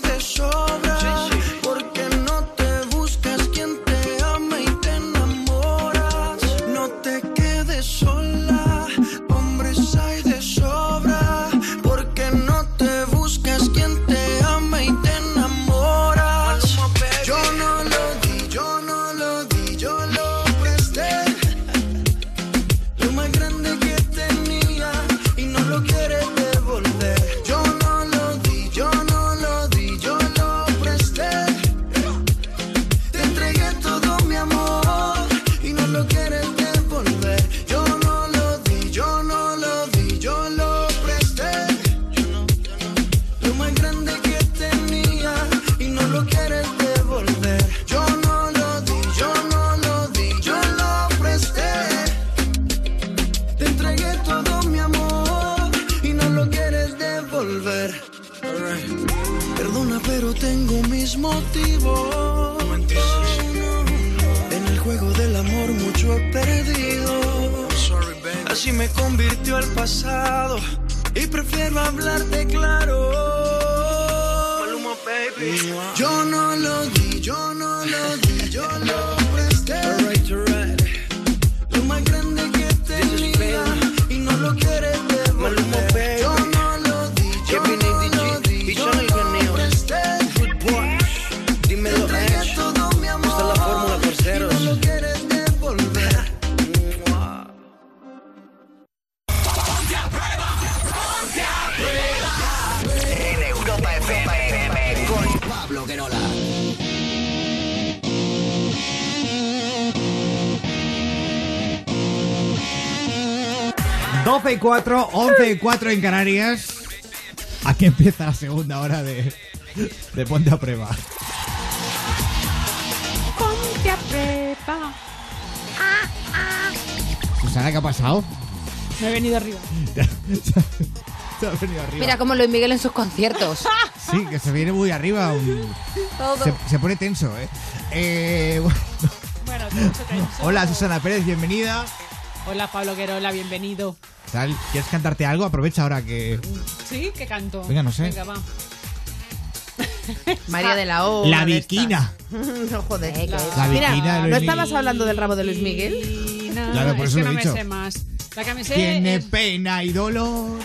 de sobra. Porque no te buscas quien te ama y te enamoras. No te quedes sola, hombres hay de sobra. Porque no te buscas quien te ama y te enamoras. Yo no lo di, yo no lo di, yo lo presté. Lo más grande que tenía y no lo quieres devolver. Yo no lo di, yo no lo di, yo lo presté. Te entregué todo mi amor y no lo quieres devolver. Yo no lo di, yo no lo di, yo lo presté. Lo más grande que tenía y no lo quieres devolver. Yo no lo di, yo no lo di, yo lo presté. Te entregué todo mi amor y no lo quieres devolver. Perdona, pero tengo mis motivos. En el juego del amor mucho he perdido. Así me convirtió el pasado y prefiero hablarte claro. Yo no lo di, yo no lo di, yo lo presté. Lo más grande que tenía y no lo quieres devolver. Yo no lo di, yo no lo di, yo lo presté. Dímelo, Te entregué Edge. todo mi amor Esta es la fórmula por ceros. y no lo quieres devolver. En Europa FM con Pablo Querola. Thank you. 12 y 4, 11 y 4 en Canarias. Aquí empieza la segunda hora de, de Ponte a Prueba. Ponte a Ah, prepa. Susana, ¿qué ha pasado? Me he venido arriba. Se ha venido arriba. Mira como Luis Miguel en sus conciertos. [laughs] [laughs] Sí, que se viene muy arriba. un- Todo. Se, se pone tenso, [laughs] ¿eh? Eh, bueno. Hola, Susana Pérez, bienvenida. Hola Pablo Guerola, bienvenido. Tal, ¿Quieres cantarte algo? Aprovecha ahora que... ¿Sí? ¿Qué canto? Venga, no sé. Venga, va. María de la O. La de Viquina. estas. [laughs] no joder. La Viquina Mira, de Luis ¿no Miguel. estabas hablando del rabo de Luis Miguel? Claro, por es eso que lo he no dicho. me sé más. La que me sé Tiene es- pena y dolor.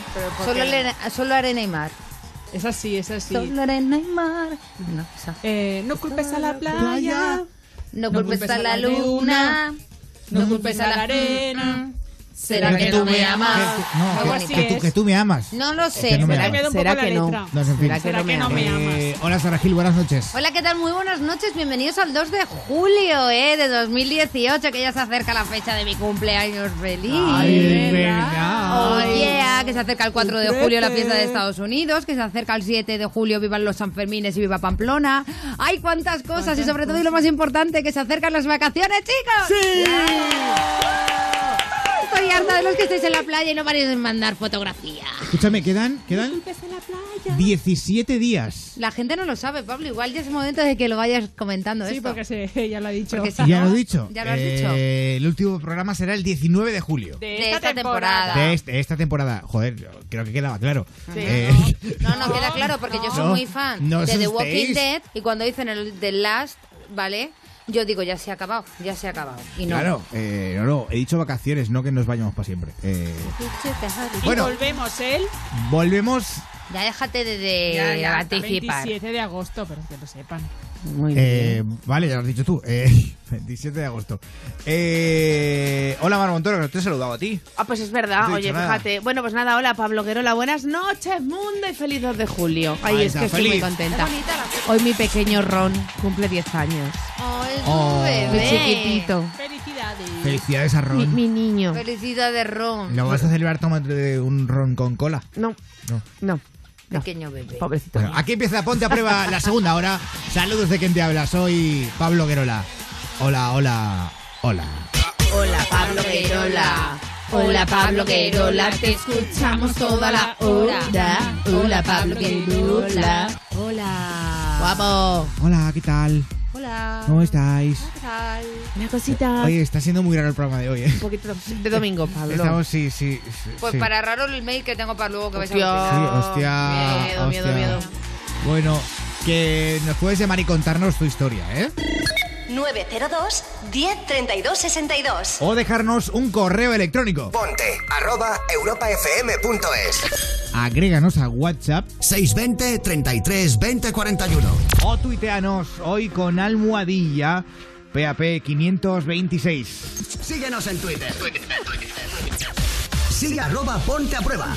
Solo, le- solo arena y mar. Es así, es así. Solo arena y mar. No, Eh, no culpes a la playa. No culpes a la luna. No culpes a la arena. ¿Será que no me amas? Que- No, Algo que, así que tú, es. que tú me amas. No lo sé. Que no me ¿Será, amas. será que no? No, en fin. ¿Será que no me amas? Eh, hola, Sara Gil, buenas noches. Hola, ¿qué tal? Muy buenas noches. Bienvenidos al 2 de julio eh, de 2018, que ya se acerca la fecha de mi cumpleaños feliz. Ay, Oh, verdad. yeah, que se acerca el 4 de Cumpleaños. julio la fiesta de Estados Unidos, que se acerca el 7 de julio vivan los Sanfermines y viva Pamplona. ¡Ay, cuántas cosas! y sobre todo, y lo más importante, que se acercan las vacaciones, chicos. ¡Sí! Estoy harta de los que estáis en la playa y no paréis de mandar fotografías. Escúchame, quedan, quedan 17 días. La gente no lo sabe, Pablo. Igual ya es momento de que lo vayas comentando Sí, esto. porque se- [laughs] ya lo ha dicho. ya lo he dicho. Ya lo has Eh, dicho. El último programa será el 19 de julio. De esta, temporada. De este- esta temporada. Joder, yo creo que quedaba claro. Sí. Eh, No, no, queda claro, porque yo soy No, muy fan no os de The asustéis. Walking Dead y cuando dicen el The Last, ¿vale? Yo digo, ya se ha acabado, ya se ha acabado. Y no. Claro, eh, no, no, he dicho vacaciones, no que nos vayamos para siempre. Eh, Y Bueno. volvemos él. volvemos Ya déjate de, de Ya, ya, hasta anticipar. 27 de agosto, pero que lo sepan. Eh, Vale, ya lo has dicho tú. Eh, [laughs] 27 de agosto. Eh, hola, Mar Montoro, que no te he saludado a ti. Ah, pues es No verdad. te he Oye, dicho nada. fíjate. Bueno, pues nada, hola Pablo Guerola, buenas noches, mundo y feliz 2 de julio. Ay, Ahí es está, que estoy muy feliz. contenta. Hoy mi pequeño Ron cumple 10 años. Oh. Muy chiquitito. Felicidades a Ron. Mi, mi niño. Felicidad de Ron. ¿Lo vas a celebrar tomándote un ron con cola? No. No. No. Pequeño bebé. Pobrecito. Bueno, aquí empieza Ponte a Prueba la segunda hora. Saludos de quien te habla. Soy Pablo Guerola. Hola, hola, hola. Hola Pablo Queirola. Hola Pablo Queirola, te escuchamos toda la hora. Hola Pablo Queirola. Hola. Guapo. Hola, ¿qué tal? Hola. ¿Cómo estáis? Una cosita. Oye, está siendo muy raro el programa de hoy, ¿eh? Un poquito de domingo, Pablo. Estamos, sí, sí. sí, Pues sí. para raro el mail que tengo para luego que vais a Sí, alucinar. hostia. Miedo, miedo, hostia. miedo. Bueno, que nos puedes llamar y contarnos tu historia, ¿eh? 902 1032 62. O dejarnos un correo electrónico. Ponte arroba europafm.es. Agréganos a WhatsApp 620 33 20 41. o tuiteanos hoy con almohadilla PAP 526. Síguenos en Twitter. Sigue arroba ponte a prueba.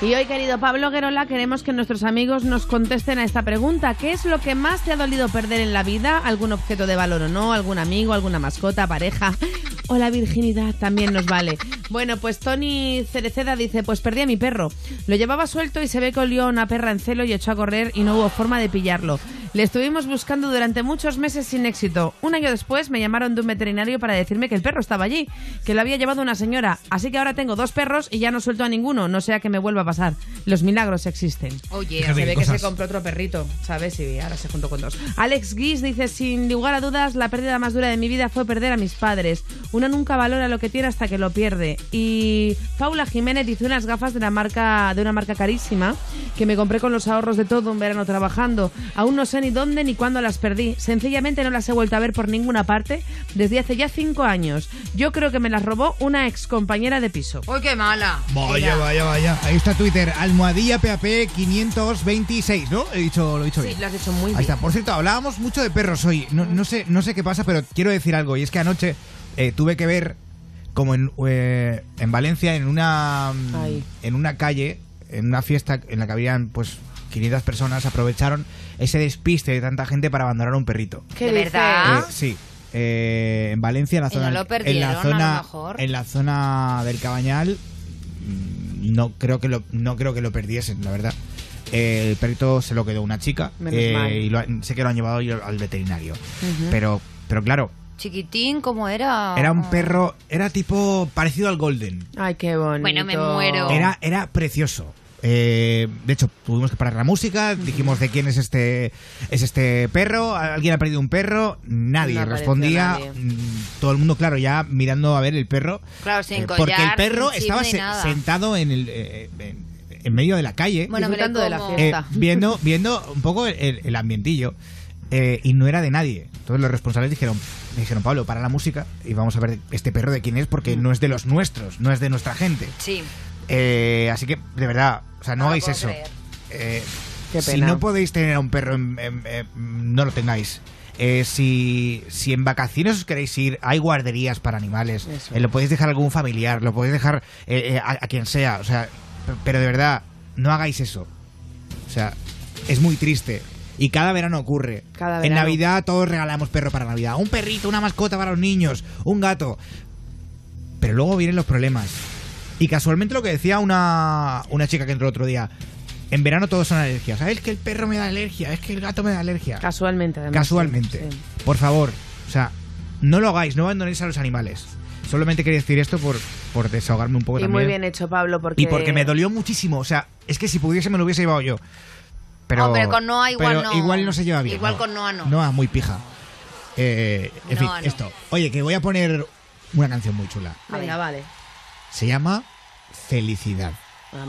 Y hoy, querido Pablo Guerola, queremos que nuestros amigos nos contesten a esta pregunta. ¿Qué es lo que más te ha dolido perder en la vida? ¿Algún objeto de valor o no? ¿Algún amigo? ¿Alguna mascota? ¿Pareja? [laughs] O la virginidad también nos vale. Bueno, pues Tony Cereceda dice, pues perdí a mi perro. Lo llevaba suelto y se ve que olió a una perra en celo y echó a correr y no hubo forma de pillarlo. Le estuvimos buscando durante muchos meses sin éxito. Un año después me llamaron de un veterinario para decirme que el perro estaba allí, que lo había llevado una señora. Así que ahora tengo dos perros y ya no suelto a ninguno, no sea que me vuelva a pasar. Los milagros existen. Oye, se ve que se compró otro perrito, ¿sabes? Y ahora se juntó con dos. Alex Guis dice, sin lugar a dudas, la pérdida más dura de mi vida fue perder a mis padres. Uno nunca valora lo que tiene hasta que lo pierde. Y Paula Jiménez dice unas gafas de una marca, de una marca carísima que me compré con los ahorros de todo un verano trabajando. Aún no sé ni dónde ni cuándo las perdí. Sencillamente no las he vuelto a ver por ninguna parte desde hace ya cinco años. Yo creo que me las robó una ex compañera de piso. Uy, qué mala. Vaya, vaya, vaya. Ahí está Twitter, almohadilla PAP 526, ¿no? He dicho, lo he dicho Sí, bien. lo has hecho muy bien. Ahí está. Por cierto, hablábamos mucho de perros hoy. No, no sé, no sé qué pasa, pero quiero decir algo. Y es que anoche eh, tuve que ver como en, eh, en Valencia, en una, mm, Ay. en una calle, en una fiesta en la que habían pues 500 personas, aprovecharon ese despiste de tanta gente para abandonar a un perrito. ¿Qué ¿De dices? verdad? Eh, sí. Eh, en Valencia, en la Y no zona, lo en perdieron, la a zona, lo mejor. en la zona del Cabañal, mm, no creo que lo, no creo que lo perdiesen, la verdad. Eh, el perrito se lo quedó una chica Menos eh, mal. y lo ha- sé que lo han llevado hoy al veterinario. Ujú. Pero pero claro, Chiquitín, ¿cómo era? era un perro, era tipo parecido al Golden. Ay, qué bonito. Bueno, me muero. Era era precioso. Eh, de hecho, tuvimos que parar la música, dijimos de quién es este es este perro, alguien ha perdido un perro, nadie No apareció respondía, nadie. Mm, todo el mundo, claro, ya mirando a ver el perro, Claro, sin eh, collar, porque el perro sin estaba chip ni se- nada. sentado en el... eh, en- en medio de la calle, Bueno, me lo Disfrutando de la como. Eh, fiesta. [laughs] viendo, viendo un poco el- el, el ambientillo eh, y no era de nadie. Entonces los responsables dijeron, me dijeron, Pablo, para la música y vamos a ver este perro de quién es porque Mm. no es de los nuestros, no es de nuestra gente. Sí. Eh, así que, de verdad, o sea, no, No lo hagáis puedo eso. creer. Eh, Qué si pena. no podéis tener a un perro, en- en- en- no lo tengáis. Eh, si, si en vacaciones os queréis ir, hay guarderías para animales. Eso Eh, lo podéis dejar a algún familiar, lo podéis dejar eh, eh, a, a quien sea. O sea, p- pero de verdad, no hagáis eso. O sea, es muy triste. Y cada verano ocurre. Cada En verano. Navidad todos regalamos perro para Navidad. Un perrito, una mascota para los niños, un gato. Pero luego vienen los problemas. Y casualmente lo que decía una, una chica que entró el otro día. En verano todos son alergias. ¿eh? ¿Sabes que el perro me da alergia? Es que el gato me da alergia. Casualmente, además. Casualmente. Sí. Por favor, o sea, no lo hagáis, no abandonéis a los animales. Solamente quería decir esto por, por desahogarme un poco Y Pues también. muy bien hecho, Pablo, porque... Y porque me dolió muchísimo. O sea, es que si pudiese me lo hubiese llevado yo. Pero, Hombre, con Noah igual pero no. Igual no se lleva bien. Igual con Noah no. Noah, muy pija. Eh, en fin, Noah no. esto. Oye, que voy a poner una canción muy chula. Venga, Ah, vale. Se llama Felicidad.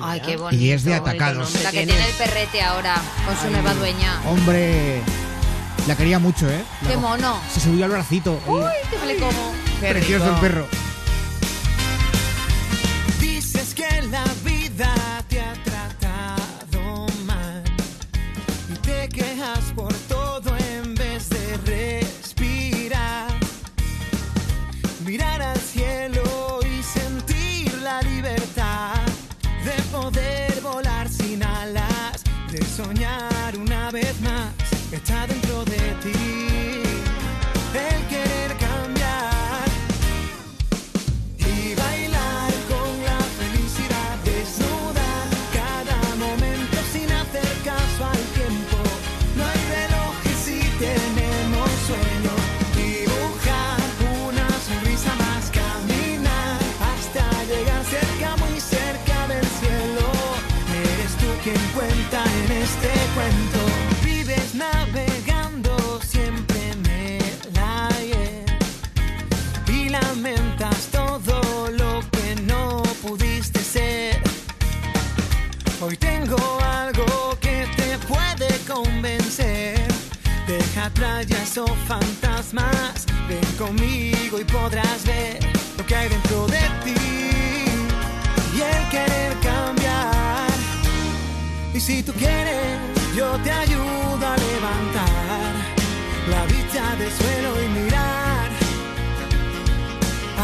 Ay, qué bonito. Y es de bonito Atacados. nombre La que Tiene. tiene el perrete ahora con su nueva dueña. Hombre, la quería mucho, ¿eh? La ¡Qué co- mono! Se subió al bracito. ¡Uy, que le como! Precioso el perro. Dices que la vida te ha tratado mal y te quejas por todo en vez de respirar, mirar al cielo y sentir la libertad de poder volar sin alas, de soñar una vez más, está dentro de ti. El querer cambiar y bailar con la felicidad desnudar cada momento sin hacer caso al tiempo. No hay reloj y si tenemos sueños. Dibujar una sonrisa más, caminar hasta llegar cerca, muy cerca del cielo. Eres tú quien cuenta en este cuento. Vives navegando siempre en el ayer y lamentas todo lo que no pudiste ser. Hoy tengo algo que te puede convencer. Deja atrás ya esos fantasmas. Ven conmigo y podrás ver lo que hay dentro de ti y el querer cambiar. Y si tú quieres, yo te ayudo a levantar la vista del suelo y mirar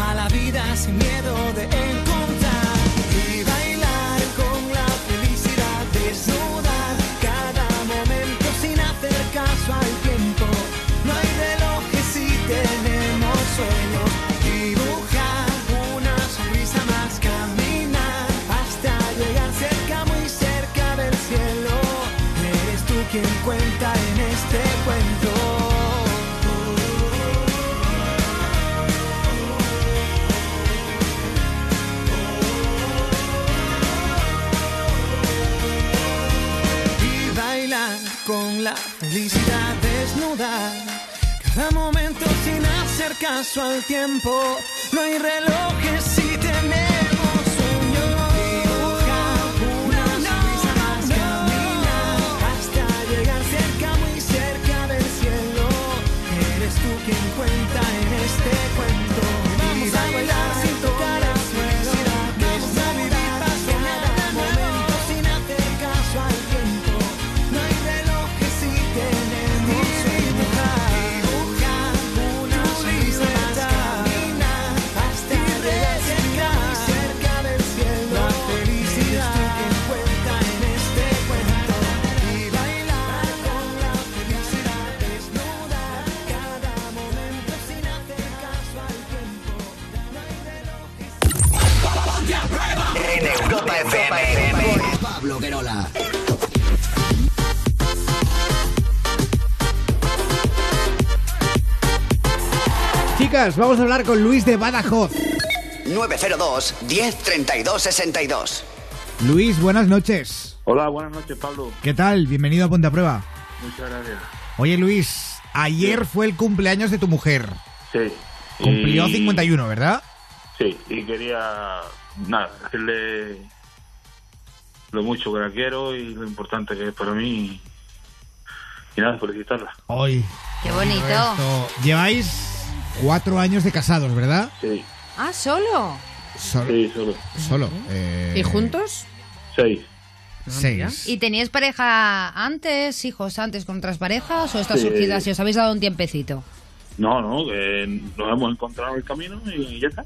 a la vida sin miedo de encontrar y bailar con la felicidad desnudar cada momento sin hacer caso al tiempo no hay reloj que si tenemos sueños dibujar una sonrisa más caminar hasta llegar cerca muy cerca del cielo eres tú quien cuenta en este cuento y bailar con la felicidad desnuda. Cada momento sin hacer caso al tiempo, no hay relojes si tenemos sueño. Dibuja una sonrisa más, camina hasta llegar cerca, muy cerca del cielo. Eres tú quien cuenta en este cuento. Vamos a bailar sin tocar el suelo. Vamos a vivir cada momento sin hacer caso al tiempo. No hay reloj que si tenemos sueño. Dibuja una sonrisa más, camina hasta llegar cerca, muy cerca del cielo. La felicidad que cuenta en este cuento. Y bailar con la felicidad desnuda. Cada momento sin hacer caso al tiempo. No hay reloj que En Europa FM. Con Pablo Guerola. Chicas, vamos a hablar con Luis de Badajoz. 902 10 32 62. Luis, buenas noches. Hola, buenas noches, Pablo. ¿Qué tal? Bienvenido a Ponte a Prueba. Muchas gracias. Oye, Luis, ayer fue el cumpleaños de tu mujer. Sí. Cumplió Y- 51, ¿verdad? Sí, y quería, nada, decirle lo mucho que la quiero y lo importante que es para mí. Y nada, felicitarla. Hoy. Qué bonito. Esto- Lleváis cuatro años de casados, ¿verdad? Sí. Ah, solo. Solo. Sí, solo. Solo. eh, ¿Y juntos? Seis. Seis. ¿Y teníais pareja antes, hijos antes con otras parejas o esta Sí. surgida si os habéis dado un tiempecito? No, no, que nos hemos encontrado el camino y ya está.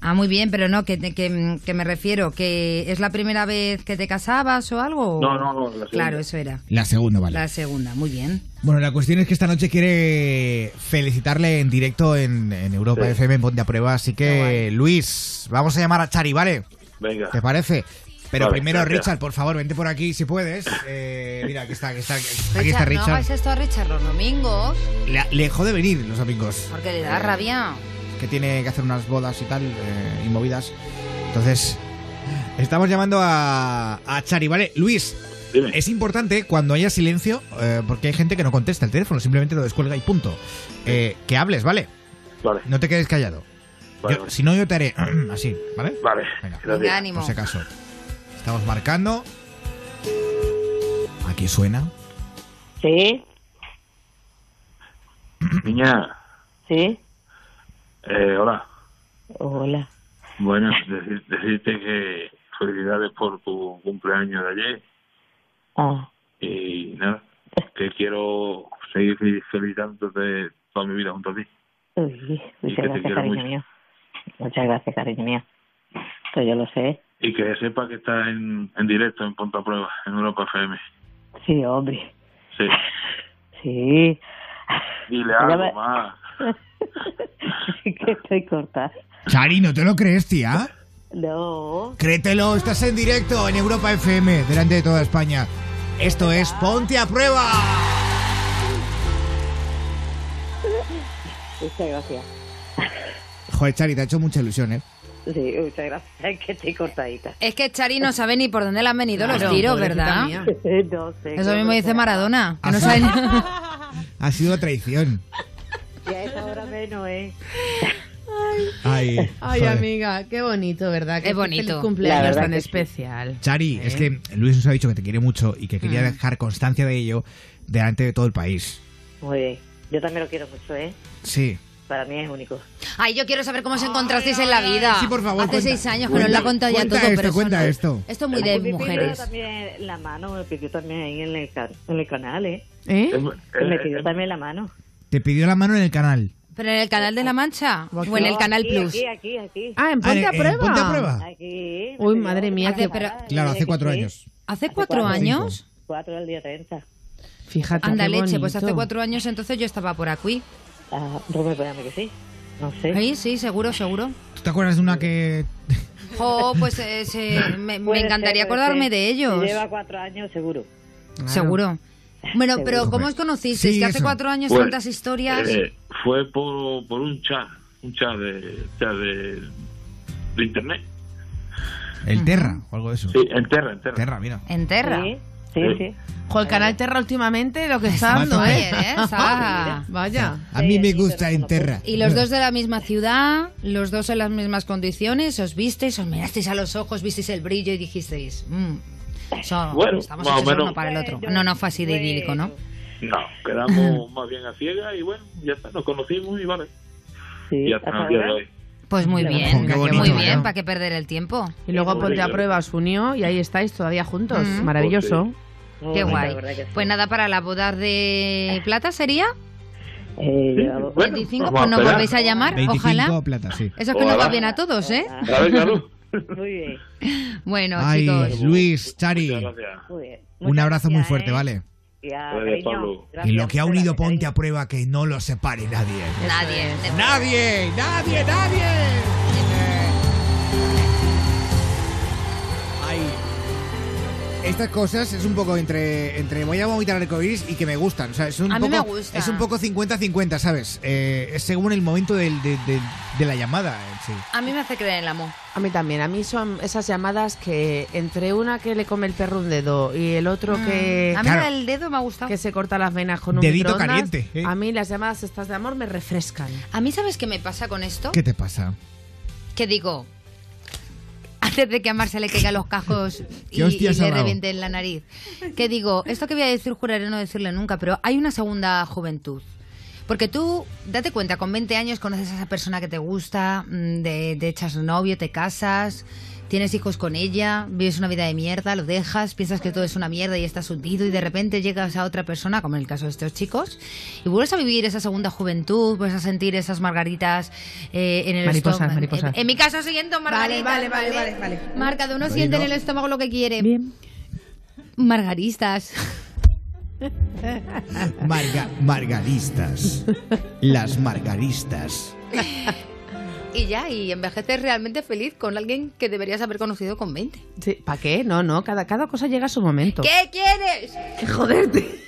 Ah, muy bien, pero no, que, que, que me refiero, que es la primera vez que te casabas o algo. o- No, no, no, la segunda. Claro, eso era. La segunda, vale. La segunda, muy bien. Bueno, la cuestión es que esta noche quiere felicitarle en directo en, en Europa Sí. FM en Ponte a Prueba. Así que, Luis, vamos a llamar a Chari, ¿vale? Venga. ¿Te parece? Pero Vale, primero, gracias. Richard, por favor, vente por aquí si puedes. Eh, mira, aquí está, aquí está. Aquí está Richard, no Richard. hagáis esto a Richard los domingos, Le, le dejó de venir los domingos. porque le da rabia. que tiene que hacer unas bodas y tal, eh, y movidas. Entonces, estamos llamando a, a Chari, ¿vale? Luis, es importante cuando haya silencio, eh, porque hay gente que no contesta el teléfono, simplemente lo descuelga y punto. Eh, que hables, ¿vale? Vale. No te quedes callado. Vale, Yo- vale. si no, yo te haré [clears throat] así, ¿vale? Vale. Venga, Gracias. Por si acaso. Estamos marcando. Aquí suena. Sí, Niña, sí. eh, hola. Hola. Bueno, decir- decirte que felicidades por tu cumpleaños de ayer. Ah, Y nada, que quiero seguir felicitándote toda mi vida junto a ti. uy, Y que muchas te gracias, quiero cariño mucho. mío. Muchas gracias, cariño mío. Que yo lo sé. Y que sepa que estás en, en directo en Ponta Prueba, en Europa FM. Sí, hombre. Sí. Sí. Dile Ya algo me- más. [laughs] que estoy corta. Chari, ¿no te lo crees, tía? No. Créetelo, estás en directo en Europa FM, delante de toda España. Esto es Ponte a Prueba. Muchas gracias. Joder, Chari, te ha hecho mucha ilusión, ¿eh? Sí, muchas gracias. [laughs] Es que estoy cortadita. Es que Chari no sabe ni por dónde le han venido Claro, los tiros, pobrecita ¿verdad? mía. [laughs] No sé, Eso qué mismo dice brutal. Maradona. que no Así. sabe ni- [laughs] Ha sido traición. Y a esa hora menos, ¿eh? Ay, Ay, joder. amiga, qué bonito, ¿verdad? Qué Es bonito. feliz La cumpleaños verdad tan que sí. especial. Chari, ¿Eh? es que Luis nos ha dicho que te quiere mucho y que quería Mm. dejar constancia de ello delante de todo el país. Muy bien. Yo también lo quiero mucho, ¿eh? Sí. Para mí es único. Ay, yo quiero saber cómo os encontrasteis en la vida. Sí, por favor, Hace cuenta. seis años que Cuenta, nos la ha contado ya cuenta todo, esto, pero eso cuenta no- esto. Esto es muy de Pipí me dio mujeres. también la mano, me pidió también ahí en el, can- en el canal, ¿eh? ¿Eh? Me pidió también la mano. Te pidió la mano en el canal. ¿Pero en el canal de la Mancha? ¿O en el No, canal aquí, Plus? Aquí, aquí, aquí. Ah, en Ah, Ponte en- a en Prueba. Ponte a Prueba. Aquí. Uy, madre mía, Hace, pero- Claro, hace cuatro sí. años. ¿Hace cuatro cuatro, cinco. años? Cuatro al día 30. Fíjate. Anda qué leche, pues bonito. hace cuatro años entonces yo estaba por aquí. Ah, no me parece que sí. No sé. Sí, sí, seguro, seguro. ¿Tú te acuerdas de una que... Jo, pues eh, se- [laughs] me, me Puede ser, encantaría puede acordarme ser. de ellos. Lleva cuatro años, seguro. Seguro. [laughs] Bueno, pero Seguro. ¿cómo os conocisteis? Sí, que hace eso. cuatro años Bueno, tantas historias. Pues, eh, fue por, por un chat, un chat de, chat de, de internet. El Terra o algo de eso. Sí, en Terra, en Terra. Terra, mira. ¿En Terra? Sí, sí, Jo, el canal Terra últimamente lo que está Eh, Está dando, fatal. ¿eh? [laughs] Bien, ¿eh? [laughs] Está- Vaya. A mí me gusta en Terra. Y los dos de la misma ciudad, los dos en las mismas condiciones, os visteis, os mirasteis a los ojos, visteis el brillo y dijisteis, "Mm, son- Bueno, estamos más o hechos el menos. uno para el otro. No, no fue así pues, de idílico, ¿no? No, [laughs] quedamos más bien a ciegas y bueno, ya está, nos conocimos y vale. y hasta hasta el día de ahora. hoy. Pues muy Oh, Qué bien, bonito, muy ¿no? bien, ¿para qué perder el tiempo? Y Pues luego ponte a prueba, os unió y ahí estáis todavía juntos. Mm. Maravilloso. Oh, Qué guay. Pues nada, para la boda de plata sería Eh, Sí, yo- bueno, 25, vamos pues a nos esperar. volvéis a llamar, ojalá. plata, sí. Eso es que nos va Ojalá. bien a todos, ¿eh? A ver, claro. Muy bien. Bueno, Ay, chicos. Luis, Chari. Muy bien. Un abrazo muy gracias, fuerte, ¿eh? ¿vale? Ah, Ya, Gracias, cariño, Pablo. gracias. Y lo que ha unido Ponte a Prueba, que no lo separe nadie. ¿eh? Nadie. Nadie, nadie, nadie. Ay, estas cosas es un poco entre, entre voy a vomitar arcoiris y que me gustan. O sea, es un A mí poco, me gusta. Es un poco 50-50, ¿sabes? Eh, es según el momento del- de, de- de la llamada en sí. A mí me hace creer en el amor. A mí también, a mí son esas llamadas que entre una que le come el perro un dedo y el otro que... Mm, A mí la del dedo me ha gustado. que se corta las venas con un Dedito microondas, caliente, ¿eh? A mí las llamadas estas de amor me refrescan. A mí, ¿sabes qué me pasa con esto? ¿Qué te pasa? Que digo, antes de que a Marcia le caigan los cascos [laughs] y, ¿Qué hostias y le ha dado? revienten la nariz, que digo, esto que voy a decir juraré no decirle nunca, pero hay una segunda juventud. Porque tú, date cuenta, con 20 años conoces a esa persona que te gusta, mm, de, de echas novio, te casas, tienes hijos con ella, vives una vida de mierda, lo dejas, piensas que todo es una mierda y estás hundido y de repente llegas a otra persona, como en el caso de estos chicos, y vuelves a vivir esa segunda juventud, vuelves a sentir esas margaritas eh, en el Mariposas, estómago. mariposas. En mi caso, siguiendo margaritas. Vale, vale, vale, vale, vale. Marca de uno Lo siente en digo. el estómago lo que quiere. Bien. Margaritas. Marga, margaristas. Las margaristas. [laughs] Y ya, y envejeces realmente feliz con alguien que deberías haber conocido con 20. ¿Para qué? No, no, cada, cada cosa llega a su momento. ¿Qué quieres? Joderte.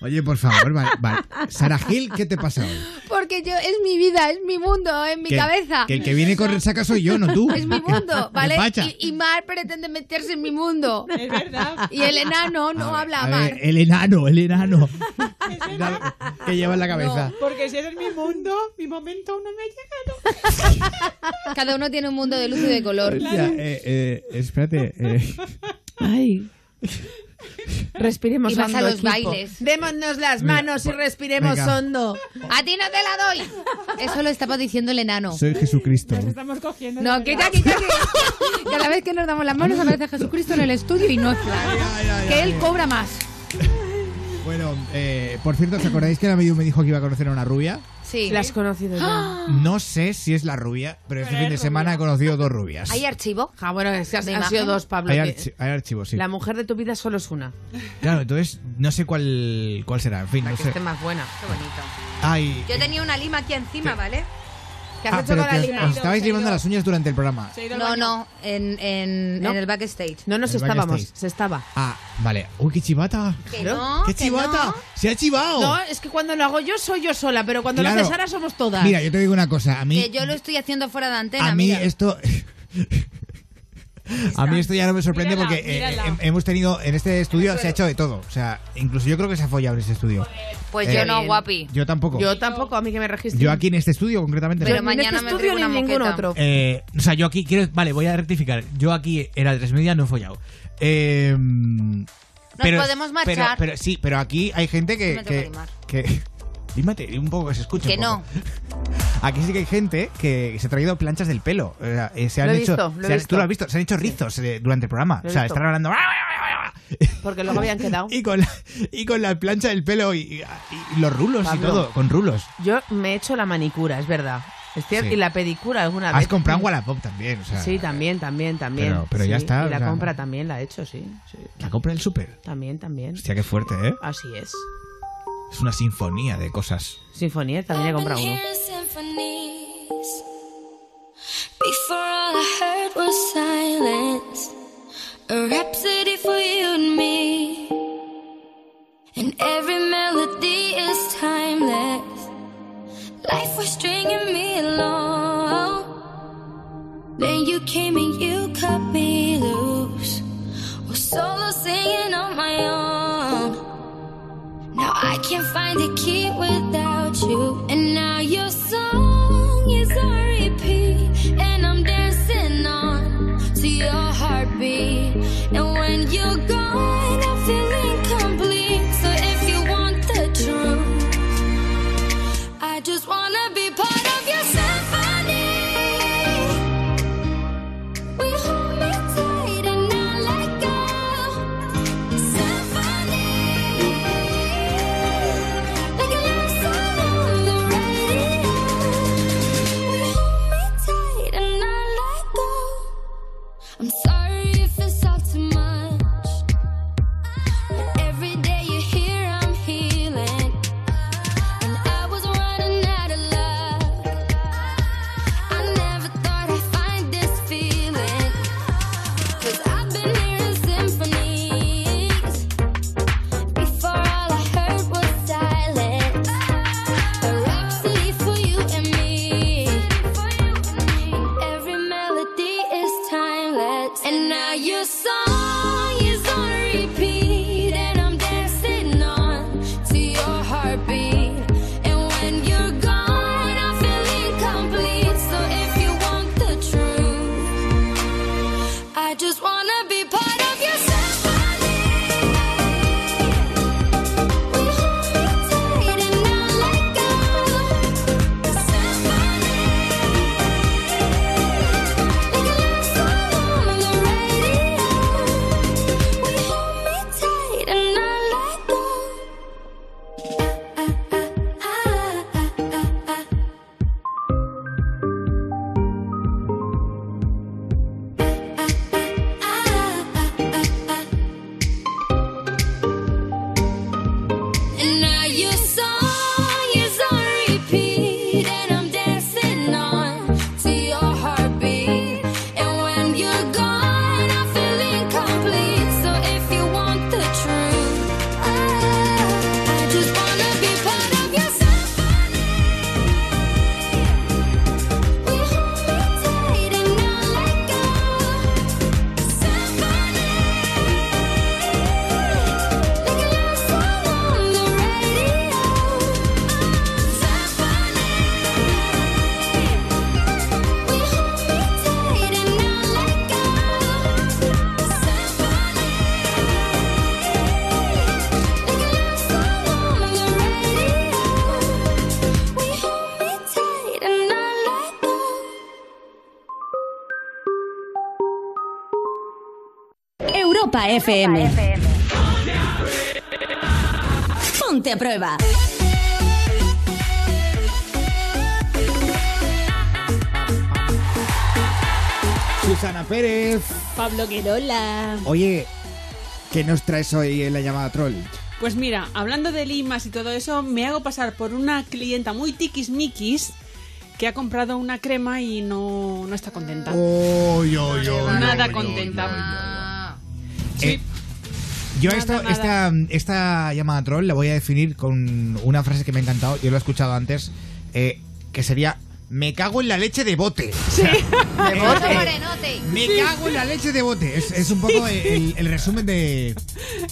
Oye, por favor, va- va- Sara Gil, ¿qué te pasa hoy? Porque yo es mi vida, es mi mundo, es mi Que- cabeza. Que el que viene con resaca soy yo, no tú. Es mi [laughs] mundo, ¿vale? pacha. Y, y Mar pretende meterse en mi mundo. Es verdad. Y el enano no habla a, A Mar. ver, el enano, el [laughs] enano. que lleva en la cabeza. Porque si es en mi mundo, mi momento aún no me llega. [laughs] Cada uno tiene un mundo de luz y de color. Hostia, eh, eh, espérate. eh. Ay. Respiremos Y vas hondo, a los equipo. bailes. Démonos las Venga, manos y va- respiremos venga. hondo. A ti no te la doy. Eso lo estaba diciendo el enano. Soy Jesucristo. Estamos cogiendo. No, quita, quita, quita. Cada vez que nos damos las manos aparece Jesucristo en el estudio y no es Que él cobra más. Bueno, eh, por cierto, ¿os acordáis que la medium me dijo que iba a conocer a una rubia? Sí. La has conocido ya. No sé si es la rubia, pero este fin de semana he conocido dos rubias. [gasps] ¿Hay archivo? Ah, bueno, es que has- ¿De han imagen? sido dos, Pablo. Hay, que- archi- hay archivos, sí. La mujer de tu vida solo es una. Claro, entonces no sé cuál, cuál será. En fin, La no que sé. esté más buena. Qué bonito. Ay, Yo tenía una lima aquí encima, ¿vale? ¿Qué has ah, hecho pero con la que lima? os estabais llevando las uñas durante el programa. No, no, en, en, No. en el backstage. No nos El estábamos, backstage. se estaba. Ah, vale. Uy, qué chivata. Que no, ¡Qué que chivata! no. ¡Se ha chivado! No, es que cuando lo hago yo soy yo sola, pero cuando lo Claro. hace Sara somos todas. Mira, yo te digo una cosa. A mí, Que yo lo estoy haciendo fuera de antena, a mí mira. esto. [laughs] A mí esto ya no me sorprende Mírala, porque eh, mírala. hem- hemos tenido en este estudio se ha hecho de todo, o sea, incluso yo creo que se ha follado en este estudio. Pues Eh, yo no, guapi. Yo tampoco. Yo tampoco, a mí que me registro. Yo aquí en este estudio concretamente. Pero Ni en mañana este me estudio traigo ni en una ningún moqueta. otro. Eh, o sea, yo aquí quiero. Vale, voy a rectificar. Yo aquí era tres media, no he follado. Eh, Nos podemos marchar. Pero, sí, pero aquí hay gente que. Me tengo que que, limar. que- [laughs] límate un poco que se escuche. Que un poco. no. Aquí sí que hay gente que se ha traído planchas del pelo. O sea, eh, se han Lo he hecho, visto, lo se he han- visto. Tú lo has visto, se han hecho rizos eh, durante el programa. Lo he o sea, visto. están hablando. "Ah, Porque luego habían [laughs] quedado. Y con, la, y con la plancha del pelo y, y los rulos Pablo. y todo, con rulos. Yo me he hecho la manicura, es verdad. Es cierto, Sí. y la pedicura alguna vez. Has comprado un Wallapop también. O sea, Sí, también, también, también. Pero- pero Sí, ya está, Y la o sea- compra también la he hecho, sí. sí. La compra del súper. También, también. Hostia, qué fuerte, ¿eh? Así es. Es una sinfonía de cosas. Sinfonía también he comprado uno. Hearing symphonies. Before all I heard was silence, a rhapsody for you and me. And every melody is timeless. Life was stringing me along. Then you came and you cut me loose. Was solo singing on my own. Now I can't find a key without you. And now your song is a repeat. And I'm dancing on to your heartbeat. And when you're gone, I feel incomplete. So if you want the truth, I just wanna be part of your symphony. We hold me tight and not let go. Symphony. Like a love song on the Europa FM. Ponte a prueba. Susana Pérez. Pablo Querola. Oye, ¿qué nos traes hoy en la llamada troll? Pues mira, hablando de limas y todo eso, me hago pasar por una clienta muy tiquismiquis que ha comprado una crema y no, no está contenta. Oy, oy, oy, Nada oy, contenta. Eh, yo esto, Esta, esta llamada troll la voy a definir con una frase que me ha encantado, yo lo he escuchado antes, eh, que sería, me cago en la leche de bote. Sí, De bote. eh, Me cago en la leche de bote. Es, es un poco el, el- el resumen de,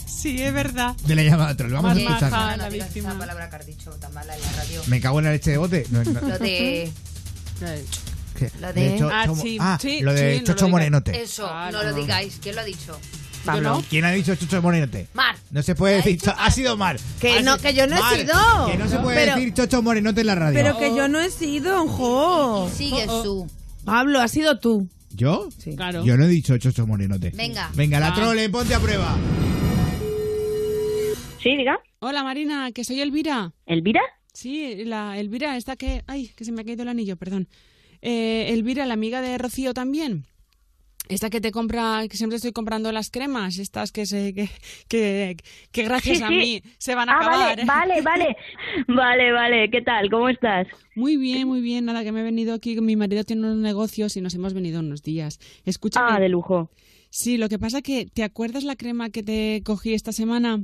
Sí, es verdad. de la llamada troll. Vamos a Más maja escucharla. la víctima. palabra que has dicho tan mala en la radio. Me cago en la leche de bote. No, no. Lo de. ¿Qué? Lo de. cho- chomo- ah, lo de Chocho Morenote. Eso, no lo digáis. ¿Quién lo ha dicho? Pablo. ¿Quién ha dicho Chocho Morenote? Mar. No se puede decir. cho- Ha sido mal. Que no, que yo no he sido. Ah, Que no se puede Pero- decir Chocho Morenote en la radio. Pero que yo no he sido, jo. Y- y sigues tú. Oh, Pablo, has sido tú. ¿Yo? Claro. Yo no he dicho Chocho Morenote. Venga. Venga, la Ah. trole, ponte a prueba. Sí, diga. Hola Marina, que soy Elvira. ¿Elvira? Sí, la Elvira, esta que... Ay, que se me ha caído el anillo, perdón. Eh, Elvira, la amiga de Rocío también. Esta que te compra, que siempre estoy comprando las cremas, estas que se, que, que, que gracias Sí, a sí. mí se van a Ah, vale, acabar. vale, [laughs] vale. Vale, vale. ¿Qué tal? ¿Cómo estás? Muy bien, muy bien. Nada, que me he venido aquí. Mi marido tiene unos negocios y nos hemos venido unos días. Escucha. Ah, de lujo. Sí, lo que pasa que, ¿te acuerdas la crema que te cogí esta semana?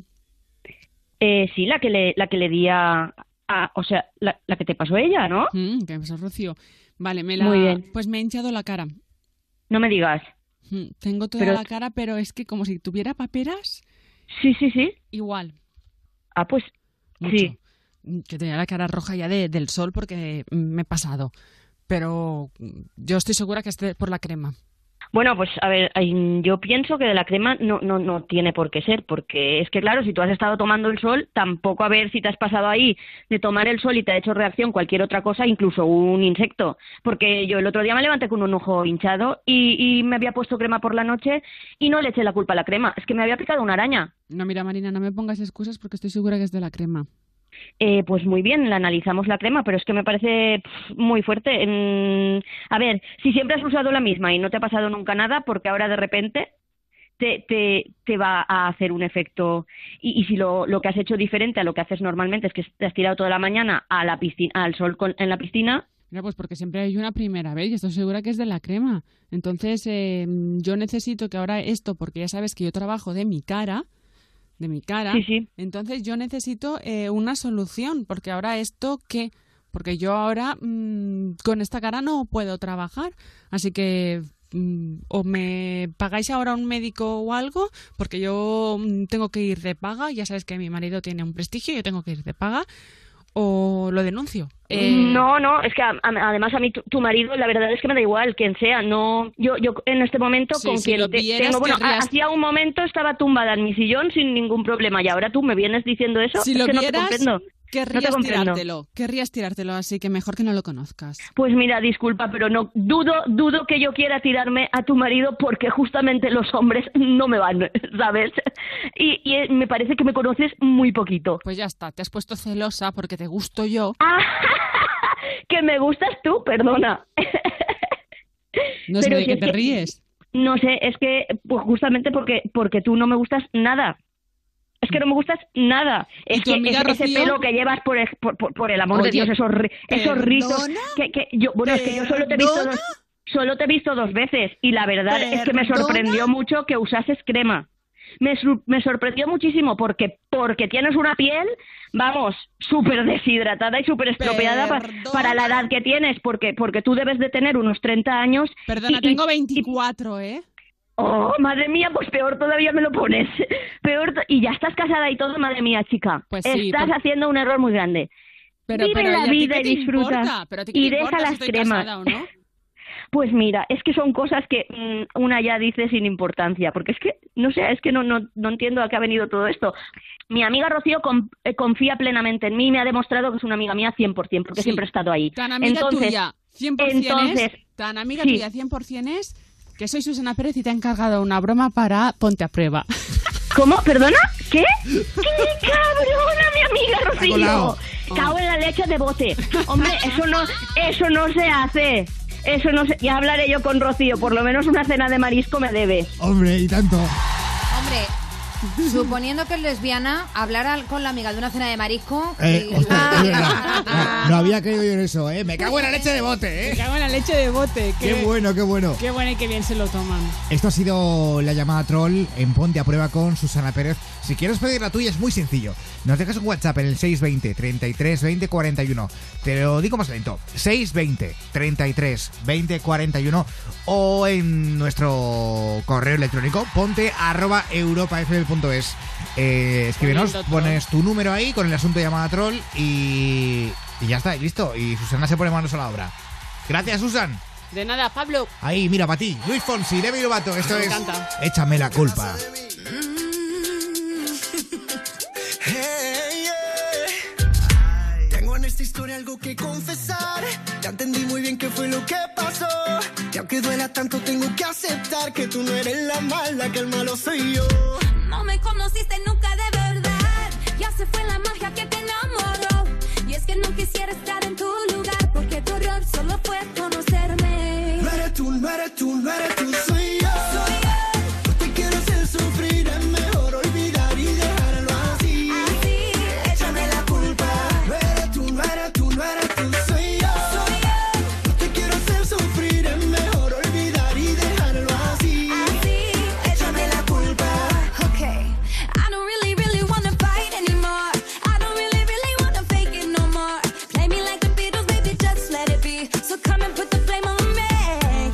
Eh, sí, la que le, la que le di a, a- o sea, la, la que te pasó ella, ¿no? Mm, que me pasó Rocío. Vale, me la... Muy bien. Pues me he hinchado la cara. No me digas. Mm, Tengo toda Pero- la cara, pero es que como si tuviera paperas, Sí, sí, sí. igual. Ah, pues sí. Que tenía la cara roja ya de- del sol porque mm, me he pasado. Pero mm, yo estoy segura que es de- por la crema. Bueno, pues a ver, ay, yo pienso que de la crema no, no, no tiene por qué ser, porque es que claro, si tú has estado tomando el sol, tampoco a ver si te has pasado ahí de tomar el sol y te ha hecho reacción cualquier otra cosa, incluso un insecto. Porque yo el otro día me levanté con un ojo hinchado y, y me había puesto crema por la noche y no le eché la culpa a la crema, es que me había picado una araña. No, mira, Marina, no me pongas excusas porque estoy segura que es de la crema. Eh, pues muy bien, la analizamos la crema, pero es que me parece pf, muy fuerte. Mm, a ver, si siempre has usado la misma y no te ha pasado nunca nada, porque ahora de repente te, te, te va a hacer un efecto. Y, y si lo, lo que has hecho diferente a lo que haces normalmente es que te has tirado toda la mañana a la piscina, al sol con- en la piscina, Mira, pues porque siempre hay una primera vez y estoy segura que es de la crema. Entonces, eh, yo necesito que ahora esto, porque ya sabes que yo trabajo de mi cara, de mi cara, Sí, sí. entonces yo necesito eh, una solución, porque ahora esto qué, porque yo ahora mm, con esta cara no puedo trabajar, así que mm, o me pagáis ahora un médico o algo, porque yo mm, tengo que ir de paga, ya sabes que mi marido tiene un prestigio, yo tengo que ir de paga, o lo denuncio. Eh, No, no, es que a- a- además a mí tu, tu marido, la verdad es que me da igual quien sea, no, yo, yo en este momento Sí, con si quien lo te- vieras, tengo, bueno, querrías- ha- hacía un momento estaba tumbada en mi sillón sin ningún problema y ahora tú me vienes diciendo eso, Si es lo que no te vieras, comprendo, no querrías te comprendo. tirártelo. Querrías tirártelo, así que mejor que no lo conozcas. Pues mira, disculpa, pero no dudo, dudo que yo quiera tirarme a tu marido porque justamente los hombres no me van, ¿sabes? Y, y eh, me parece que me conoces muy poquito. Ah, Pues ya está, te has puesto celosa porque te gusto yo. [laughs] que me gustas tú, perdona. No sé Pero de si qué es te que- ríes. No sé, es que pues justamente porque porque tú no me gustas nada. Es que no me gustas nada. Es tu que amiga es- ese Rocío? pelo que llevas por, ej- por, por- por el amor de Oye, Dios, esos, ri- esos rizos. ¿perdona? Que, que yo, bueno, es que yo solo te he visto dos, solo te he visto dos veces y la verdad es que me ¿Perdona? sorprendió mucho que usases crema. Me, sur- me sorprendió muchísimo porque porque tienes una piel, vamos, súper deshidratada y súper estropeada pa- para la edad que tienes, porque porque tú debes de tener unos 30 años. Perdona, y- y- tengo 24, ¿eh? Oh, madre mía, pues peor todavía me lo pones. [laughs] Peor to- y ya estás casada y todo, madre mía, chica. Pues sí, estás pero- haciendo un error muy grande. Pero, Vive pero, ¿y a la ti vida qué y te disfruta. importa? ¿Pero a ti qué y te importa deja si las estoy cremas. casada o no? [laughs] Pues mira, es que son cosas que mm, una ya dice sin importancia, porque es que no sé, es que no no, no entiendo a qué ha venido todo esto. Mi amiga Rocío con- eh, confía plenamente en mí y me ha demostrado que es una amiga mía 100%, porque Sí. siempre ha estado ahí. Tan amiga entonces, tuya, 100% entonces, es. Tan amiga sí. tuya, 100% es Que soy Susana Pérez y te he encargado una broma para Ponte a Prueba. ¿Cómo? ¿Perdona? [laughs] ¿Qué? ¡Qué cabrona, mi amiga Rocío! colado. Cago en la leche de bote. Hombre, eso no, eso no se hace. Eso no se... Ya hablaré yo con Rocío, por lo menos una cena de marisco me debe. Hombre, y tanto. Hombre, suponiendo que es lesbiana, hablar al- con la amiga de una cena de marisco. Eh, y- hostia, [laughs] es verdad. No, no había creído yo en eso, ¿eh? [laughs] Me cago en la leche de bote, ¿eh? Me cago en la leche de bote. Qué bueno, qué bueno. Qué bueno y qué bien se lo toman. Esto ha sido la llamada troll en Ponte a Prueba con Susana Pérez. Si quieres pedir la tuya es muy sencillo. Nos dejas un WhatsApp en el 620 33 20 41. Te lo digo más lento. 620 33 20 41 o en nuestro correo electrónico ponte arroba europafm.es. Eh, escríbenos, Poniendo troll. pones tu número ahí con el asunto llamada troll y, y ya está, y listo. Y Susana se pone manos a la obra. Gracias, Susan. De nada, Pablo. Ahí, mira, para ti. Luis Fonsi, Demi Lovato. Esto Me es. encanta. Échame la culpa. Hey, yeah. Tengo en esta historia algo que confesar. Ya entendí muy bien qué fue lo que pasó. Y aunque duela tanto, tengo que aceptar que tú no eres la mala, que el malo soy yo. No me conociste nunca de verdad. Ya se fue la magia que te enamoró. Y es que no quisiera estar en tu lugar. Porque tu error solo fue conocerme. No eres tú, no eres tú, no eres tú, soy yo. No te quiero hacer sufrir, es mejor olvidar y dejarlo así. Échame la culpa. No eres tú, no eres tú, no eres tú, soy yo. No te quiero hacer sufrir, es mejor olvidar y dejarlo así. Échame la culpa. Okay. I don't really, really wanna fight anymore. I don't really, really wanna fake it no more. Play me like the Beatles, baby, just let it be. So come and put the blame on me.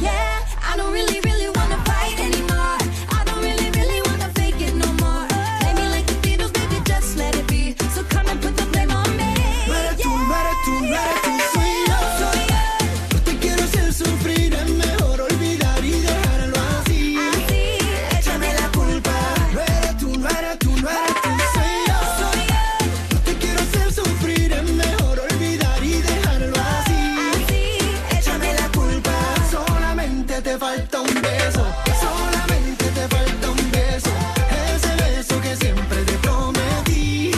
Yeah. I don't really, really wanna fight anymore. I don't really, really wanna fake it no more. Play me like the Beatles, baby, just let it be. So come and put the blame on me. No eres tú, no eres tú, no eres tú, soy yo. No te quiero hacer sufrir, es mejor olvidar y dejarlo así. Échame la culpa. No eres tú, no eres tú, no eres tú, soy yo. No te quiero hacer sufrir, es mejor olvidar y dejarlo así. Échame la culpa. Solamente te falta un beso. Solamente te falta un beso. Ese beso que siempre te prometí.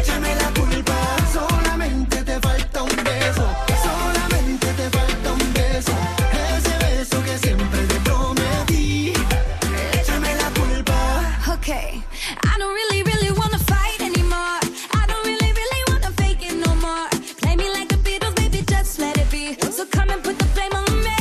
Échame la culpa, solamente te falta un beso, solamente te falta un beso, ese beso que siempre te prometí. Échame la culpa. Okay. I don't really, really wanna fight anymore. I don't really, really wanna fake it no more. Play me like the Beatles, baby, just let it be. So come and put the blame on me.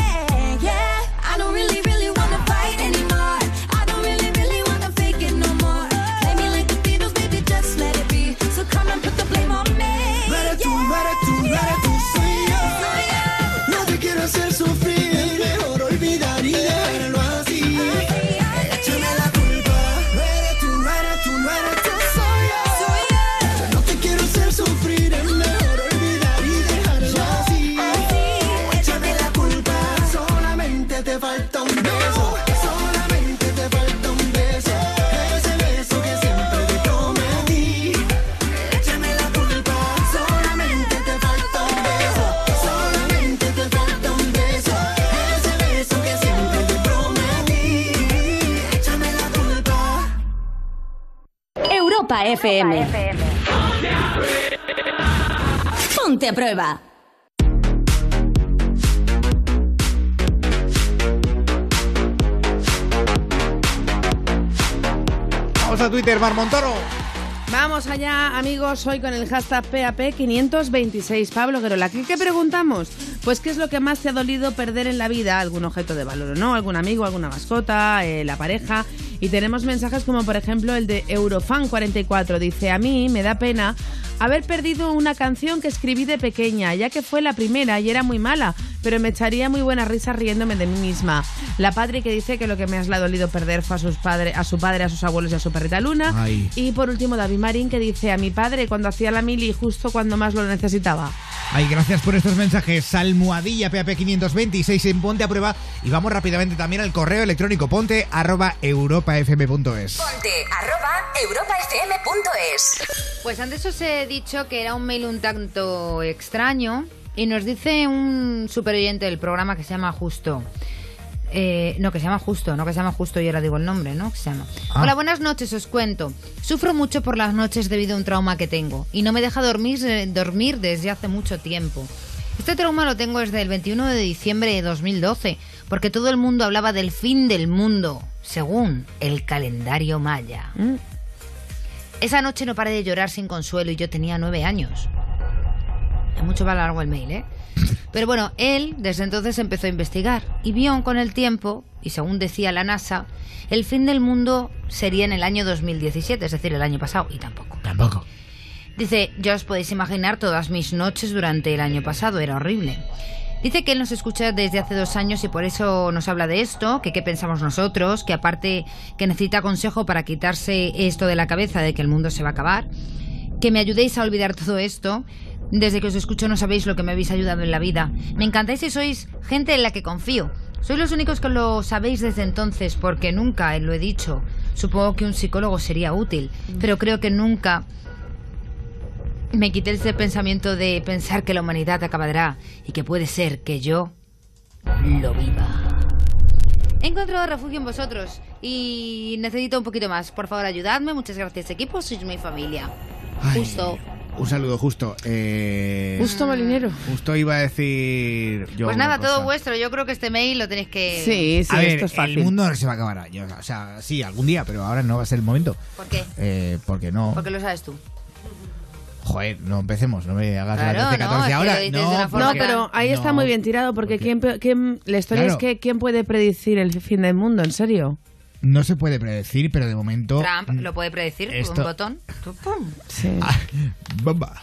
Yeah. I don't really, really wanna fight anymore. I don't really, really wanna fake it no more. Play me like the Beatles, baby, just let it be. So come and put the blame on me. No eres tú, no eres tú, no eres tú, soy yo. No te quiero hacer sufrir, es mejor olvidar y dejarlo así. Échame la culpa, no eres tú, no eres tú, no eres tú, soy yo. No te quiero hacer sufrir, es mejor olvidar y dejarlo así. Échame la culpa, solamente te falta un beso. Solamente te falta un beso, ese beso que siempre te prometí. Échame la culpa, solamente te falta un beso, solamente te falta un beso, ese beso que siempre te prometí. Échame la culpa. Europa FM. Ponte a prueba. Vamos a Twitter, Mar Montoro. Vamos allá, amigos, hoy con el hashtag PAP526. Pablo Guerola, ¿qué, qué preguntamos? Pues, ¿qué es lo que más te ha dolido perder en la vida? ¿Algún objeto de valor o no? ¿Algún amigo, alguna mascota, eh, la pareja? Y tenemos mensajes como, por ejemplo, el de Eurofan44. Dice, a mí me da pena haber perdido una canción que escribí de pequeña, ya que fue la primera y era muy mala, pero me echaría muy buena risa riéndome de mí misma. La Patri que dice que lo que me has dolido perder fue a, sus padres a su padre, a sus abuelos y a su perrita Luna. Ay. Y por último, David Marín que dice a mi padre cuando hacía la mili justo cuando más lo necesitaba. Ay, gracias por estos mensajes. Almohadilla PAP526 en Ponte a Prueba. Y vamos rápidamente también al correo electrónico ponte arroba europafm.es. Ponte arroba europafm.es. Pues antes os he dicho que era un mail un tanto extraño y nos dice un superoyente del programa que se llama Justo. eh, no, que se llama Justo, no que se llama Justo, yo ahora digo el nombre, ¿no? Que se llama. Hola, buenas noches, os cuento. Sufro mucho por las noches debido a un trauma que tengo y no me deja dormir, eh, dormir desde hace mucho tiempo. Este trauma lo tengo desde el 21 de diciembre de 2012, porque todo el mundo hablaba del fin del mundo, según el calendario maya. Esa noche no paré de llorar sin consuelo y yo tenía nueve años. Es mucho más largo el mail, ¿eh? Pero bueno, él desde entonces empezó a investigar y vio con el tiempo, y según decía la NASA, el fin del mundo sería en el año 2017, es decir, el año pasado, y tampoco. Tampoco. Dice, ya os podéis imaginar todas mis noches durante el año pasado, era horrible. Dice que él nos escucha desde hace dos años y por eso nos habla de esto, que qué pensamos nosotros, que aparte que necesita consejo para quitarse esto de la cabeza de que el mundo se va a acabar, que me ayudéis a olvidar todo esto. Desde que os escucho no sabéis lo que me habéis ayudado en la vida. Me encantáis y sois gente en la que confío. Sois los únicos que lo sabéis desde entonces porque nunca eh, lo he dicho. Supongo que un psicólogo sería útil, pero creo que nunca me quité ese pensamiento de pensar que la humanidad acabará y que puede ser que yo lo viva. He encontrado refugio en vosotros y necesito un poquito más. Por favor, ayudadme. Muchas gracias, equipo. Sois mi familia. Justo. Un saludo justo. Eh, Justo Molinero. Justo iba a decir. yo Pues una nada, todo cosa. vuestro. Yo creo que este mail lo tenéis que... A ver, El mundo no se va a acabar. yo- o sea, sí, algún día, pero ahora no va a ser el momento. ¿Por qué? Eh, porque no. Porque lo sabes tú. Joder, no empecemos, no me hagas Claro, la 13, no, 14 es que ahora. lo dices de No, una No, porque- pero ahí está no. muy bien tirado porque ¿quién, pe- quién- la historia Claro. es que ¿quién puede predecir el fin del mundo? ¿En serio? No se puede predecir, pero de momento. Trump lo puede predecir con esto- un botón. Tú, pum. [laughs] Ah, Bomba.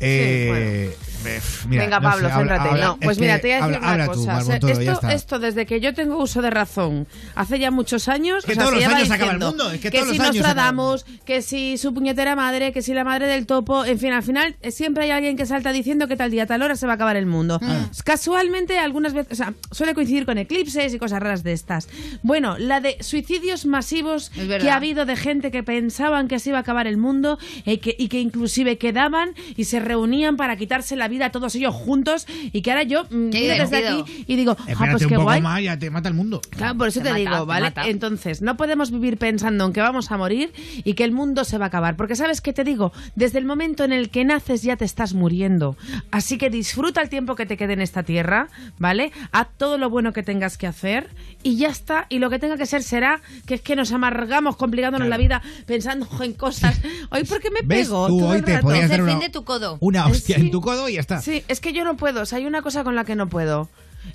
Eh, bef, mira, Venga, no sé, Pablo, habla- céntrate. habla- no, pues es mira, que te voy a decir habla- una habla tú, cosa. O sea, Barbontolo, ya esto, está. esto, desde que yo tengo uso de razón, hace ya muchos años. Que o sea, todos se los lleva años se acaba el diciendo mundo, es que todos si los años se acaba el Nostradamus, que si su puñetera madre, que si la madre del topo. En fin, al final eh, siempre hay alguien que salta diciendo que tal día, tal hora se va a acabar el mundo. Ah. Pues Casualmente, algunas veces. O sea, suele coincidir con eclipses y cosas raras de estas. Bueno, la de suicidios masivos verdad. que ha habido de gente que pensaban que se iba a acabar el mundo eh, que- y que inclusive quedaban y se reunían para quitarse la vida todos ellos juntos y que ahora yo mm, miro desde divertido. aquí y digo, ah, Eh, Espérate pues qué un poco guay. más, ya te mata el mundo. Claro, por eso Te te, mata, te digo, ¿vale? mata. Entonces, no podemos vivir pensando en que vamos a morir y que el mundo se va a acabar. Porque, ¿sabes qué te digo? Desde el momento en el que naces ya te estás muriendo. Así que disfruta el tiempo que te quede en esta tierra, ¿vale? Haz todo lo bueno que tengas que hacer y ya está. Y lo que tenga que ser será que es que nos amargamos complicándonos la vida pensando en cosas. Hoy, ¿por qué me ¿Ves? pego? Tú todo hoy el te rato? podías dar una, una hostia en tu codo y ya está. Sí, es que yo no puedo. O sea, hay una cosa con la que no puedo.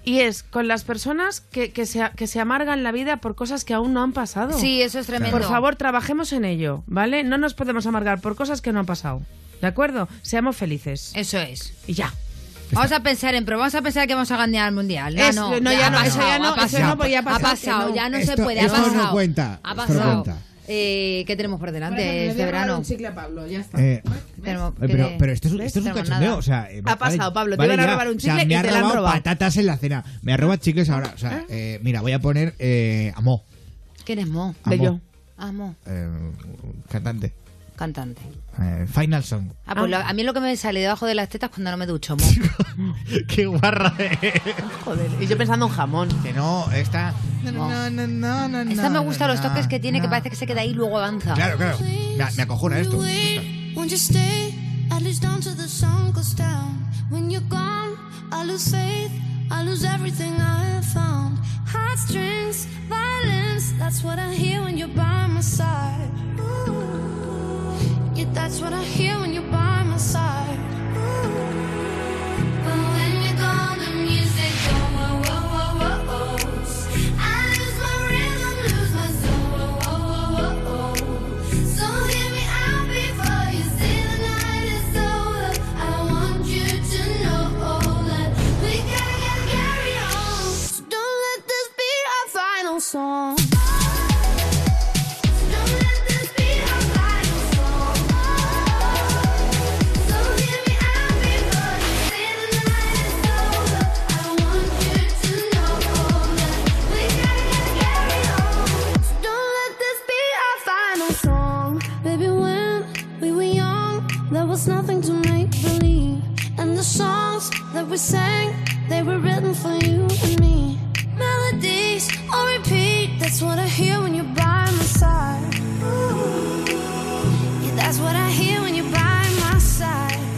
Y es con las personas que, que, se, que se amargan la vida por cosas que aún no han pasado. Sí, eso es tremendo. Por favor, trabajemos en ello, ¿vale? No nos podemos amargar por cosas que no han pasado. ¿De acuerdo? Seamos felices. Eso es. Y ya. Vamos a pensar en pro, vamos a pensar que vamos a ganar el mundial. No, Es- no, no, ya ha no, eso pasado, ya no, ha eso pasado. no podía pasar, Ha pasado, que no. ya no se Esto- puede, Pues, ha esto no pasado. cuenta, Ha esto no pasado. cuenta. Eh, ¿Qué tenemos por delante Por ejemplo, le voy este a regalar verano? un chicle a Pablo, ya está. Eh, Tenemos- Eh, Pero, ¿qué- pero esto es, ves? esto es un Tenemos cachondeo. nada. O sea, eh, Ha vale, pasado, Pablo, te vale iban a ya. robar un O sea, chicle me y ha te la han robado robado. patatas en la cena. Me roba chicles ahora. O sea, eh, mira, voy a poner eh, Amó. ¿Quién es Mo? Amo. Bello. Amo, eh, cantante. cantante. Eh, final Song. Ah, pues lo- a mí lo que me sale debajo de las tetas cuando no me ducho, Mo. [laughs] Qué guarra [laughs] Joder, y yo pensando en jamón. Que no, esta... Mo. no, Esta me no, gusta los no, toques que tiene, que parece que se queda ahí y luego avanza. Claro, claro. Me, me acojona esto. Won't you stay? I lose down till the sun goes down. When you're gone, I lose faith. I lose everything I have found. Heartstrings, violence. That's what I hear when you're by my side. Ooh. Yeah, that's what I hear when you're by my side. Ooh. But when you're gone, the music go whoa, whoa, whoa, whoa, whoa. I lose my rhythm, lose my soul. Whoa, whoa, whoa, whoa, whoa. So hear me out before you say the night is over. I want you to know oh, that we gotta carry on. So don't let this be our final song. Don't let this be our final song. So hear me out before you say the night is over. I want you to know that we gotta carry on. So don't let this be our final song. Baby, when we were young, there was nothing to make believe. And the songs that we sang, they were written for you and me. Melodies on repeat. That's what I hear when you're by my side. Yeah, that's what I hear when you're by my side. And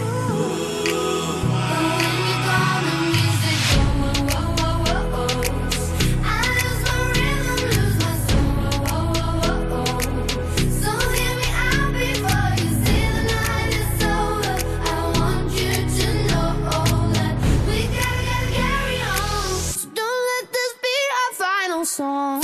when you go, the music oh, go, whoa, whoa, whoa, whoa, whoa. I lose my rhythm, lose my soul, whoa, whoa, whoa, whoa, whoa. So hear me out before you see the night is over. I want you to know that we gotta, gotta carry on. So don't let this be our final song.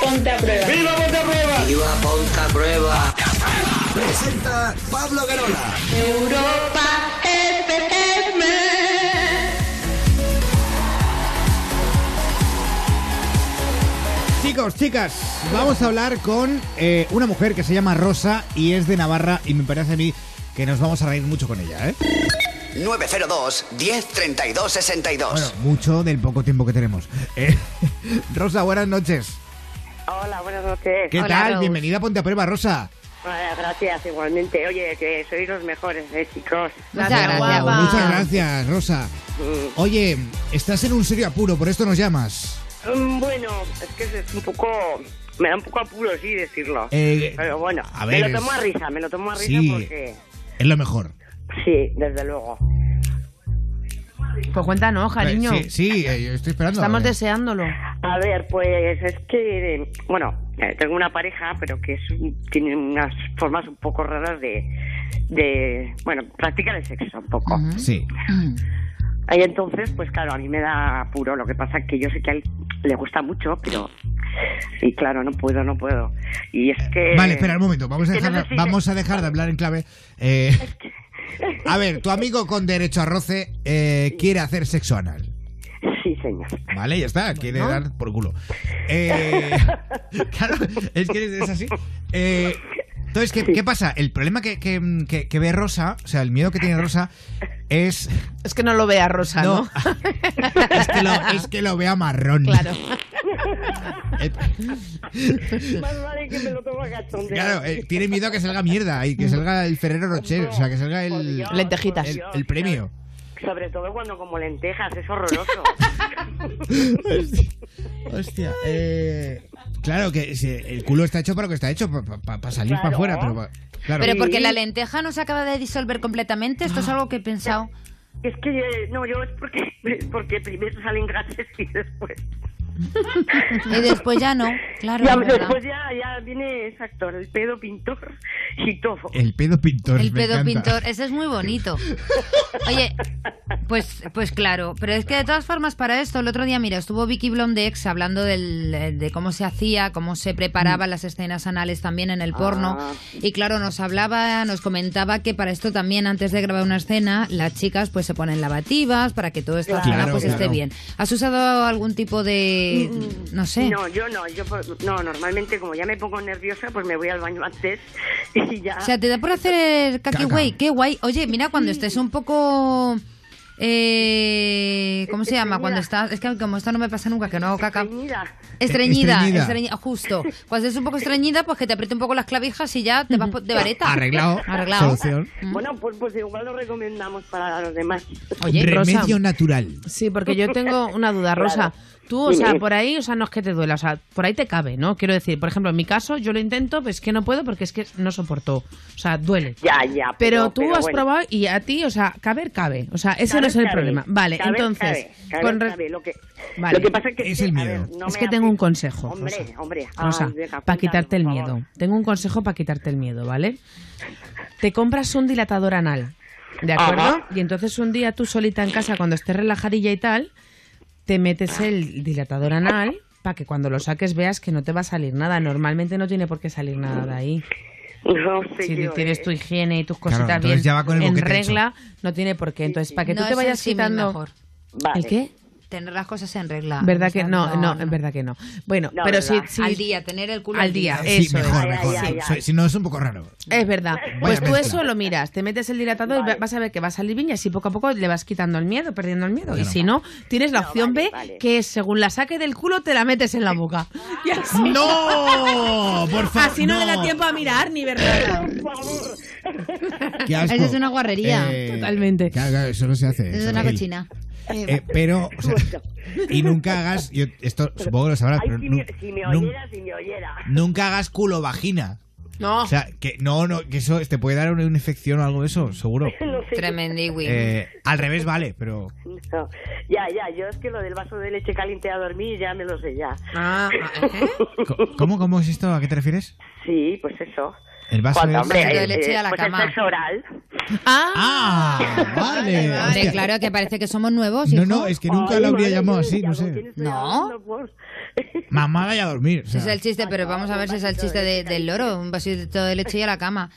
Ponte a prueba. ¡Viva Ponte a Prueba! ¡Viva Ponte a Prueba! Presenta Pablo Guerola. Europa FM. Chicos, chicas, vamos a hablar con eh, una mujer que se llama Rosa y es de Navarra y me parece a mí que nos vamos a reír mucho con ella, ¿eh? 902 10 32 62. Bueno, mucho del poco tiempo que tenemos. [laughs] Eh, Rosa, buenas noches. Hola, buenas noches. ¿Qué tal? Bienvenida a Ponte a Prueba, Rosa. Hola, gracias, igualmente. Oye, que sois los mejores, eh, chicos. Muchas gracias, Rosa. Oye, estás en un serio apuro, por esto nos llamas. Mm, Bueno, es que es un poco... Me da un poco apuro, sí, decirlo. Eh, Pero bueno, a me ver, lo tomo es- a risa, me lo tomo a risa Sí. porque... Es lo mejor. Sí, desde luego. Pues cuéntanos, cariño. Sí, sí, eh, yo estoy esperando. Estamos Eh, deseándolo. A ver, pues es que, eh, bueno, eh, tengo una pareja, pero que es un- tiene unas formas un poco raras de, de, bueno, practicar el sexo un poco. Sí. Y entonces, pues claro, a mí me da apuro. Lo que pasa es que yo sé que a él le gusta mucho, pero. Y claro, no puedo, no puedo. Y es que. Vale, espera un momento. Vamos a Eh, que no dejar, sé si- vamos a dejar de hablar en clave. Eh, a ver, tu amigo con derecho a roce eh, quiere hacer sexo anal. Sí, señor. Vale, ya está. Quiere ¿No? dar por culo. Eh, claro, es que es así. Eh, entonces, ¿qué, qué pasa? El problema que, que- que- que ve Rosa, o sea, el miedo que tiene Rosa es... Es que no lo vea Rosa, ¿no? [laughs] es, que lo, es que lo vea marrón. [laughs] Eh, Claro. [laughs] Más vale que me lo toma cachondeo. Claro, eh, tiene miedo a que salga mierda y que salga el Ferrero Rocher, o sea, que salga el... Lentejitas. El, el premio. Sobre todo cuando como lentejas, [laughs] es horroroso. Hostia, eh, Claro, que si el culo está hecho para lo que está hecho, para salir para Claro. afuera, pero... pa- claro. Pero porque la lenteja no se acaba de disolver completamente, esto es algo que he [laughs] pensado. Es que eh, no, yo es porque, es porque primero salen gracias y después. Y después ya no, claro. ya, es verdad. después ya, ya viene, exacto, el pedo pintor y todo. El pedo pintor. El me pedo encanta. pintor, eh, ese es muy bonito. Oye, pues, pues claro, pero es que de todas formas para esto, el otro día, mira, estuvo Vicky Blondex hablando del- eh, de cómo se hacía, cómo se preparaban las escenas anales también en el porno. Ah. Y claro, nos hablaba, nos comentaba que para esto también, antes de grabar una escena, las chicas pues se ponen lavativas para que todo esta Claro, escena pues claro. esté bien. ¿Has usado algún tipo Eh, de... no sé? Mm, No, yo no, yo por- no, normalmente como ya me pongo nerviosa, pues me voy al baño antes [laughs] y ya. O sea, te da por hacer kaki güey, qué guay. Oye, mira, cuando estés un poco... eh, ¿Cómo se llama? Cuando estás... Es que como esto no me pasa nunca, que no hago caca. Estreñida. Estreñida, Estreñida. justo. Cuando estés un poco estreñida, pues que te apriete un poco las clavijas y ya te vas po- de vareta. Arreglado. Arreglado. Mm. Solución. Bueno, pues, pues igual lo recomendamos para los demás. Remedio Rosa. natural. Sí, porque yo tengo una duda, Rosa. Claro. Tú, o sea, Dime. pues, por ahí, o sea, no es que te duela, o sea, por ahí te cabe, ¿no? Quiero decir, por ejemplo, en mi caso, yo lo intento, pero es que no puedo porque es que no soporto. O sea, duele. Ya, ya. Pero, tú pero has bueno. probado y a ti, o sea, caber cabe. O sea, ese no Caber, es el cabe. problema. Vale, Caber, entonces. cabe. Caber, con re- cabe. Lo que, Vale. lo que pasa es que Es que, el a miedo. ver, no es me que apri- tengo un consejo. Hombre, Rosa. hombre. Rosa, Ay, venga, para apúntalo, quitarte el por favor. miedo. Tengo un consejo para quitarte el miedo, ¿vale? Te compras un dilatador anal, ¿de acuerdo? Ajá. Y entonces un día tú solita en casa, cuando estés relajadilla y tal, te metes el dilatador anal para que cuando lo saques veas que no te va a salir nada. Normalmente no tiene por qué salir nada de ahí. [laughs] No sé si yo, tienes tu higiene y tus Claro, cositas entonces bien ya va con el en boquete hecho. regla, no tiene por qué. Entonces, para que tú No te es el vayas símil quitando... mejor. ¿El qué? Tener las cosas en regla. ¿Verdad O que sea, no? No, en verdad que no. Bueno, No, pero sí, ¿verdad? Al día, tener el culo al al día. eh. día. Sí, eso mejor, es. mejor. Sí. Sí, Si no, es un poco raro. Es verdad. Vaya Pues tú mezcla. eso lo miras, te metes el dilatador y va- vas a ver que va a salir bien y así poco a poco le vas quitando el miedo, perdiendo el miedo. Y Claro. si no, tienes la opción B, que es según la saque del culo, te la metes en la boca. Y así- ¡No! Por favor, Así no, le da no. tiempo a mirar ni ver nada. Qué asco. Eh, Eso es una guarrería. Totalmente. Claro, claro, eso no se hace. Eso es eso, una Miguel. cochina. Eh, pero, o sea, y nunca hagas, yo, esto supongo que lo sabrás, Ay, pero si, nu- me, si me nun- oyera, si me oyera. nunca hagas culo vagina. Oh. No. O sea, que [laughs] no, no, que eso te puede dar una, una infección o algo de eso, seguro. Tremendiwi. Eh, al revés vale, pero No, ya, ya, yo es que lo del vaso de leche caliente a dormir ya me lo sé ya. Ah, ¿Eh? co- ¿cómo, cómo es esto? ¿A qué te refieres? Sí, pues eso. El vaso Cuando, es- hombre, Vaso de eh, leche eh, a la pues cama. el sexo oral. Ah, vale. Hombre, hostia. claro, que parece que somos nuevos, No, hijo. no, es que nunca lo habría llamado así, no sé. No, Mamada y a dormir. o sea. ese es el chiste, pero vamos a ver si es el chiste de- del loro, un vasito de leche y a la cama.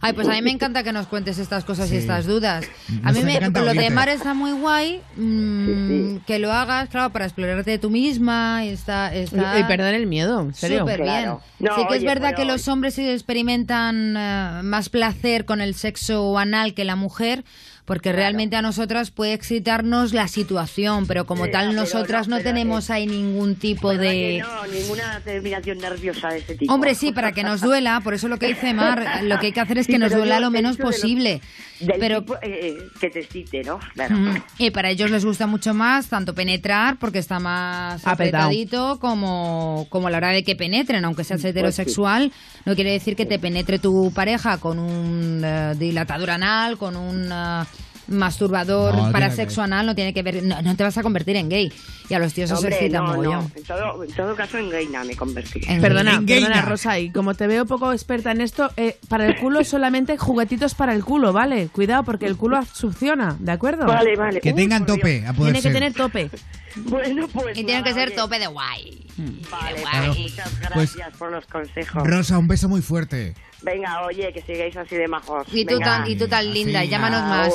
Ay, pues a mí me encanta que nos cuentes estas cosas Sí. y estas dudas. Mm, A Nos mí me, encanta lo de oírte. Mar está muy guay, mm, que lo hagas, claro, para explorarte tú misma y está... está... Y y perder el miedo, en serio. Súper bien. sí que es verdad que los hombres sí experimentan eh, más placer con el sexo anal que la mujer, porque realmente a nosotras puede excitarnos la situación, pero como Sí, tal pero nosotras no, no, pero tenemos ahí ningún tipo ¿Verdad que de... No, ninguna terminación nerviosa de ese tipo. Hombre, sí, para que nos duela, por eso lo que dice Mar, lo que hay que hacer es Sí, que nos pero duela yo lo te he menos dicho de lo- posible. Del Pero Mm. tipo, eh, que te excite, ¿no? Claro. Ujú. Y para ellos les gusta mucho más tanto penetrar, porque está más Apretado. apretadito, como, como a la hora de que penetren, aunque seas heterosexual. No quiere decir que te penetre tu pareja con un eh, dilatador anal, con un eh, masturbador No, tiene para que sexo anal, no tiene que ver. No, no te vas a convertir en gay. Y a los tíos eso Hombre, excita no, mogollón. no. [laughs] En todo, en todo caso, en gaina me convertí. Perdona, perdona, Rosa, y como te veo poco experta en esto, eh, para el culo solamente juguetitos para el culo, ¿vale? Cuidado, porque el culo succiona, ¿de acuerdo? Vale, vale. Que tengan tope, a poder Tiene que ser. tener tope. Bueno, pues. Y tiene que ser tope de guay. Vale, Claro. pues, muchas Pues- gracias por los consejos. Rosa, un beso muy fuerte. Venga, oye, que sigáis así de majos. Y tú Venga. tan- y tú tan linda, Sí. llámanos más.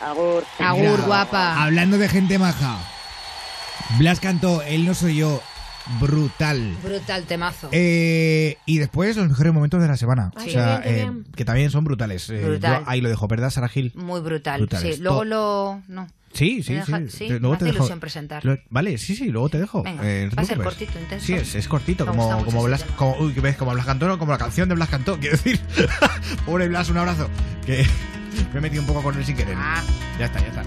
Agur, Agur. Mira, Hablando de gente maja. Blas cantó Él no soy yo. Brutal. Brutal temazo. Eh, y después los mejores momentos de la semana. Ay, o sea, Ah, qué bien, qué eh, bien. que también son brutales. Eh, Brutal. yo ahí lo dejo, ¿verdad, Sara Gil? Muy brutal. Brutales. Sí, luego To- lo. No. Sí, sí, Me deja- sí. sí, Te- me hace ilusión presentar. Lo- vale, sí, sí, luego te dejo. Venga, Eh, no va a ser te preocupes. cortito, intenso. Sí, es, es cortito, Me gusta como, mucho como ese Blas, como, uy, ¿ves? como Blas Cantó, no, como la canción de Blas Cantó, quiero decir. [laughs] Pobre Blas, un abrazo. Que [laughs] me he metido un poco con él sin querer. Ah. Ya está, ya está.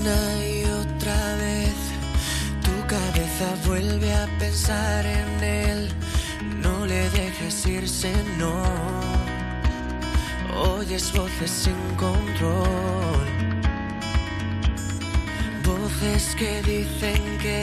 Una y otra vez tu cabeza vuelve a pensar en él. No le dejes irse, no. Oyes voces sin control. Voces que dicen que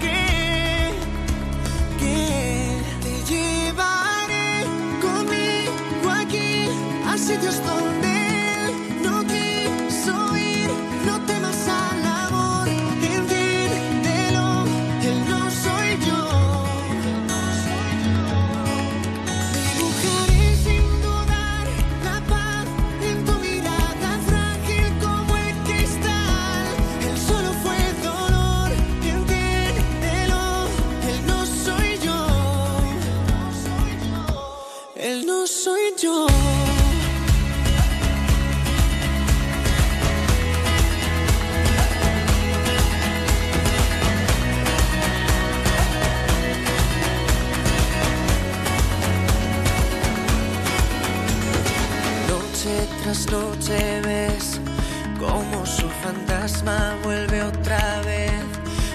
que, que te llevaré conmigo aquí a sitios donde no quiso ir. No temas al amor, entiéndelo, él no soy yo. Dibujaré sin dudar la paz en tu mirada frágil como el cristal. Él solo fue dolor, entiéndelo, él no soy yo. Él no soy yo. Noche tras noche ves cómo su fantasma vuelve otra vez.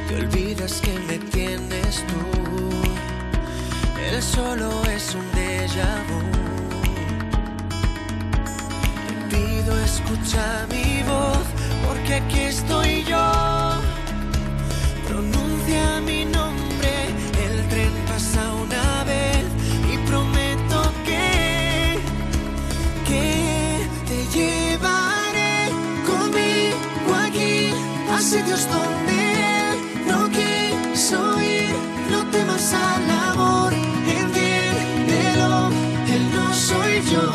Te olvidas que me tienes tú. Él solo es un déjà vu. solo escucha mi voz, porque aquí estoy yo. Pronuncia mi nombre, el tren pasa una vez y prometo que, que te llevaré conmigo aquí, hacia Dios donde no quiso ir, no temas al amor, entiéndelo, él no soy yo.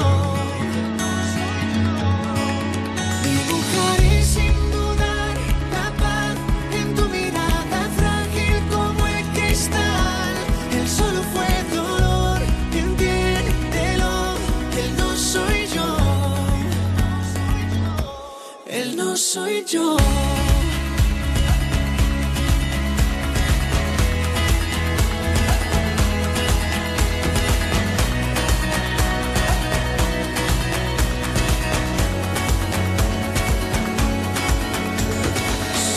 Dibujaré sin dudar la paz en tu mirada frágil como el cristal. Él solo fue dolor, entiéndelo, él no soy yo. Él no soy yo.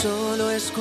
Solo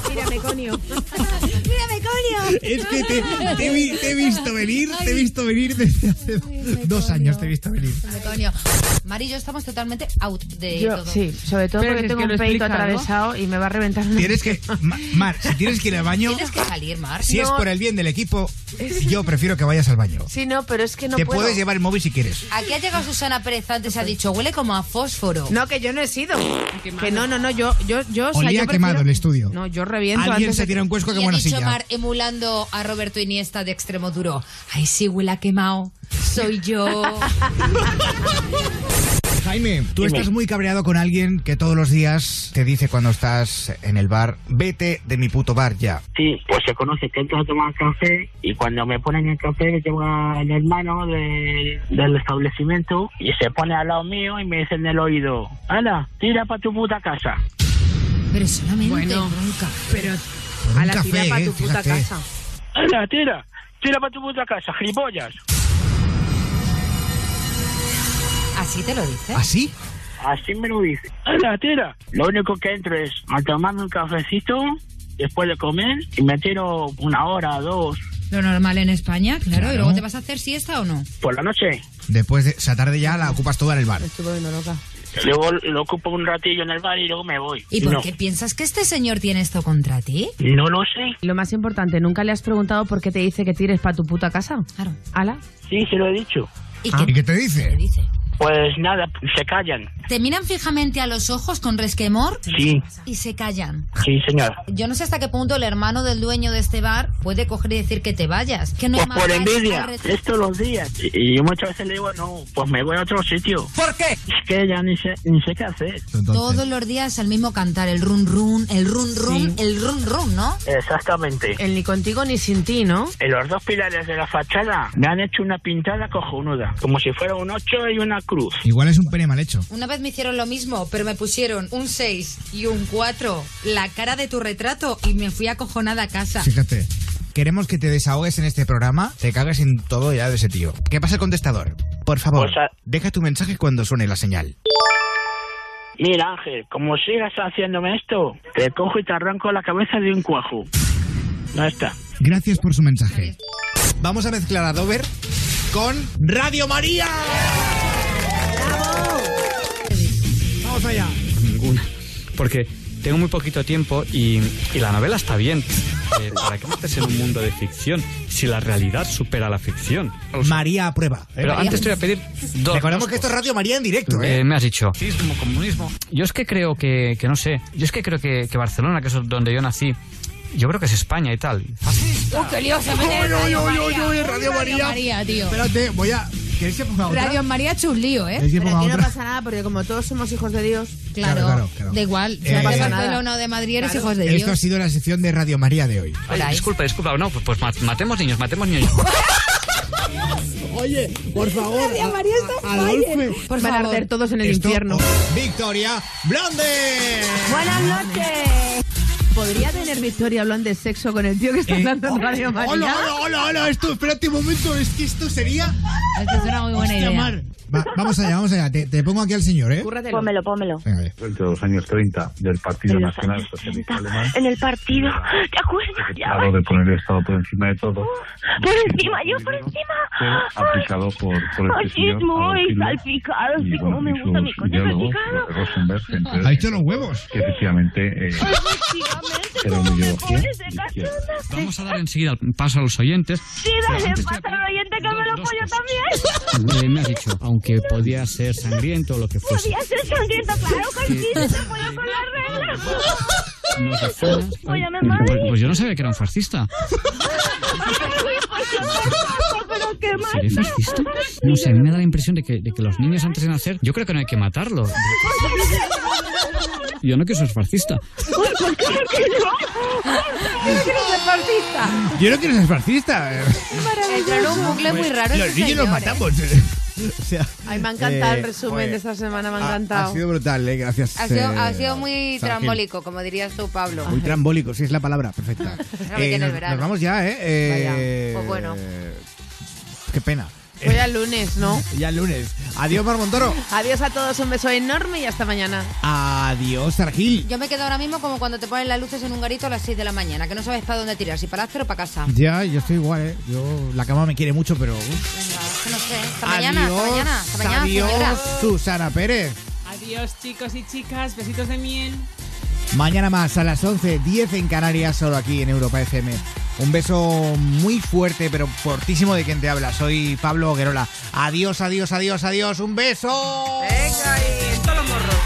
Mira, [laughs] meconio. mira, meconio. [laughs] Es que te, te he vi- te he visto venir, te he visto venir desde hace dos años, te he visto venir. Meconio. Mari y yo estamos totalmente out de Yo, todo. sí, sobre todo Pero porque es tengo que un lo peito explica, ¿no? atravesado y me va a reventar. Tienes que. Ma- Mar, si tienes [laughs] que ir al baño, Tienes que salir, Mar. si es No. por el bien del equipo, yo prefiero que vayas al baño. Sí, no, pero es que no te puedo. puedes llevar el móvil si quieres. Aquí ha llegado Susana Pérez antes, ha dicho, huele como a fósforo. No, que yo no he sido. Que no, no, no, yo, yo, yo, o sea, Olía yo prefiero- quemado el estudio. No, yo reviento Alguien antes se de- tira un cuesco que Y ha buena dicho silla. Mar emulando a Roberto Iniesta de extremo duro. Ay, sí, huele a quemado. Soy [laughs] yo. Jaime, tú Dime. estás muy cabreado con alguien que todos los días te dice cuando estás en el bar, vete de mi puto bar ya. Sí, pues se conoce que entro a tomar café y cuando me ponen el café me lleva el hermano del, del establecimiento y se pone al lado mío y me dice en el oído, ¡Hala, tira para tu puta casa! Pero solamente Bueno, bronca. Pero un a la tira café, para eh, tu puta fíjate. casa. ¡Hala, tira! ¡Tira para tu puta casa, gilipollas! ¿Así te lo dice? ¿Así? Así me lo dice. ¡Hala, tira! Lo único que entro es a tomarme un cafecito después de comer y me tiro una hora, dos, Lo normal en España, claro. Claro. ¿Y luego te vas a hacer siesta o no? por la noche. Después de esa tarde ya la ocupas toda en el bar. Estuve viendo loca. Luego lo ocupo un ratillo en el bar y luego me voy. ¿Y por No. qué piensas que este señor tiene esto contra ti? No lo sé. Lo más importante, ¿nunca le has preguntado por qué te dice que tires para tu puta casa? Claro. ¿Ala? Sí, se lo he dicho. ¿Y qué- Ah, te dice? Pues nada, se callan. Te miran fijamente a los ojos con resquemor Sí, y se callan. sí, señora. Yo no sé hasta qué punto el hermano del dueño de este bar puede coger y decir que te vayas. Que no hay Pues más por bares envidia, al respecto. es todos los días. Y, y yo muchas veces le digo, no, pues me voy a otro sitio. ¿Por qué? Es que ya ni sé, ni sé qué hacer. Todos los días el mismo cantar, el run run, el run run, el run run, ¿no? Exactamente. El ni contigo ni sin ti, ¿no? En los dos pilares de la fachada me han hecho una pintada cojonuda, como si fuera un ocho y una cruz. Igual es un pene mal hecho. Una vez vez me hicieron lo mismo, pero me pusieron un 6 y un 4, la cara de tu retrato, y me fui acojonada a casa. Fíjate. Queremos que te desahogues en este programa, te cagas en todo ya de ese tío. ¿Qué pasa el contestador? Por favor, Pues a- deja tu mensaje cuando suene la señal. Mira, Ángel, como sigas haciéndome esto, te cojo y te arranco la cabeza de un cuajo. No [laughs] está. Gracias por su mensaje. Vamos a mezclar a Dover con Radio María. Vamos allá. Ninguna. Porque tengo muy poquito tiempo y, y la novela está bien. Eh, ¿Para qué metes en un mundo de ficción si la realidad supera la ficción? María aprueba. Pero María. antes te voy a pedir dos. Recordemos dos que esto es cosas. Radio María en directo, ¿eh? Eh, me has dicho. comunismo. Yo es que creo que, que no sé. Yo es que creo que, que Barcelona, que es donde yo nací, yo creo que es España y tal. ¡Uy, qué lío se mete en Radio María. Radio Radio María. María, tío. Espérate, voy a. ¿Queréis que ponga otra? Radio María es un lío, ¿eh? ¿Queréis que Pero ponga aquí no otra? pasa- nada, porque como todos somos hijos de Dios. Claro, Claro, claro, claro. da igual. Eh, Si vas de eh, Barcelona o de Madrid, eres hijos de Esto ha Dios. sido la sección de Radio María de hoy. Ay, disculpa, disculpa. No, pues, pues mat- matemos niños, matemos niños. Oye, por favor. Radio María está Adolfo. Por Van a favor. arder todos en el infierno. Victoria Blonde. Buenas noches. ¿Podría tener Victoria hablando de sexo con el tío que está hablando en Radio María? Eh, oh, Hola, hola, hola, hola. Esto, espérate un momento. Es que esto sería. Esta es una muy buena Hostia, idea. Mar. Va, vamos allá, vamos allá. Te, te pongo aquí al señor, ¿eh? Pómelo, pómelo. de los años 30 del Partido De los Nacional años Socialista 30, Alemán. En el partido, ¿te acuerdas? Ya, Claro, de poner el Estado por encima de todo, por encima, yo por encima. [laughs] fue aplicado por, por este señor Fascismo Adolf y Hitler, salpicado, y, sí, bueno, como me y sus gusta mi coño ideólogos, salpicado. eh, Rosenberg, entre- Ha hecho los huevos. que efectivamente eh, era una ideología Vamos a dar enseguida paso a los oyentes. Sí, Pero dale, antes pasa al oyente que me lo pollo también. Eh, me has dicho, aunque podía ser sangriento o lo que fuese. Podía ser sangriento, claro, con sí, se pollo con las [laughs] reglas. Nos afanas. Voy a me Pues, madre. pues yo no sabía que era un fascista. Pero qué más. ¿Seré fascista? No sé, a mí me da la impresión de que, de que los niños antes de nacer, yo creo que no hay que matarlo. Yo no quiero ser fascista. [laughs] Uy, pues claro que no. Yo quiero ser fascista. Yo no quiero ser fascista. eh. Pues, Maravilloso. Entró en un bucle muy raro. Pues, Los este niños los señor, ¿eh? [laughs] matamos. o sea, Ay, me ha encantado Eh, el resumen oye, de esta semana, me ha ha, encantado. ha sido brutal, ¿eh? Gracias. Ha sido, eh, ha sido muy Sargil. trambólico, como dirías tú, Pablo. Muy trambólico, sí es la palabra, perfecta. que en el nos, verano. nos vamos ya, ¿eh? Eh, Vaya, pues bueno. Qué pena. Voy al lunes, ¿no? Ya el lunes. Adiós, Mar Montoro. Adiós a todos, un beso enorme y hasta mañana. Adiós, Sargil. Yo me quedo ahora mismo como cuando te ponen las luces en un garito a las 6 de la mañana, que no sabes para dónde tirar, si para el o para casa. Ya, yo estoy igual, ¿eh? Yo, la cama me quiere mucho, pero... uf. No sé, hasta mañana, hasta Adiós, mañana, hasta mañana, señora. Adiós, Susana Pérez. Adiós, chicos y chicas. Besitos de miel. Mañana más a las 11.10 en Canarias, solo aquí en Europa FM. Un beso muy fuerte, pero fortísimo de quien te habla. Soy Pablo Guerola. Adiós, adiós, adiós, adiós. Un beso. Venga, y todos los morros.